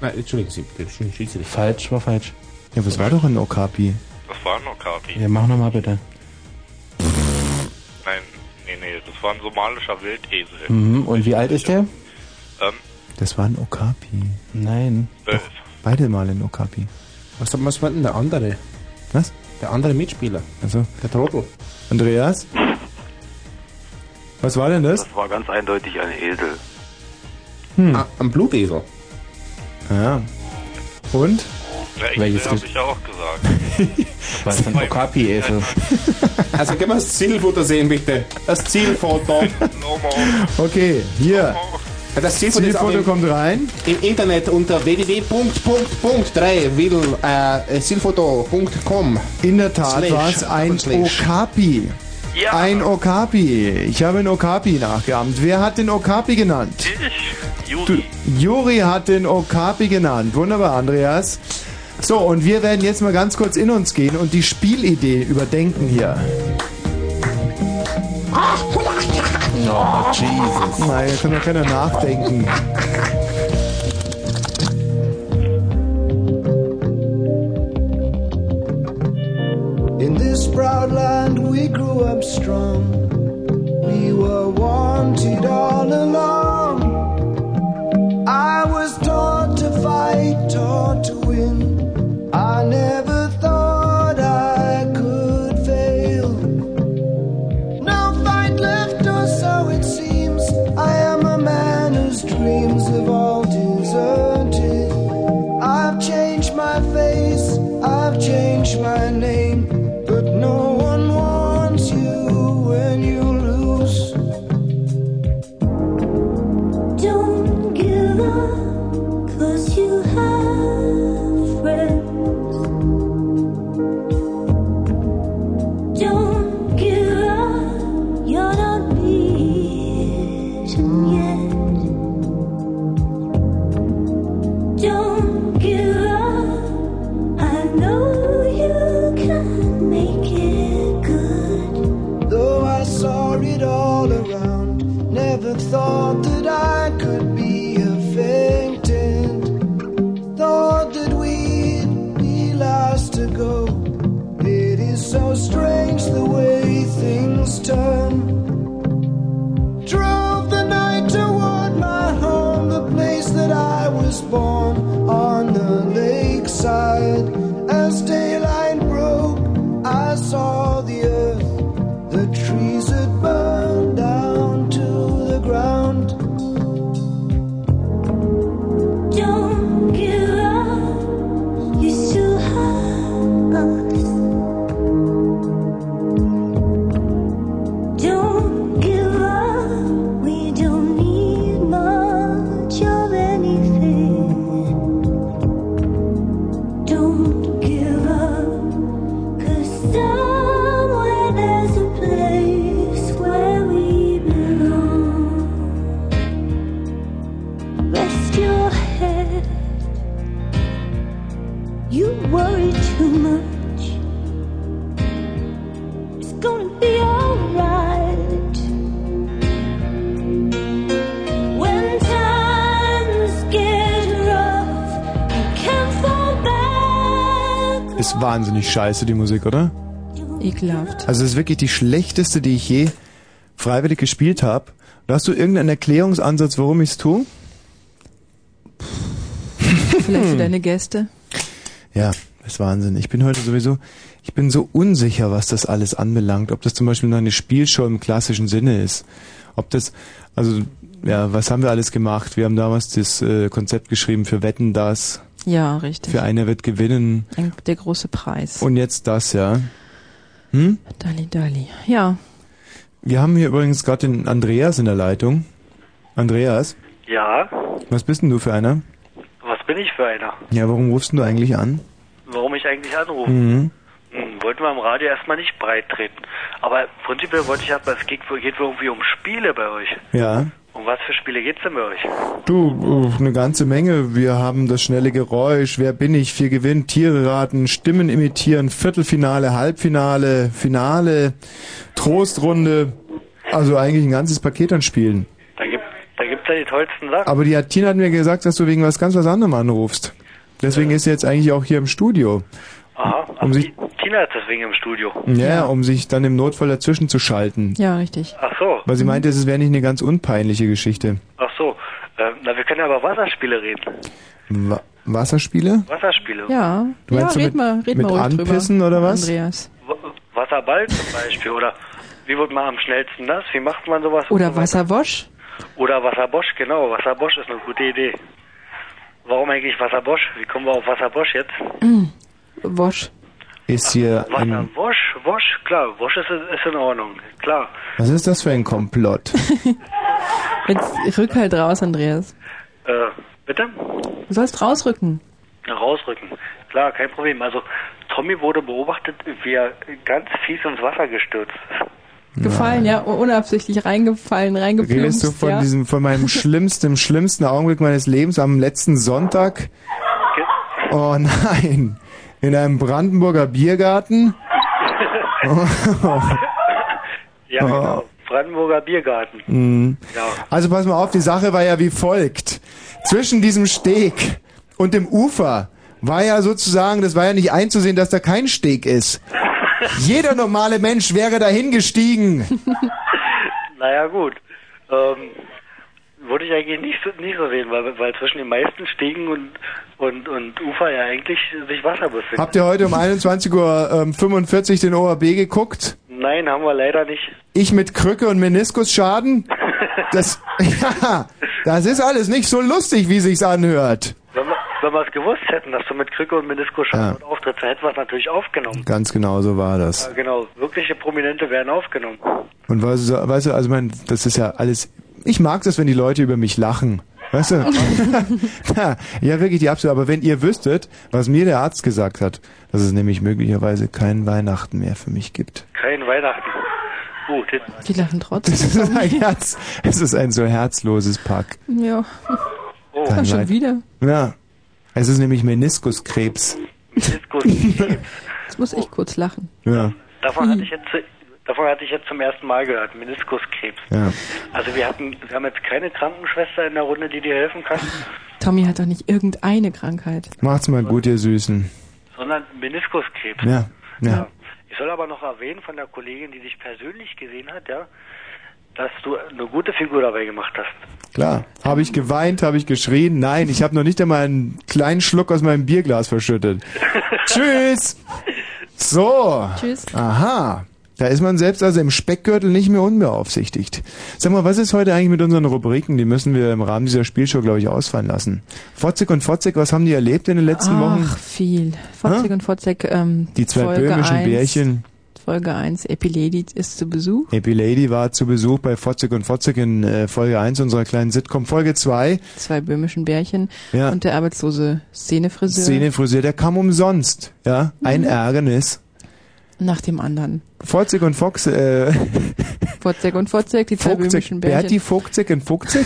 Speaker 2: Nein, Entschuldigen Sie, bitte. Entschuldigen Sie.
Speaker 13: Falsch, war falsch.
Speaker 1: Ja, was war doch ein Okapi?
Speaker 15: Das war ein Okapi.
Speaker 13: Ja, mach nochmal bitte.
Speaker 15: Nein, nee, nee, das war ein somalischer Wildesel.
Speaker 13: Mhm. Und wie alt ist der?
Speaker 15: Ähm,
Speaker 1: Das war ein Okapi.
Speaker 13: Nein.
Speaker 15: Zwölf.
Speaker 1: Beide mal ein Okapi.
Speaker 2: Was, was war denn der andere?
Speaker 1: Was?
Speaker 2: Der andere Mitspieler.
Speaker 1: Also.
Speaker 2: Der Trottel.
Speaker 1: Andreas? Was war denn das?
Speaker 17: Das war ganz eindeutig ein Esel.
Speaker 1: Hm.
Speaker 2: Ein Blutesel.
Speaker 1: Ja. Und?
Speaker 15: Ja, ich
Speaker 1: Welches
Speaker 15: habe
Speaker 1: Ge-
Speaker 15: ich ja auch
Speaker 1: (laughs)
Speaker 15: gesagt.
Speaker 13: Was ein Okapi-Esel?
Speaker 2: Also können wir das Zielfoto sehen, bitte. Das
Speaker 1: (laughs)
Speaker 2: Zielfoto.
Speaker 1: Okay, hier.
Speaker 2: Das Zielfoto, ist auch
Speaker 1: Zielfoto
Speaker 2: im-
Speaker 1: kommt rein.
Speaker 2: Im Internet unter äh, www.3will-zielfoto.com.
Speaker 1: In der Tat
Speaker 2: Slash,
Speaker 1: war es ein
Speaker 2: Slash.
Speaker 1: Okapi. Ein Okapi. Ich habe den Okapi nachgeahmt. Wer hat den Okapi genannt?
Speaker 15: Ich,
Speaker 1: Du, Juri hat den Okapi genannt. Wunderbar, Andreas. So, und wir werden jetzt mal ganz kurz in uns gehen und die Spielidee überdenken hier.
Speaker 13: Oh, Jesus.
Speaker 1: Nein, da kann doch keiner nachdenken.
Speaker 18: In this proud land we grew up strong. We were wanted all along. I was taught to fight, taught to win. I never thought I could fail. No fight left, or so it seems. I am a man whose dreams have all deserted. I've changed my face, I've changed my name. But no one wants you when you lose.
Speaker 19: Don't give up, cause you have friends. Don't give up, you're not beaten yet. Don't give up, I know you can make it good.
Speaker 18: Though I saw it all around, never thought that I could be a fainted. Thought that we'd be last to go. It is so strange the way things turn. Drove the night toward my home, the place that I was born on the lakeside. As daylight broke, I saw the earth. The trees had burned down to the ground.
Speaker 19: Don't give up, you still have us. Don't give up, we don't need much of anything. know too much. It's gonna be alright. When times get rough, you can fall back.
Speaker 1: Ist wahnsinnig scheiße, die Musik, oder?
Speaker 20: Ekelhaft.
Speaker 1: Also es ist wirklich die schlechteste, die ich je freiwillig gespielt habe. Und Hast du irgendeinen Erklärungsansatz, warum ich es tue? (laughs)
Speaker 20: Vielleicht für deine Gäste.
Speaker 1: Ja, das ist Wahnsinn. Ich bin heute sowieso, ich bin so unsicher, was das alles anbelangt. Ob das zum Beispiel noch eine Spielshow im klassischen Sinne ist. Ob das, also, ja, was haben wir alles gemacht? Wir haben damals das äh, Konzept geschrieben für Wetten, das.
Speaker 20: Ja, richtig.
Speaker 1: Für einer wird gewinnen.
Speaker 20: Ein, der große Preis.
Speaker 1: Und jetzt das, ja. Hm?
Speaker 20: Dali Dali. Ja,
Speaker 1: Wir haben hier übrigens gerade den Andreas in der Leitung. Andreas,
Speaker 21: Ja,
Speaker 1: was bist denn du für einer?
Speaker 21: was bin ich für einer?
Speaker 1: Ja, warum rufst denn du eigentlich an?
Speaker 21: Warum ich eigentlich anrufe?
Speaker 1: Mhm.
Speaker 21: Hm, wollten wir im Radio erstmal nicht breit treten. Aber prinzipiell wollte ich ja, es geht, geht wohl irgendwie um Spiele bei euch.
Speaker 1: Ja.
Speaker 21: Um was für Spiele geht's denn bei euch?
Speaker 1: Du, äh, eine ganze Menge. Wir haben das schnelle Geräusch, wer bin ich, vier gewinnt, Tiere raten, Stimmen imitieren, Viertelfinale, Halbfinale, Finale, Trostrunde. Also eigentlich ein ganzes Paket an Spielen.
Speaker 21: Da gibt da gibt's ja die tollsten Sachen.
Speaker 1: Aber die hat- Tina hat mir gesagt, dass du wegen was ganz was anderem anrufst. Deswegen ist sie jetzt eigentlich auch hier im Studio.
Speaker 21: Aha,
Speaker 1: Um sich,
Speaker 21: Tina ist deswegen im Studio.
Speaker 1: ja, um sich dann im Notfall dazwischen zu schalten.
Speaker 20: ja, richtig.
Speaker 21: Ach so.
Speaker 1: Weil sie meinte, es wäre nicht eine ganz unpeinliche Geschichte.
Speaker 21: Ach so. Ähm, na, wir können ja über Wasserspiele reden.
Speaker 1: Wa Wasserspiele?
Speaker 21: Wasserspiele.
Speaker 20: Ja,
Speaker 1: Du
Speaker 20: ja
Speaker 1: meinst so
Speaker 20: red
Speaker 1: mit-
Speaker 20: mal, red
Speaker 1: mit
Speaker 20: mal ruhig
Speaker 1: Anpissen
Speaker 20: drüber,
Speaker 1: oder was?
Speaker 20: Andreas.
Speaker 21: W- Wasserball zum Beispiel. Oder wie wird man am schnellsten nass? Wie macht man sowas?
Speaker 20: Oder Wasserwosch?
Speaker 21: Oder Wasserbosch, genau. Wasserbosch ist eine gute Idee. Warum eigentlich Wasserbosch? Wie kommen wir auf Wasserbosch jetzt?
Speaker 20: Wosch.
Speaker 1: Ist hier ein,
Speaker 21: Wasserbosch, Wosch, klar. Wosch ist, ist in Ordnung, klar.
Speaker 1: (laughs) was ist das für ein Komplott?
Speaker 20: (laughs) Jetzt rück halt raus, Andreas.
Speaker 21: Äh, bitte?
Speaker 20: Du sollst rausrücken.
Speaker 21: Rausrücken. Klar, kein Problem. Also, Tommy wurde beobachtet, wie er ganz fies ins Wasser gestürzt ist.
Speaker 20: Gefallen, ja, un- unabsichtlich reingefallen,
Speaker 1: Redest
Speaker 20: reingeplumpst.
Speaker 1: du von
Speaker 20: ja.
Speaker 1: diesem, von meinem schlimmsten, schlimmsten Augenblick meines Lebens am letzten Sonntag? Oh nein! In einem Brandenburger Biergarten? Oh.
Speaker 21: Ja,
Speaker 1: Oh.
Speaker 21: genau. Brandenburger Biergarten.
Speaker 1: Mhm.
Speaker 21: Ja.
Speaker 1: Also pass mal auf, die Sache war ja wie folgt. Zwischen diesem Steg und dem Ufer war ja sozusagen, das war ja nicht einzusehen, dass da kein Steg ist. Jeder normale Mensch wäre dahin gestiegen.
Speaker 21: Naja, gut. Ähm, würde ich eigentlich nicht so, nicht so sehen, weil, weil zwischen den meisten Stegen und, und, und Ufer ja eigentlich sich Wasser befindet.
Speaker 1: Habt ihr heute um 21.45 Uhr ähm, den ORB geguckt?
Speaker 21: Nein, haben wir leider nicht.
Speaker 1: Ich mit Krücke und Meniskusschaden? Das, (laughs) ja, das ist alles nicht so lustig, wie sich's anhört.
Speaker 21: Wenn wir, wenn wir es gewusst hätten, dass du mit Krücke und Meniskus
Speaker 1: Ja.
Speaker 21: schon auftrittst, dann hätten wir es natürlich aufgenommen.
Speaker 1: Ganz genau so war das.
Speaker 21: Ja, genau, wirkliche Prominente werden aufgenommen.
Speaker 1: Und weißt du, weißt du, also mein, das ist ja alles. Ich mag das, wenn die Leute über mich lachen. Weißt
Speaker 20: (laughs)
Speaker 1: du? ja, ja, wirklich die Absolut. Aber wenn ihr wüsstet, was mir der Arzt gesagt hat, dass es nämlich möglicherweise kein Weihnachten mehr für mich gibt.
Speaker 21: Kein Weihnachten. Gut, jetzt,
Speaker 20: Die lachen trotzdem.
Speaker 1: Das ist ein Herz, es ist ein so herzloses Pack.
Speaker 20: Ja.
Speaker 21: Oh.
Speaker 1: Kein
Speaker 20: schon
Speaker 1: Leid.
Speaker 20: wieder.
Speaker 1: Ja. Es ist nämlich Meniskuskrebs.
Speaker 20: Jetzt muss ich kurz lachen.
Speaker 1: Ja.
Speaker 21: davon hatte ich jetzt davon hatte ich jetzt zum ersten Mal gehört, Meniskuskrebs.
Speaker 1: Ja.
Speaker 21: Also wir hatten wir haben jetzt keine Krankenschwester in der Runde, die dir helfen kann,
Speaker 20: Tommy hat doch nicht irgendeine Krankheit.
Speaker 1: Macht's mal gut, ihr Süßen.
Speaker 21: sondern Meniskuskrebs.
Speaker 1: Ja. Ja.
Speaker 21: Ich soll aber noch erwähnen von der Kollegin, die dich persönlich gesehen hat, ja, dass du eine gute Figur dabei gemacht hast.
Speaker 1: Klar. Habe ich geweint, habe ich geschrien? Nein, ich habe noch nicht einmal einen kleinen Schluck aus meinem Bierglas verschüttet. Tschüss. So.
Speaker 20: Tschüss.
Speaker 1: Aha. Da ist man selbst also im Speckgürtel nicht mehr unbeaufsichtigt. Sag mal, was ist heute eigentlich mit unseren Rubriken? Die müssen wir im Rahmen dieser Spielshow, glaube ich, ausfallen lassen. Fotzig und Fotzig, was haben die erlebt in den letzten Wochen?
Speaker 20: Ach, viel. Fotzig und Fotzig, ähm,
Speaker 1: Die zwei
Speaker 20: Folge
Speaker 1: böhmischen
Speaker 20: 1,
Speaker 1: Bärchen.
Speaker 20: Folge 1, Epiledit ist zu Besuch.
Speaker 1: Happy Lady war zu Besuch bei Fotzig und Fotzig in äh, Folge 1 unserer kleinen Sitcom. Folge 2.
Speaker 20: Zwei böhmischen Bärchen
Speaker 1: Ja.
Speaker 20: und der arbeitslose Szenefriseur
Speaker 1: Szenefriseur, der kam umsonst. Ja, ein
Speaker 20: Mhm.
Speaker 1: Ärgernis.
Speaker 20: nach dem anderen.
Speaker 1: Fotzig und Fox, äh,
Speaker 20: Fotzig und Fotzig, die zwei
Speaker 1: Vogtzig,
Speaker 20: böhmischen Bärchen. (laughs)
Speaker 1: Berti Vogtzig in Vogtzig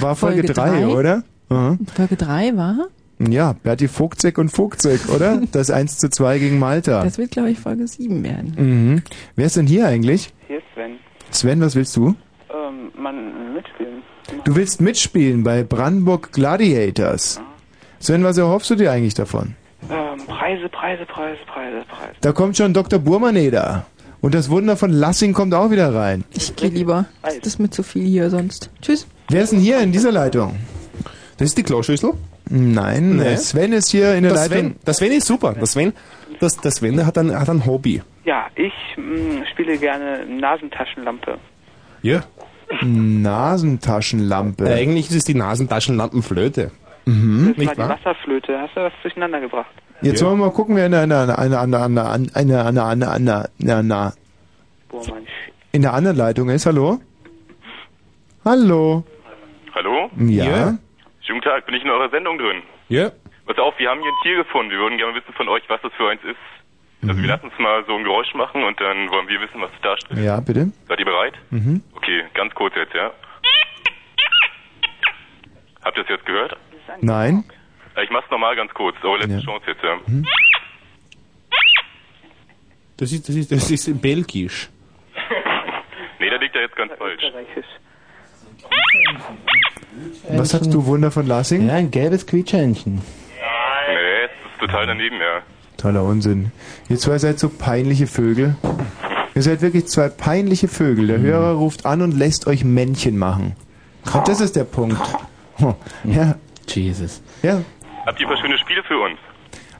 Speaker 1: war Folge
Speaker 20: Folge
Speaker 1: 3,
Speaker 20: drei.
Speaker 1: oder? Mhm.
Speaker 20: Folge 3 war?
Speaker 1: Ja, Berti Vogtzeck und Vogtzeck,
Speaker 20: (laughs)
Speaker 1: oder? Das 1 zu 2 gegen Malta.
Speaker 20: Das wird, glaube ich, Folge 7 werden.
Speaker 1: Mhm. Wer ist denn hier eigentlich?
Speaker 7: Hier ist Sven.
Speaker 1: Sven, was willst du?
Speaker 7: Ähm, man mitspielen.
Speaker 1: Du willst mitspielen bei Brandenburg Gladiators. Sven, was erhoffst du dir eigentlich davon?
Speaker 7: Ähm, Preise, Preise, Preise, Preise, Preise.
Speaker 1: Da kommt schon Dr. Burmaneder. Und das Wunder von Lassing kommt auch wieder rein.
Speaker 20: Ich gehe lieber. Das ist mir zu viel hier sonst. Tschüss.
Speaker 1: Wer ist denn hier in dieser Leitung?
Speaker 2: Das ist die Kloschüssel?
Speaker 1: Nein, äh,
Speaker 2: Nee.
Speaker 1: Sven ist hier in der
Speaker 2: Ne? das
Speaker 1: Leitung.
Speaker 2: Sven, das Sven ist super. Das Sven, das, das Sven der hat ein, hat ein Hobby.
Speaker 7: Ja, ich mh, spiele gerne Nasentaschenlampe.
Speaker 2: Ja.
Speaker 1: Nasentaschenlampe.
Speaker 2: Eigentlich ist es die Nasentaschenlampenflöte.
Speaker 1: Mhm.
Speaker 7: Das war die Wasserflöte. Hast du was durcheinander gebracht?
Speaker 1: Jetzt wollen wir mal gucken, wer in der, in der, in der, in der, in der, in der, in der, in der, in der, in der, in der,
Speaker 7: Boah, Mann.
Speaker 1: in der anderen Leitung ist. Hallo? Hallo?
Speaker 22: Hallo?
Speaker 1: Ja?
Speaker 22: Schönen guten Tag, bin ich in eurer Sendung drin?
Speaker 2: Ja.
Speaker 22: Pass auf, wir haben hier ein Tier gefunden. Wir würden gerne wissen von euch, was das für eins ist. Also
Speaker 1: Mhm.
Speaker 22: wir lassen es mal so ein Geräusch machen und dann wollen wir wissen, was es darstellt.
Speaker 1: Ja, bitte?
Speaker 22: Seid ihr bereit?
Speaker 1: Mhm.
Speaker 22: Okay, ganz kurz jetzt, ja? Habt ihr es jetzt gehört?
Speaker 1: Nein?
Speaker 22: Äh, Ich mach's nochmal ganz kurz. Eure letzte Chance jetzt, ja?
Speaker 2: Das ist, das ist, das ist belgisch.
Speaker 22: Nee, da liegt er jetzt ganz falsch.
Speaker 1: Was sagst du, Wunder von Lassing?
Speaker 13: Äh, Ja, ein gelbes Quietschhähnchen.
Speaker 22: Nee, das ist total daneben, ja.
Speaker 1: Toller Unsinn. Ihr zwei seid so peinliche Vögel. Ihr seid wirklich zwei peinliche Vögel. Der Hörer ruft an und lässt euch Männchen machen. Und das ist der Punkt. Oh, ja. Jesus. Ja,
Speaker 22: Habt ihr ein paar schöne Spiele für uns?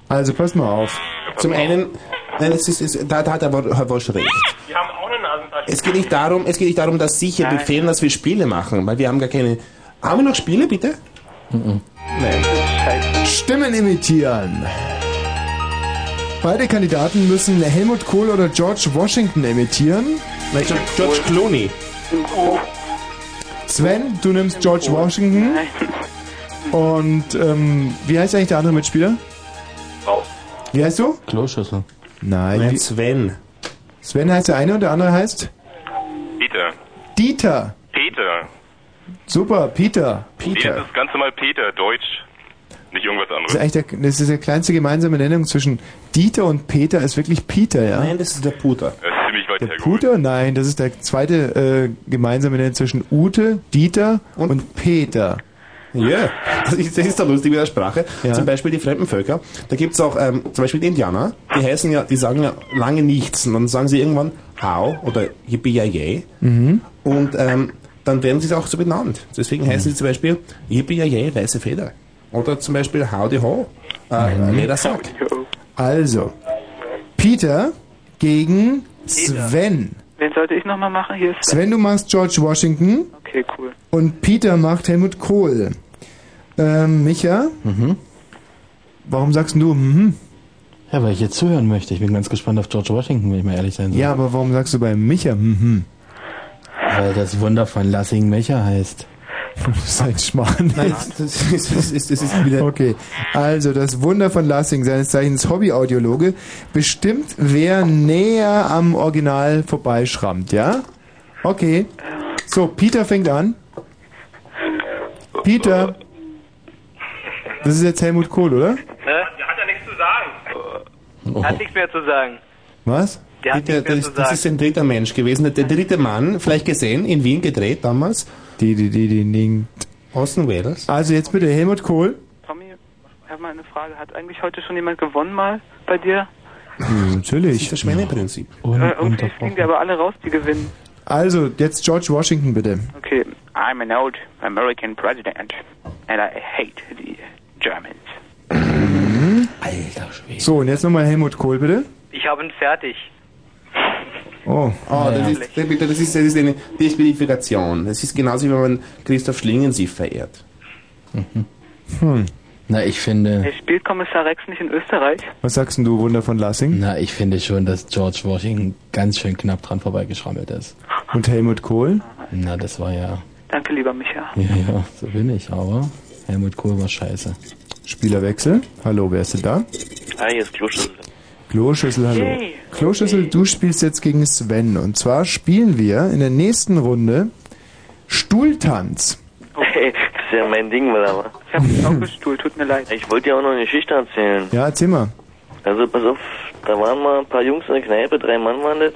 Speaker 1: also pass mal auf.
Speaker 2: Zum einen, nein, das ist, ist, da, da hat aber Herr Wosch recht.
Speaker 22: Wir haben auch eine Nasentasche.
Speaker 2: Es geht nicht darum, es geht nicht darum, dass Sie hier
Speaker 22: Nein.
Speaker 2: befehlen, dass wir Spiele machen, weil wir haben gar keine. Haben wir noch Spiele, bitte?
Speaker 5: Mhm.
Speaker 1: Stimmen imitieren. Beide Kandidaten müssen Helmut Kohl oder George Washington imitieren.
Speaker 2: George Clooney.
Speaker 1: Sven, du nimmst George Washington. Und ähm, wie heißt eigentlich der andere Mitspieler? Wie heißt du?
Speaker 13: Kloschüssel.
Speaker 1: Nein.
Speaker 2: Nein, Sven.
Speaker 1: Sven heißt der eine und der andere heißt
Speaker 22: Peter.
Speaker 1: Dieter.
Speaker 22: Peter.
Speaker 1: Super, Peter.
Speaker 22: Nee, das ist ganz normal Peter, Deutsch. Nicht irgendwas
Speaker 1: Das ist
Speaker 22: anderes.
Speaker 1: eigentlich der, das ist der kleinste gemeinsame Nennung zwischen Dieter und Peter ist wirklich Peter, ja?
Speaker 2: Nein, das ist der Puter.
Speaker 22: Das ist ziemlich weit
Speaker 1: Der Puter? Nein, das ist der zweite äh, gemeinsame Nenner zwischen Ute, Dieter und, Peter.
Speaker 2: Ja, das ist, das ist da lustig mit der Sprache. Zum Beispiel die fremden Völker. Da gibt es auch ähm, zum Beispiel die Indianer, die heißen ja, die sagen ja lange nichts und dann sagen sie irgendwann How oder Yippie Yay.
Speaker 1: Mhm.
Speaker 2: Und ähm, dann werden sie auch so benannt. Deswegen heißen sie zum Beispiel Yippie Yay, weiße Feder. Oder zum Beispiel Howdy Ho, äh,
Speaker 1: Mhm.
Speaker 2: Ledersack.
Speaker 1: Also, Peter gegen Sven.
Speaker 7: Wen sollte ich nochmal machen? Hier ist
Speaker 1: Sven, du machst George Washington
Speaker 7: Okay, cool.
Speaker 1: und Peter macht Helmut Kohl. Ähm, Micha? Warum sagst du mhm?
Speaker 13: Ja, weil ich jetzt zuhören möchte. Ich bin ganz gespannt auf George Washington, wenn ich mal ehrlich sein soll.
Speaker 1: Ja, aber warum sagst du bei Micha mhm?
Speaker 13: Weil das Wunder von Lassing Mecher heißt.
Speaker 1: Du seid Schmarrn. (laughs)
Speaker 2: Nein, das ist, das ist, das ist wieder...
Speaker 1: Okay, also das Wunder von Lassing, seines Zeichens Hobbyaudiologe, bestimmt, wer näher am Original vorbeischrammt, ja? Okay, so, Peter fängt an. Peter, das ist jetzt Helmut Kohl, oder?
Speaker 7: Ne? Der hat ja nichts zu sagen.
Speaker 1: Oh.
Speaker 7: Hat nichts mehr zu sagen.
Speaker 1: Was?
Speaker 7: Der hat nichts mehr
Speaker 2: das,
Speaker 7: zu
Speaker 2: das ist
Speaker 7: sagen.
Speaker 2: ein dritter Mensch gewesen, der, der dritte Mann, vielleicht gesehen, in Wien gedreht damals.
Speaker 1: Die, die, die, die, die.
Speaker 2: Austin Wales.
Speaker 1: Also jetzt bitte Helmut Kohl.
Speaker 7: Tommy, ich habe mal eine Frage. Hat eigentlich heute schon jemand gewonnen mal bei dir?
Speaker 1: natürlich.
Speaker 2: Das Schweineprinzip.
Speaker 7: Äh, irgendwie fliegen die aber alle raus, die gewinnen.
Speaker 1: Also, jetzt George Washington, bitte.
Speaker 7: Okay. I'm an old American president and I hate the Germans.
Speaker 1: Alter Schwede. So, und jetzt nochmal Helmut Kohl, bitte.
Speaker 7: Ich habe ihn fertig.
Speaker 1: Oh,
Speaker 2: Oh, das, ist, das, ist, das, ist, das ist eine Disqualifikation. Das ist genauso, wie wenn man Christoph Schlingensief verehrt.
Speaker 1: Mhm.
Speaker 13: Hm. Na, ich finde.
Speaker 7: Spielt Kommissar Rex nicht in Österreich?
Speaker 1: Was sagst denn du, Wunder von Lassing?
Speaker 13: Na, ich finde schon, dass George Washington ganz schön knapp dran vorbeigeschrammelt ist.
Speaker 1: Und Helmut Kohl?
Speaker 13: Na, das war ja. (laughs)
Speaker 7: Danke, lieber Micha.
Speaker 13: Ja, ja, so bin ich, aber Helmut Kohl war scheiße.
Speaker 1: Spielerwechsel. Hallo, wer ist denn da?
Speaker 23: Ah, hier ist Kloschüssel.
Speaker 1: Kloschüssel, hallo.
Speaker 23: Hey.
Speaker 1: Kloschüssel, du spielst jetzt gegen Sven. Und
Speaker 17: (laughs)
Speaker 1: zwar spielen wir in der nächsten Runde Stuhltanz.
Speaker 23: Hey,
Speaker 17: ist ja mein Ding, weil aber. Oh. Ich hab einen Schaukelstuhl, tut mir leid. Ich wollte ja auch noch eine Geschichte erzählen.
Speaker 1: Ja, erzähl mal.
Speaker 17: Also pass auf, da waren mal ein paar Jungs in der Kneipe, drei Mann waren das.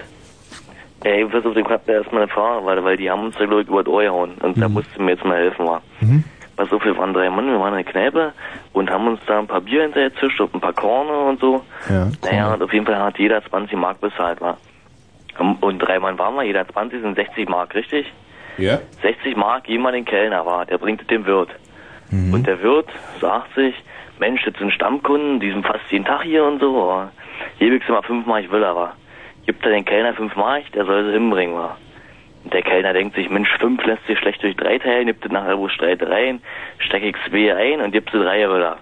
Speaker 17: Ja, jedenfalls auf dem Knopf da erstmal eine Frau, weil, weil die haben uns da glaube ich über das Ohr gehauen und da mussten wir jetzt mal helfen. War. Pass auf, wir waren drei Mann, wir waren in der Kneipe und haben uns da ein paar Bier hinterher gezischt und ein paar Korne und so.
Speaker 1: Ja,
Speaker 17: Naja, und auf jeden Fall hat jeder 20 Mark bezahlt, war. Und drei Mann waren wir, jeder 20 sind 60 Mark, richtig?
Speaker 2: Ja.
Speaker 17: 60 Mark geben an den Kellner, war. Der bringt es dem Wirt.
Speaker 2: Mhm.
Speaker 17: Und der Wirt sagt sich, Mensch, das sind Stammkunden, die sind fast jeden Tag hier und so. wa. Hier wichst du mal fünf Mark, ich will aber. Gibt er den Kellner fünf Mark, der soll sie hinbringen, wa. Und der Kellner denkt sich, Mensch, fünf lässt sich schlecht durch drei teilen, gibt es nachher wo Streit rein, stecke ich zwei ein und gibt sie drei Willer.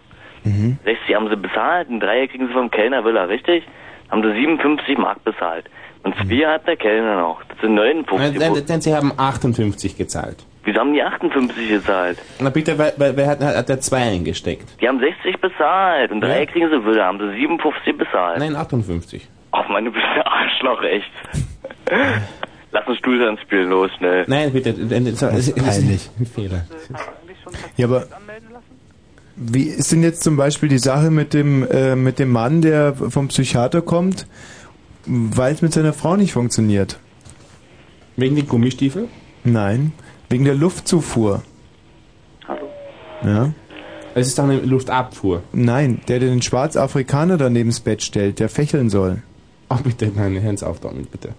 Speaker 2: Mhm.
Speaker 17: 60 haben sie bezahlt, ein Dreier kriegen sie vom Kellner Willer, richtig? Haben sie 57 Mark bezahlt. Und zwei hat der Kellner noch. Das sind 59.
Speaker 2: Mhm. Nein, nein, nein, sie haben 58 gezahlt.
Speaker 17: Wieso haben die 58 gezahlt?
Speaker 2: Na bitte, wer, wer, wer hat, hat der 2 eingesteckt?
Speaker 17: Die haben 60 bezahlt und drei kriegen sie Wille, haben sie 57 bezahlt.
Speaker 2: Nein, 58.
Speaker 17: Ach man, du bist ein Arschloch,
Speaker 1: (laughs)
Speaker 17: echt. Lass uns Stuhl ans Spielen los, schnell.
Speaker 2: Nein, bitte, äh, das ist peinlich. Fehler.
Speaker 1: Ja, aber wie ist denn jetzt zum Beispiel die Sache mit dem, äh, mit dem Mann, der vom Psychiater kommt, weil es mit seiner Frau nicht funktioniert?
Speaker 2: Wegen den Gummistiefeln?
Speaker 1: Nein, wegen der Luftzufuhr. Hallo? Ja?
Speaker 2: Es ist doch eine Luftabfuhr.
Speaker 1: Nein, der den Schwarzafrikaner daneben ins Bett stellt, der fächeln soll.
Speaker 2: Ach bitte, nein, hören Sie auf damit, bitte.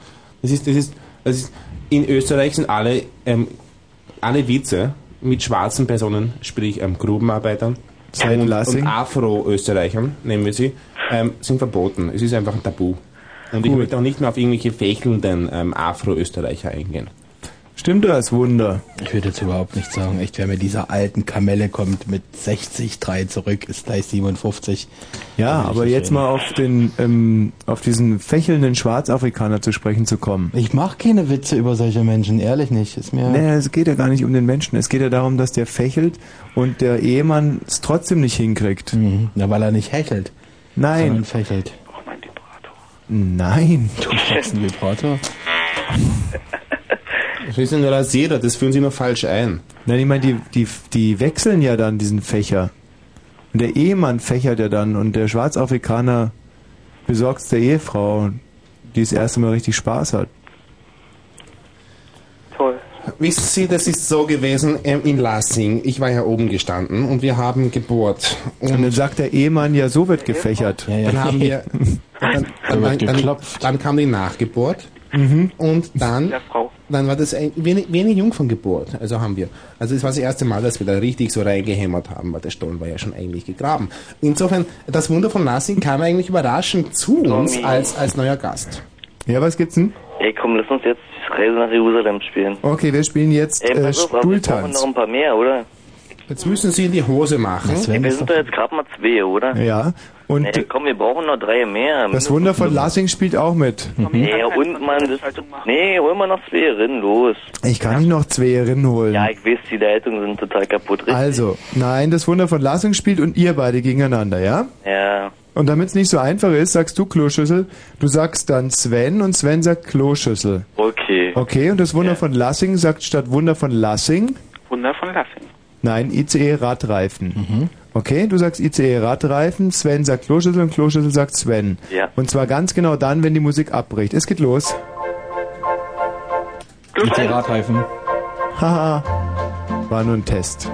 Speaker 2: Das ist, das ist, das ist, in Österreich sind alle, ähm, alle Witze mit schwarzen Personen, sprich ähm, Grubenarbeitern
Speaker 1: Seit
Speaker 2: und,
Speaker 1: Lassing.
Speaker 2: und Afro-Österreichern, nehmen wir sie, ähm, sind verboten. Es ist einfach ein Tabu. Und ich
Speaker 1: Gut.
Speaker 2: möchte auch nicht mehr auf irgendwelche fächelnden ähm, Afro-Österreicher eingehen.
Speaker 1: Stimmt das Wunder?
Speaker 13: Ich würde jetzt überhaupt nicht sagen, echt, wer mit dieser alten Kamelle kommt mit 60, 3 zurück, ist gleich 57.
Speaker 1: Ja, aber jetzt mal auf den, ähm, auf diesen fächelnden Schwarzafrikaner zu sprechen zu kommen.
Speaker 13: Ich mache keine Witze über solche Menschen, ehrlich nicht. Ist mir.
Speaker 1: Naja, es geht ja gar nicht um den Menschen. Es geht ja darum, dass der fächelt und der Ehemann es trotzdem nicht hinkriegt.
Speaker 13: Mhm. Na, weil er nicht hechelt.
Speaker 1: Nein.
Speaker 13: sondern fächelt.
Speaker 1: Nein.
Speaker 13: Du brauchst einen Vibrator.
Speaker 2: Das ist ein Rasierer, das führen Sie immer falsch ein.
Speaker 1: Nein, ich meine, die, die, die wechseln ja dann diesen Fächer. Und der Ehemann fächert ja dann und der Schwarzafrikaner besorgt es der Ehefrau, die das erste Mal richtig Spaß hat.
Speaker 2: Toll. Wissen Sie, das ist so gewesen ähm, in Lassing. Ich war ja oben gestanden und wir haben gebohrt. Und,
Speaker 1: dann sagt der Ehemann, ja, so wird gefächert.
Speaker 2: Dann haben (laughs) wir. Dann, dann, dann, dann, dann kam die Nachgeburt.
Speaker 1: Mhm.
Speaker 2: Und dann, dann war das ein, wie, eine, wie eine Jungferngeburt. Also haben wir. Also es war das erste Mal, dass wir da richtig so reingehämmert haben, weil der Stollen war ja schon eigentlich gegraben. Insofern, das Wunder von Lassing kam eigentlich überraschend zu uns als, als neuer Gast.
Speaker 1: Ja, was gibt's denn?
Speaker 17: Ey, komm, lass uns jetzt Reise nach Jerusalem spielen.
Speaker 1: Okay, wir spielen jetzt
Speaker 17: Ey,
Speaker 1: äh,
Speaker 17: pass auf, aber wir brauchen noch um
Speaker 1: Stuhltanz.
Speaker 17: ein paar mehr, oder? Hm?
Speaker 2: Jetzt müssen Sie in die Hose machen.
Speaker 17: Ey, wir sind doch jetzt gerade mal zwei, oder?
Speaker 1: Ja, und
Speaker 17: Ey, komm, wir brauchen noch drei mehr.
Speaker 1: das halt Wunder von Lassing spielt auch mit.
Speaker 17: Nee, und man, das, nee, holen wir noch zwei Rinnen, los.
Speaker 1: Ich kann nicht noch zwei Rinnen holen.
Speaker 17: Ja, ich weiß, die Leitungen sind total kaputt, richtig?
Speaker 1: Also, nein, das Wunder von Lassing spielt und ihr beide gegeneinander, ja?
Speaker 17: Ja,
Speaker 1: Und damit es nicht so einfach ist, sagst du Kloschüssel, du sagst dann Sven und Sven sagt Kloschüssel.
Speaker 17: okay.
Speaker 1: Okay, und das Wunder von Lassing sagt statt Wunder von Lassing,
Speaker 7: Wunder von Lassing.
Speaker 1: nein, ICE Radreifen. Okay, du sagst ICE Radreifen, Sven sagt Kloschüssel und Kloschüssel sagt Sven.
Speaker 17: Ja.
Speaker 1: Und zwar ganz genau dann, wenn die Musik abbricht. Es geht los.
Speaker 13: Mit der Radreifen.
Speaker 1: Haha, war nur ein Test.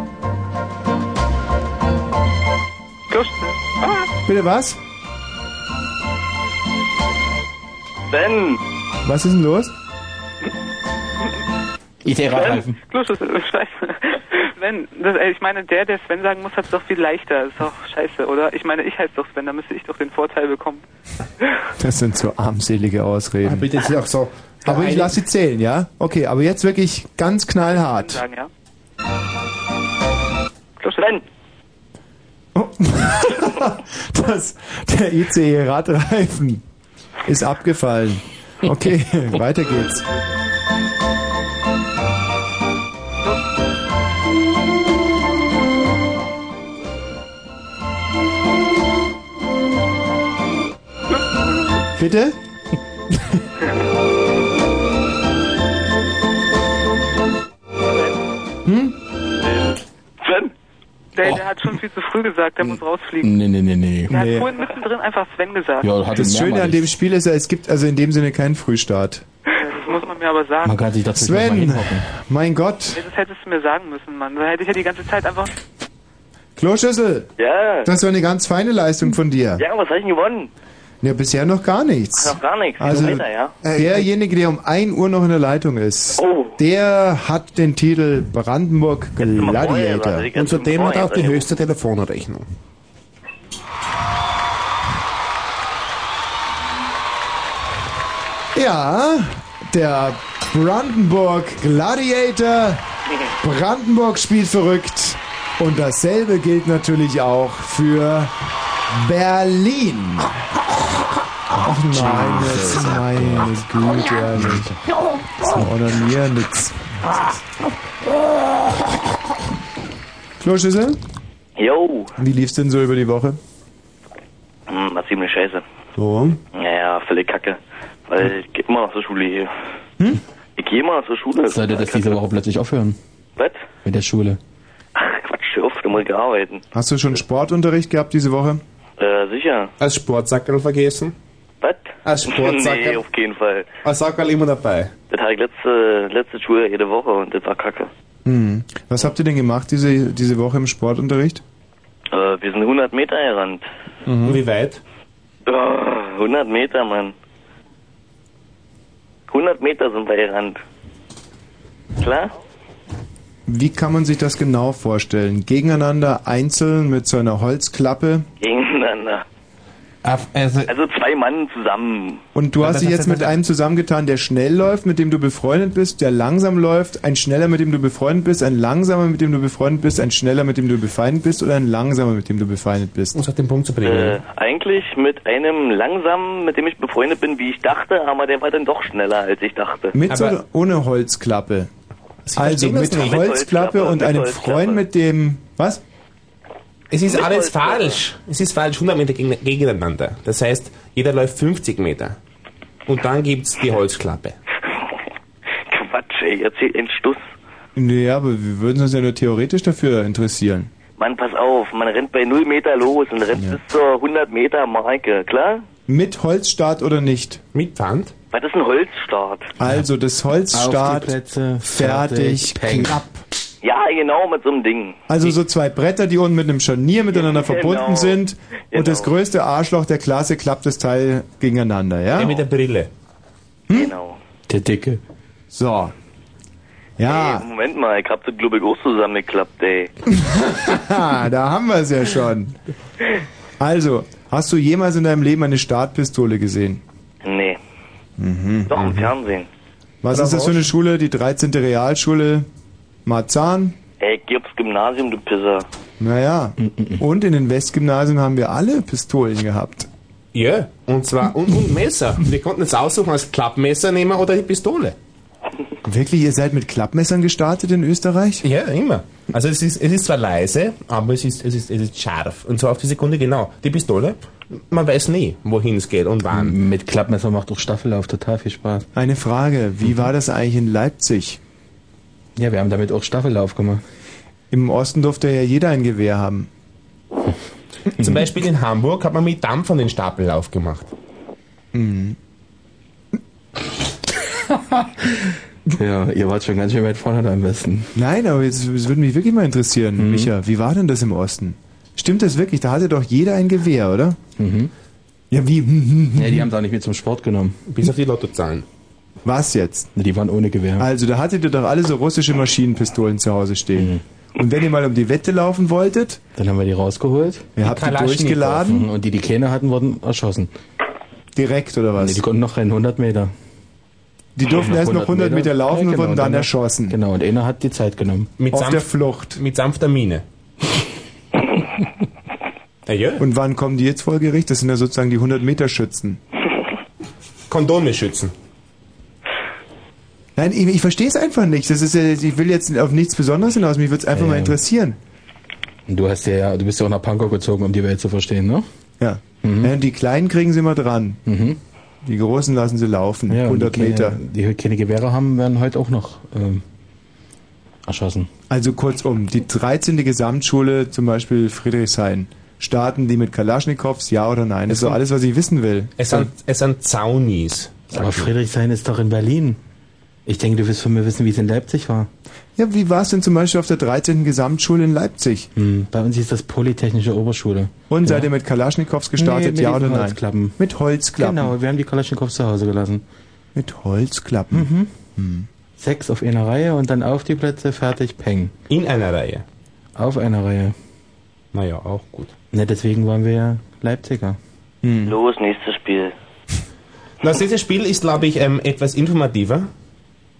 Speaker 1: Bitte was?
Speaker 17: Ben!
Speaker 1: Was ist denn los?
Speaker 13: Idee-Radreifen.
Speaker 7: Klus, das ist scheiße. Sven, das, ey, ich meine, der, der Sven sagen muss, hat es doch viel leichter. Ist doch scheiße, oder? Ich meine, ich heiße doch Sven, da müsste ich doch den Vorteil bekommen.
Speaker 1: Das sind so armselige Ausreden.
Speaker 2: Aber Ah, bitte, das ist auch so.
Speaker 1: Aber ich
Speaker 2: Eine-
Speaker 1: lasse sie zählen, ja? Okay, aber jetzt wirklich ganz knallhart.
Speaker 7: Sagen, ja?
Speaker 17: Sven!
Speaker 1: Das, der ICE-Radreifen ist abgefallen. Okay, weiter geht's. Bitte? Hm?
Speaker 17: Sven!
Speaker 7: schon viel zu früh gesagt, der muss rausfliegen.
Speaker 13: Nee, nee, nee, nee.
Speaker 7: Er hat vorhin mittendrin einfach Sven gesagt.
Speaker 1: das Schöne an dem Spiel ist ja, es gibt also in dem Sinne keinen Frühstart.
Speaker 7: Das muss man mir aber sagen.
Speaker 1: Sven, mein Gott,
Speaker 7: Ja, Das hättest du mir sagen müssen, Mann. Da hätte ich ja die ganze Zeit einfach.
Speaker 1: Kloschüssel,
Speaker 17: Ja.
Speaker 1: das war eine ganz feine Leistung von dir.
Speaker 17: Ja, was habe ich denn gewonnen?
Speaker 1: Ja, bisher noch gar nichts.
Speaker 17: Ach, noch gar nichts.
Speaker 1: Also,
Speaker 17: Weiter, ja. Oh.
Speaker 1: derjenige, der um 1 Uhr noch in der Leitung ist, der hat den Titel Brandenburg Gladiator.
Speaker 8: Und zudem hat er auch die höchste Telefonrechnung.
Speaker 1: Ja, der Brandenburg Gladiator. Brandenburg spielt verrückt. Und dasselbe gilt natürlich auch für Berlin. Ach nein, jetzt meine Güte, ehrlich. Das ist ein onanierendes. Kloschüssel,
Speaker 17: Jo,
Speaker 1: wie lief's denn so über die Woche?
Speaker 17: hm, war ziemlich scheiße.
Speaker 1: So.
Speaker 17: Naja, völlig kacke. Weil ich geh immer noch zur Schule hier.
Speaker 13: Hm?
Speaker 17: Ich gehe immer noch zur Schule.
Speaker 13: Sollte das diese Woche plötzlich aufhören?
Speaker 17: Was?
Speaker 13: Mit der Schule.
Speaker 17: Quatsch, hör auf, du musst arbeiten.
Speaker 1: Hast du schon Sportunterricht gehabt diese Woche?
Speaker 17: Äh, sicher.
Speaker 2: Als Sportsackerl vergessen?
Speaker 17: Was?
Speaker 2: Als Sportsackerl?
Speaker 17: nee, auf jeden Fall.
Speaker 2: Als Sackerl immer dabei.
Speaker 17: Das hatte ich letzte, letzte Schule jede Woche und das war kacke.
Speaker 1: Hm. Was habt ihr denn gemacht diese, diese Woche im Sportunterricht?
Speaker 17: Äh, wir sind 100 Meter gerannt.
Speaker 2: Mhm. Wie weit?
Speaker 17: Oh, 100 Meter, Mann. 100 Meter sind wir gerannt. Klar?
Speaker 1: Wie kann man sich das genau vorstellen? Gegeneinander, einzeln, mit so einer Holzklappe.
Speaker 17: Gegeneinander.
Speaker 13: Also,
Speaker 17: zwei Mann zusammen.
Speaker 1: Und du hast dich jetzt mit einem zusammengetan, der schnell läuft, mit dem du befreundet bist, der langsam läuft, ein schneller, mit dem du befreundet bist, ein langsamer, mit dem du befreundet bist, ein schneller, mit dem du befeindet bist oder ein langsamer, mit dem du befeindet bist. Um
Speaker 2: es auf den Punkt zu
Speaker 17: Äh, eigentlich mit einem langsamen, mit dem ich befreundet bin, wie ich dachte, aber der war dann doch schneller, als ich dachte.
Speaker 1: Mit oder ohne Holzklappe?
Speaker 17: Sie
Speaker 1: Also
Speaker 17: verstehen das
Speaker 1: mit
Speaker 17: nicht. Mit
Speaker 1: Holzklappe,
Speaker 17: Holzklappe,
Speaker 1: und
Speaker 17: mit
Speaker 1: einem
Speaker 17: Holzklappe.
Speaker 1: Freund, mit dem... Was?
Speaker 2: Es ist alles falsch. Es ist falsch, 100 Meter gegen- gegeneinander. Das heißt, jeder läuft 50 Meter. Und dann gibt's die Holzklappe.
Speaker 17: Quatsch, ey, erzähl einen Stuss.
Speaker 1: Naja, aber wir würden uns ja nur theoretisch dafür interessieren.
Speaker 17: Mann, pass auf, man rennt bei 0 Meter los und rennt bis zur 100 Meter Marke, klar?
Speaker 1: Mit Holzstart oder nicht?
Speaker 2: Mit Wand?
Speaker 17: Was ist ein Holzstart?
Speaker 1: Also das
Speaker 13: Auf
Speaker 1: Holzstart,
Speaker 13: die Plätze,
Speaker 1: fertig,
Speaker 13: fertig, peng.
Speaker 1: klapp.
Speaker 17: Ja, genau, mit so einem Ding.
Speaker 1: Also so zwei Bretter, die unten mit einem Scharnier miteinander
Speaker 17: Genau.
Speaker 1: verbunden sind.
Speaker 17: Genau.
Speaker 1: Und das größte Arschloch der Klasse klappt das Teil gegeneinander, ja?
Speaker 2: Der mit der Brille.
Speaker 17: Genau.
Speaker 1: Der Dicke. So. Ja, (laughs)
Speaker 17: Ey, Moment mal, ich hab das glaube ich auch zusammengeklappt, ey.
Speaker 1: ha, da haben wir es ja schon. Also, hast du jemals in deinem Leben eine Startpistole gesehen?
Speaker 17: Nee,
Speaker 1: Mhm.
Speaker 17: doch im Fernsehen.
Speaker 1: Was ist das für eine Schule? Die 13. Realschule Marzahn?
Speaker 17: Ey, geh aufs Gymnasium, du Pisser.
Speaker 1: Naja. Und in den Westgymnasien haben wir alle Pistolen gehabt.
Speaker 2: Ja, und zwar und, und Messer. Wir konnten es aussuchen als Klappmesser nehmen oder die Pistole.
Speaker 1: Wirklich, ihr seid mit Klappmessern gestartet in Österreich?
Speaker 2: Ja, immer. Also es ist, es ist zwar leise, aber es ist, es, ist, es ist scharf. Und zwar auf die Sekunde genau. Die Pistole, man weiß nie, wohin es geht und wann.
Speaker 13: Mit Klappmesser macht doch Staffellauf total viel Spaß.
Speaker 1: Eine Frage, wie war das eigentlich in Leipzig?
Speaker 13: Ja, wir haben damit auch Staffellauf gemacht.
Speaker 1: Im Osten durfte ja jeder ein Gewehr haben.
Speaker 2: (laughs) Zum Beispiel in Hamburg hat man mit Dampf an den Stapellauf gemacht.
Speaker 1: Mhm.
Speaker 13: Ja, ihr wart schon ganz schön weit vorne da am besten.
Speaker 1: Nein, aber jetzt es würde mich wirklich mal interessieren,
Speaker 13: Mhm.
Speaker 1: Micha, wie war denn das im Osten? Stimmt das wirklich? Da hatte doch jeder ein Gewehr, oder? Mhm. Ja, wie?
Speaker 13: Ja, die haben es auch nicht mit zum Sport genommen.
Speaker 2: Bis auf die Lottozahlen.
Speaker 1: Was jetzt?
Speaker 13: Die waren ohne Gewehr.
Speaker 1: Also, da hattet ihr doch alle so russische Maschinenpistolen zu Hause stehen. Und wenn ihr mal um die Wette laufen wolltet?
Speaker 13: Mhm. Dann haben wir die rausgeholt.
Speaker 1: Ihr habt die durchgeladen?
Speaker 13: Und die, die keine hatten, wurden erschossen.
Speaker 1: Direkt oder was?
Speaker 13: Nee, die konnten noch rennen, 100 Meter.
Speaker 1: Die durften
Speaker 13: Nach
Speaker 1: erst noch 100 Meter laufen und wurden dann erschossen.
Speaker 13: Genau, und einer hat die Zeit genommen.
Speaker 1: Flucht.
Speaker 2: Mit sanfter Mine.
Speaker 1: Und wann kommen die jetzt vor Gericht? Das sind ja sozusagen die 100-Meter-Schützen.
Speaker 2: (laughs) Kondome schützen.
Speaker 1: Nein, ich, ich verstehe es einfach nicht. Das ist ja, ich will jetzt auf nichts Besonderes hinaus. Mich würde es einfach mal interessieren.
Speaker 13: Und du hast ja- ja, du bist ja auch nach Pankow gezogen, um die Welt zu verstehen, ne? Mhm.
Speaker 1: Ja. Ja, die Kleinen kriegen sie immer dran. Die Großen lassen sie laufen.
Speaker 13: Ja, und
Speaker 1: 100
Speaker 13: die keine,
Speaker 1: Meter.
Speaker 13: Die keine Gewehre haben, werden heute auch noch ähm, erschossen.
Speaker 1: Also kurzum, die 13. Gesamtschule, zum Beispiel Friedrichshain. Starten die mit Kalaschnikows, ja oder nein? Das ist so alles, was ich wissen will.
Speaker 2: Es sind, es sind Zaunis.
Speaker 13: Aber Friedrichshain ist doch in Berlin. Ich denke, du wirst von mir wissen, wie es in Leipzig war.
Speaker 1: Ja, wie war es denn zum Beispiel auf der 13. Gesamtschule in Leipzig?
Speaker 13: Hm, bei uns hieß das Polytechnische Oberschule.
Speaker 1: Und seid ihr mit Kalaschnikows gestartet,
Speaker 13: mit
Speaker 1: ja
Speaker 13: diesen
Speaker 1: oder nein?
Speaker 13: Holzklappen.
Speaker 1: Mit Holzklappen.
Speaker 13: Genau, wir haben die Kalaschnikows zu Hause gelassen.
Speaker 1: Mit Holzklappen? Hm.
Speaker 13: Mhm. Sechs auf einer Reihe und dann auf die Plätze, fertig, peng.
Speaker 2: In einer Reihe?
Speaker 13: Auf einer Reihe.
Speaker 2: Naja, auch gut.
Speaker 13: Ne, deswegen waren wir ja Leipziger.
Speaker 1: Mhm.
Speaker 17: Los, nächstes Spiel.
Speaker 2: (laughs) Na, Das nächste Spiel ist, glaube ich, ähm, etwas informativer.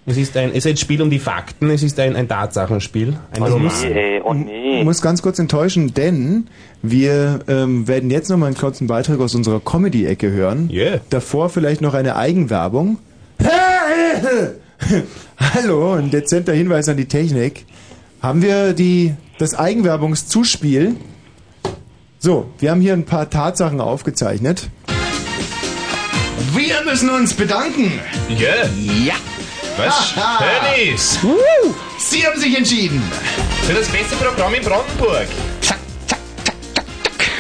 Speaker 2: Es ist ein, es ist ein Spiel um die Fakten, es ist ein, ein Tatsachenspiel. Ein
Speaker 1: Also muss-
Speaker 17: äh,
Speaker 2: oh
Speaker 1: Ich muss ganz kurz enttäuschen, denn wir ähm, werden jetzt nochmal einen kurzen Beitrag aus unserer Comedy-Ecke hören.
Speaker 2: Yeah.
Speaker 1: Davor vielleicht noch eine Eigenwerbung. (laughs) Hallo, ein dezenter Hinweis an die Technik. Haben wir die, das Eigenwerbungszuspiel? So, wir haben hier ein paar Tatsachen aufgezeichnet. Wir müssen uns bedanken.
Speaker 5: Yeah. Ja. Was?
Speaker 1: Aha.
Speaker 5: Dennis!
Speaker 1: Sie haben sich entschieden.
Speaker 5: Für das beste Programm in Brandenburg.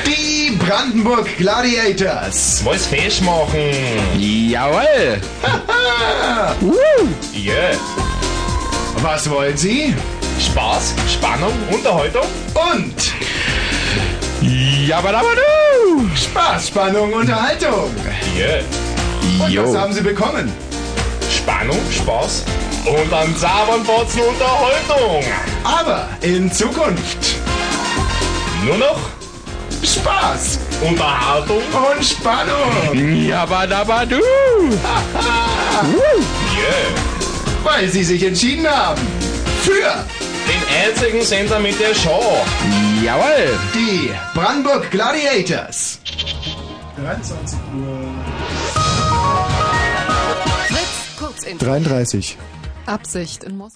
Speaker 1: Die Brandenburg Gladiators.
Speaker 5: Wollt's fesch machen. (laughs)
Speaker 16: Jawohl.
Speaker 5: Yeah.
Speaker 1: Was wollen Sie?
Speaker 5: Spaß, Spannung, Unterhaltung
Speaker 1: und
Speaker 5: Jabadabadu!
Speaker 1: Spaß, Spannung, Unterhaltung.
Speaker 5: Yeah.
Speaker 1: Und was haben Sie bekommen?
Speaker 5: Spannung, Spaß und an Sabernbotzen Unterhaltung.
Speaker 1: Aber in Zukunft
Speaker 5: nur noch
Speaker 1: Spaß,
Speaker 5: Unterhaltung
Speaker 1: und Spannung. (laughs)
Speaker 16: Jabadabadu.
Speaker 5: Yeah.
Speaker 1: Weil Sie sich entschieden haben für
Speaker 5: den einzigen Sender mit der Show.
Speaker 1: Jawohl. Die Brandenburg Gladiators. 23
Speaker 12: Fritz, kurz in
Speaker 1: 33.
Speaker 12: Absicht in Moskau.